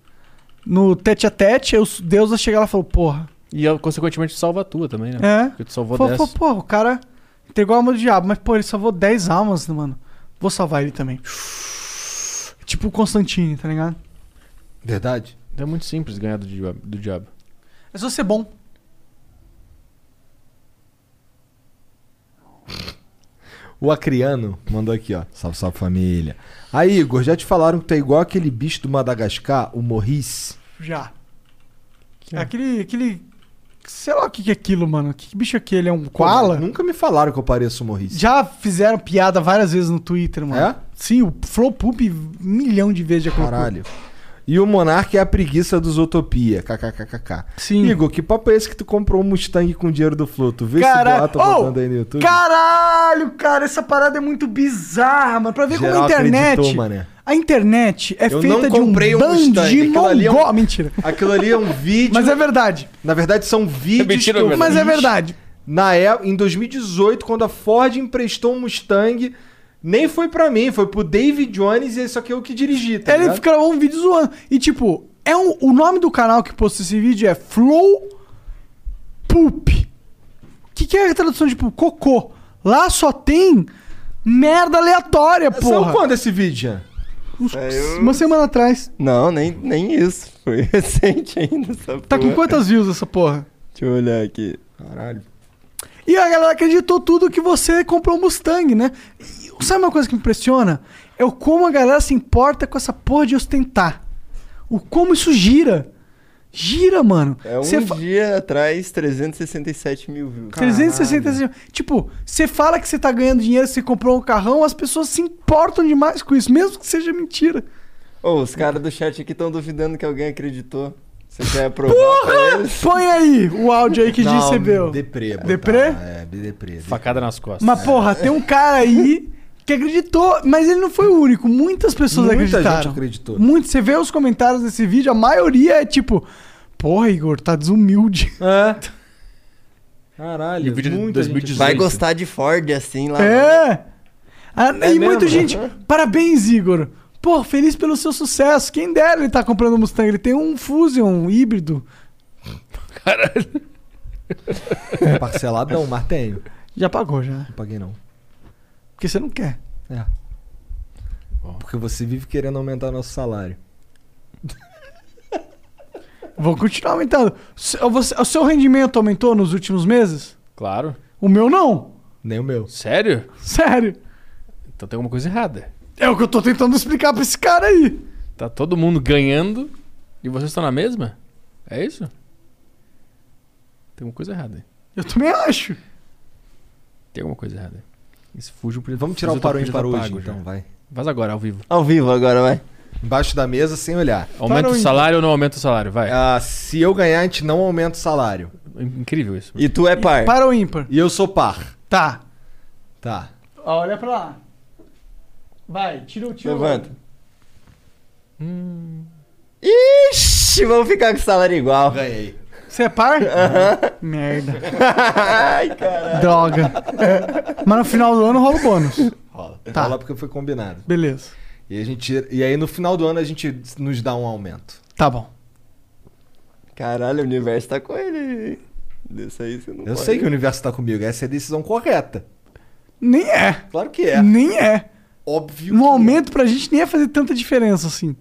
C: No tete a tete, aí os deuses chegam lá e falam, porra.
E: E ela, consequentemente salva a tua também, né?
C: É.
E: Porque tu salvou
C: Pô,
E: 10.
C: pô, pô, o cara entregou a alma do diabo, mas pô, ele salvou 10 almas, mano. Vou salvar ele também. Tipo o Constantine, tá ligado?
B: Verdade?
E: É muito simples ganhar do diabo. Do diabo.
C: É só ser bom.
B: O Acriano mandou aqui, ó. Salve, salve família. Aí, Igor, já te falaram que tu é igual aquele bicho do Madagascar, o Morris?
C: Já.
B: é?
C: Aquele. aquele. Sei lá o que, que é aquilo, mano. Que bicho é aquele? É um koala?
B: Nunca me falaram que eu pareço o Morris.
C: Já fizeram piada várias vezes no Twitter, mano.
B: É?
C: Sim, o Flow Poop milhão de vezes já colocou.
B: Caralho. E o Monark é a preguiça dos Utopia. KKKKK.
C: Sim.
B: Igor, que papo é esse que tu comprou um Mustang com dinheiro do Fluto? Vê se
C: Caralho.
B: boato
C: Oh,
B: botando aí no YouTube.
C: Caralho, cara, essa parada é muito bizarra, mano. Pra ver como
B: Geral
C: a internet.
B: acreditou, mané.
C: A internet é
B: Eu
C: feita
B: não
C: de um
B: comprei um
C: bando
B: Mustang,
C: de
B: aquilo ali é um-
C: mongol. Mentira.
B: Aquilo ali é um vídeo.
C: Mas é verdade.
B: Na verdade, são vídeos.
E: mentira,
B: que eu
E: velho.
C: Mas
B: fiz
C: é verdade.
B: Na época, em 2018, quando a Ford emprestou um Mustang, nem foi pra mim, foi pro David Jones e só que eu que dirigi, tá
C: Ele
B: ligado?
C: gravou um vídeo zoando. E tipo, é um- o nome do canal que postou esse vídeo é Flow Poop. O que, que é a tradução de tipo, cocô? Lá só tem merda aleatória,
B: Saiu
C: porra.
B: É quando esse vídeo, Jean?
C: Uns-
B: É,
C: Uma semana atrás.
D: Não, nem, nem isso. Foi recente ainda essa
C: Tá com
D: porra.
C: quantas views essa porra?
D: Deixa eu olhar aqui.
B: Caralho.
C: E a galera acreditou tudo que você comprou um Mustang, né? E sabe uma coisa que me impressiona? É o como a galera se importa com essa porra de ostentar. O como isso gira. Gira, mano.
D: É um
C: Você fa-
D: dia atrás, 367 mil views.
C: 365. Tipo, você fala que você tá ganhando dinheiro, você comprou um carrão, as pessoas se importam demais com isso, mesmo que seja mentira.
D: Ô, os caras do chat aqui estão duvidando que alguém acreditou. Você quer aprovar pra eles?
C: Põe aí o áudio aí que
B: Não,
C: recebeu.
B: Deprê, botar.
C: Deprê?
B: É, deprê.
E: Facada nas costas.
C: Mas, porra, tem um cara aí que acreditou, mas ele não foi o único. Muitas pessoas
B: Muita
C: acreditaram.
B: gente acreditou.
C: Muito. Você vê os comentários desse vídeo, a maioria é tipo, porra, Igor, tá desumilde.
B: É. Caralho,
E: E o vídeo de
B: muita gente
E: 2018.
D: Vai
E: Gente.
D: gostar de Ford assim lá.
C: É. Ah, e
B: mesmo?
C: muita gente. Parabéns, Igor. Pô, feliz pelo seu sucesso. Quem dera ele tá comprando um Mustang. Ele tem um Fusion híbrido.
B: acreditou. Parceladão, mas tenho. Não
C: Já pagou, já.
B: paguei não.
C: Porque você não quer.
B: É. Porque você vive querendo aumentar nosso salário.
C: Vou continuar aumentando. Se- você- O seu rendimento aumentou nos últimos meses?
E: Claro.
C: O meu não.
B: Nem o meu.
E: Sério?
C: Sério.
E: Então tem alguma coisa errada.
C: É o que eu tô tentando explicar pra esse cara aí.
E: Tá todo mundo ganhando e vocês estão na mesma? É isso? Tem alguma coisa errada. aí.
C: Eu também acho.
E: Tem alguma coisa errada. aí. Esse fujo podia-
B: Vamos tirar
E: fujo
B: o parou
E: já
B: para
E: tá
B: hoje,
E: pago já.
B: então, vai.
E: Faz agora, ao vivo.
D: Ao vivo agora, vai.
B: Embaixo da mesa, sem olhar.
E: Aumenta o
C: ímpar.
E: salário ou não aumenta o salário? Vai.
B: Ah, se eu ganhar, a gente não aumenta o salário.
E: Incrível isso.
D: E tu é par.
C: Para ou ímpar?
B: E eu sou par.
C: Tá.
B: Tá.
C: Olha pra lá. Vai, tira o tio.
D: Levanta. Hum. Ixi, vamos ficar com o salário igual.
B: Ganhei.
C: Você é par? Merda.
D: Ai, cara.
C: Droga. Mas no final do ano rola o bônus.
B: Rola.
C: Tá.
B: Rola porque foi combinado.
C: Beleza.
B: E, a gente, e aí no final do ano a gente nos dá um aumento.
C: Tá bom.
D: Caralho, o universo tá com ele. Desse aí você não
B: Eu
D: pode.
B: sei que o universo tá comigo, essa é a decisão correta.
C: Nem é.
B: Claro que é.
C: Nem é.
B: Óbvio.
C: No
B: que é.
C: aumento pra gente nem ia fazer tanta diferença assim.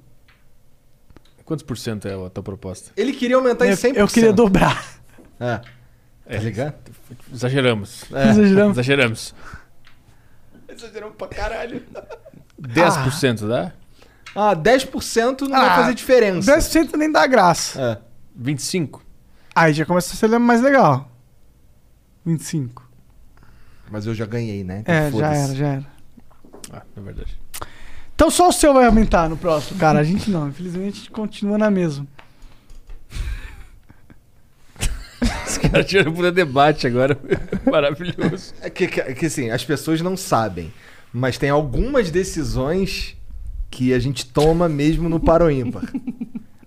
E: Quantos por cento é a tua proposta?
B: Ele queria aumentar Tá em
C: Eu-
B: 100%.
C: Eu queria dobrar.
B: É. Tá ligado?
E: Exageramos.
B: É.
C: Exageramos.
E: Exageramos.
B: Exagerou pra caralho.
E: 10% dá?
B: Ah, 10% não vai
C: Ah,
B: fazer diferença.
C: 10% nem dá graça.
B: É.
E: 25%?
C: Aí já começa a ser mais legal. 25.
B: Mas eu já ganhei, né? Então
C: É, já
B: foda-se.
C: era, já era.
E: Ah, é verdade.
C: Então só o seu vai aumentar no próximo. Cara, a gente não. Infelizmente a gente continua na mesma.
E: Os caras tiram por debate agora. Maravilhoso.
B: É que, que, que, assim, as pessoas não sabem, mas tem algumas decisões que a gente toma mesmo no Paroímpa.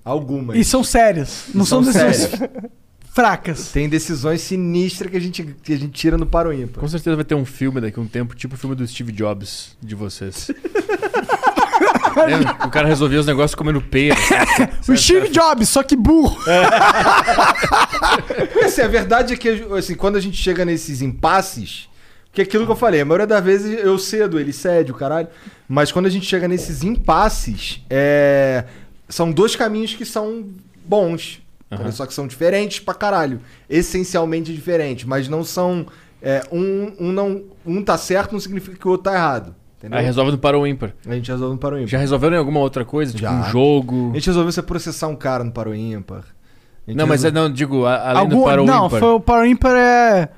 B: algumas.
C: E são sérias. Não são,
B: São
C: decisões
B: sérias.
C: fracas.
B: Tem decisões sinistras que a gente, que a gente tira no Paro Ímpar.
E: Com certeza vai ter um filme daqui a um tempo, tipo o filme do Steve Jobs de vocês. Lembra? O cara resolvia os negócios comendo pera.
C: O Steve Jobs, só que burro.
B: Assim, a verdade é que assim, quando a gente chega nesses impasses, que é aquilo que eu falei, a maioria das vezes eu cedo, ele cede, o caralho. Mas quando a gente chega nesses impasses, é, são dois caminhos que são bons. entendeu? Só que são diferentes pra caralho. Essencialmente diferentes, mas não são. é, um, um, não, um tá certo não significa que o outro tá errado. Entendeu?
E: Aí resolve no para o ímpar.
B: A gente resolve no Paro Ímpar.
E: Já resolveram em alguma outra coisa? Tipo
B: Já.
E: um jogo?
B: A gente resolveu você processar um cara no Paro Ímpar. A gente
E: Não, mas
B: resol-
E: é, não, digo, a- além do
C: Algum-
E: para o
C: não,
E: ímpar.
C: foi o Power Ímpar é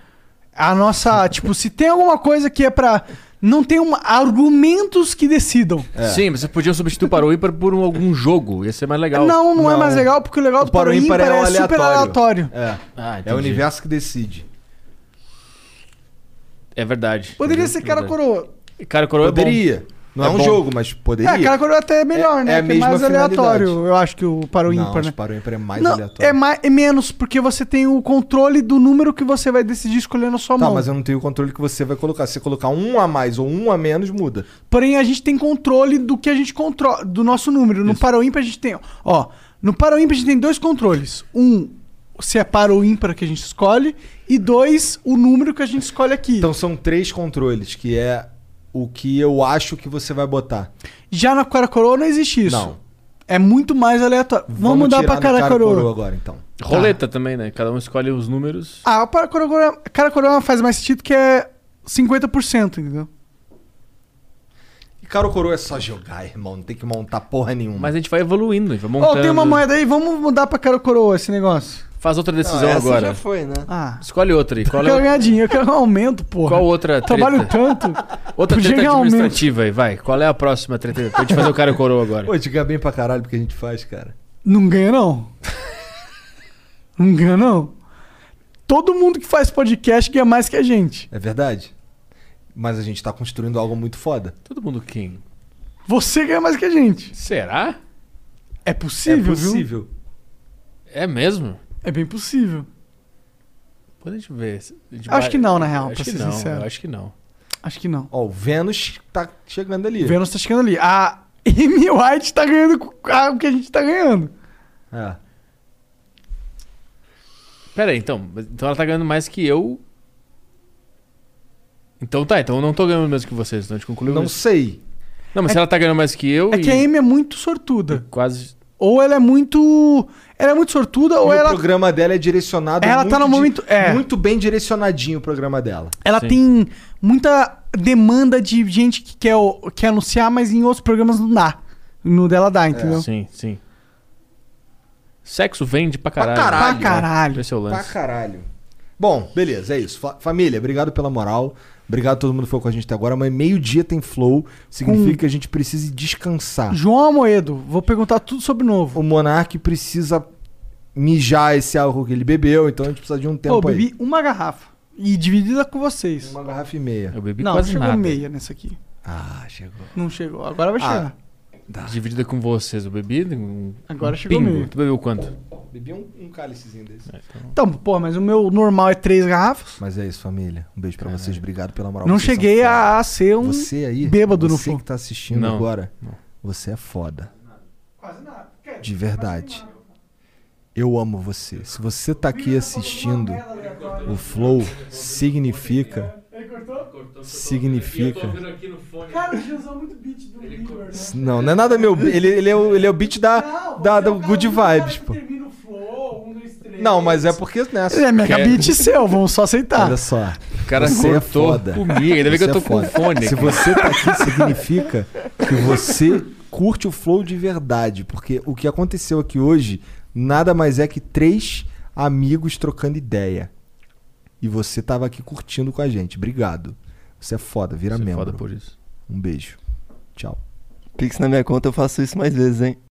C: a nossa. tipo, se tem alguma coisa que é pra. Não tem uma- argumentos que decidam.
E: É. Sim, mas vocês podiam substituir o para o ímpar por um- algum jogo. Ia ser mais legal.
C: Não, não, é
B: Não.
C: mais legal, porque o legal do
B: O Paro
C: Power Ímpar
B: Ímpar
C: é,
B: é o
C: super
B: aleatório.
C: aleatório.
B: É.
E: Ah,
B: É o
E: entendi.
B: universo que decide.
E: É verdade.
C: Poderia
E: Entendi,
C: ser cara
E: verdade.
C: coroa.
E: Cara coroa é bom.
B: Poderia. Não é,
E: É
B: um
E: bom.
B: jogo, mas poderia.
C: É, cara coroa até é melhor,
B: É-
C: né?
B: é a
C: Porque
B: mesma
C: mais aleatório,
B: finalidade.
C: eu acho que o Power
B: Não,
C: Ímpar,
B: acho
C: né?
B: que Paro Ímpar é mais
C: Não,
B: aleatório.
C: é, mais, é menos, porque você tem o controle do número que você vai decidir escolher na sua
B: Tá,
C: mão.
B: mas eu não tenho o controle que você vai colocar. Se você colocar um a mais ou um a menos, muda.
C: Porém, a gente tem controle do que a gente controla, do nosso número. No para ou ímpar a gente tem, ó, no para ou ímpar a gente tem dois controles. Um, se é para ou ímpar que a gente escolhe, e dois, o número que a gente escolhe aqui.
B: Então são três controles, que é o que eu acho que você vai botar.
C: Já na cara coroa não existe isso.
B: Não.
C: É muito mais aleatório. Vamos, mudar
B: tirar
C: para
B: no
C: cara coroa.
B: agora, então.
E: Roleta
C: Tá.
E: também, né? Cada um escolhe os números.
C: Ah, para coroa, cara coroa faz mais sentido que é 50%, entendeu?
B: E cara ou coroa é só jogar, irmão. Não tem que montar porra nenhuma.
C: é-
E: Mas a gente vai evoluindo, a gente vai
C: Ó,
E: montando.
C: tem uma moeda aí, vamos mudar para cara coroa esse negócio.
E: Faz outra decisão
D: essa
E: agora.
D: já foi, né?
C: Ah.
E: Escolhe outra aí. Qual,
C: Eu
E: é
C: quero
E: o-
C: ganhar dinheiro, eu quero um aumento, porra.
E: qual outra treta?
C: Trabalho tanto.
E: Outra
C: Podia
E: treta
C: ganhar um aumento.
E: administrativa aí, vai. Qual é a próxima treta? Pra gente fazer o cara coroa agora.
B: Pô, diga bem pra caralho porque a gente faz, cara.
C: Não ganha, não. não ganha, não. Todo mundo que faz podcast ganha mais que a gente.
B: É verdade. Mas a gente tá construindo algo muito foda.
E: Todo mundo quem?
C: Você ganha mais que a gente.
E: Será?
C: É possível,
B: é
C: viu?
B: possível.
E: É mesmo?
C: É bem possível.
E: Pô, deixa eu ver. A gente
C: Acho que não, né, na real,
E: acho
C: pra
E: que
C: ser
E: não,
C: sincero.
E: Eu acho que não.
C: Acho que não.
B: Ó, o Vênus tá chegando ali.
C: O Vênus tá chegando ali. A Amy White tá ganhando com- ah, o que a gente tá ganhando.
B: É.
E: Pera aí, então. mas- Então ela tá ganhando mais que eu. Então tá, então eu não tô ganhando mesmo que vocês, então a gente concluiu
B: Não
E: isso.
B: sei.
E: Não, mas se ela tá ganhando mais que eu.
C: É que a
E: e
C: Amy é muito sortuda.
E: Quase.
C: Ou ela é muito. Ela é muito sortuda, ou
B: E
C: ela
B: O programa dela é direcionado
C: Ela tá no
B: di-
C: momento- é.
B: muito bem direcionadinho o programa dela.
C: Ela
E: Sim.
C: tem muita demanda de gente que quer, o- quer anunciar, mas em outros programas não dá. No dela dá, entendeu?
E: Ah, Sim, sim. Sexo vende pra caralho.
B: caralho.
C: Pra caralho.
E: Esse é o
B: Pra
E: lance.
B: caralho. Bom, beleza, é isso. Fa- Família, obrigado pela moral. Obrigado a todo mundo que foi com a gente até agora. Mas meio-dia tem flow. Significa que a gente precisa descansar.
C: João Amoedo, vou perguntar tudo sobre novo.
B: O Monark precisa mijar esse álcool que ele bebeu. Então a gente precisa de um
C: Pô,
B: tempo
C: eu
B: aí.
C: bebi uma garrafa. E dividida com vocês.
B: Uma garrafa e meia.
E: Eu bebi
C: Não,
E: quase
C: chegou
E: nada.
C: meia nessa aqui.
B: Ah, chegou.
C: Não chegou. Agora vai
B: Ah.
C: chegar.
E: Dividida com vocês, eu bebi um
C: Agora chegou
E: pingo.
C: meia.
E: Tu bebeu quanto?
B: Bebi um, um cálicezinho desse.
C: Então, pô, mas o meu normal é três garrafas.
B: Mas é isso, família. Um beijo pra vocês. Obrigado pela moral.
C: Não
B: Vocês são
C: cheguei
B: foda.
C: a, a ser um.
B: Você aí,
C: bêbado no
B: você
C: flow.
B: que tá assistindo
E: Não,
B: agora, você é foda. De verdade. Eu amo você. Se você tá aqui assistindo o Flow, significa. Significa.
C: Cara, o usou muito beat do Igor, né?
B: Não, não é nada meu. Ele, ele, é, o, ele é o beat
C: Ah,
B: da, da,
C: é
B: do Good Vibes, pô.
C: um,
B: Não, mas é porque nessa.
C: É, mega beat seu, vamos só aceitar.
B: Olha só.
E: O cara
B: Você é
E: cortou
B: foda.
E: comigo. Ainda bem que
B: Você
E: eu tô
B: é
E: com
B: foda.
E: fone.
B: Se você tá aqui, significa que você curte o flow de verdade. Porque o que aconteceu aqui hoje nada mais é que três amigos trocando ideia. E você tava aqui curtindo com a gente. Obrigado. Você é foda, vira
E: Você é
B: membro.
E: foda por isso.
B: Um beijo. Tchau.
D: Pix na minha conta, eu faço isso mais vezes, hein?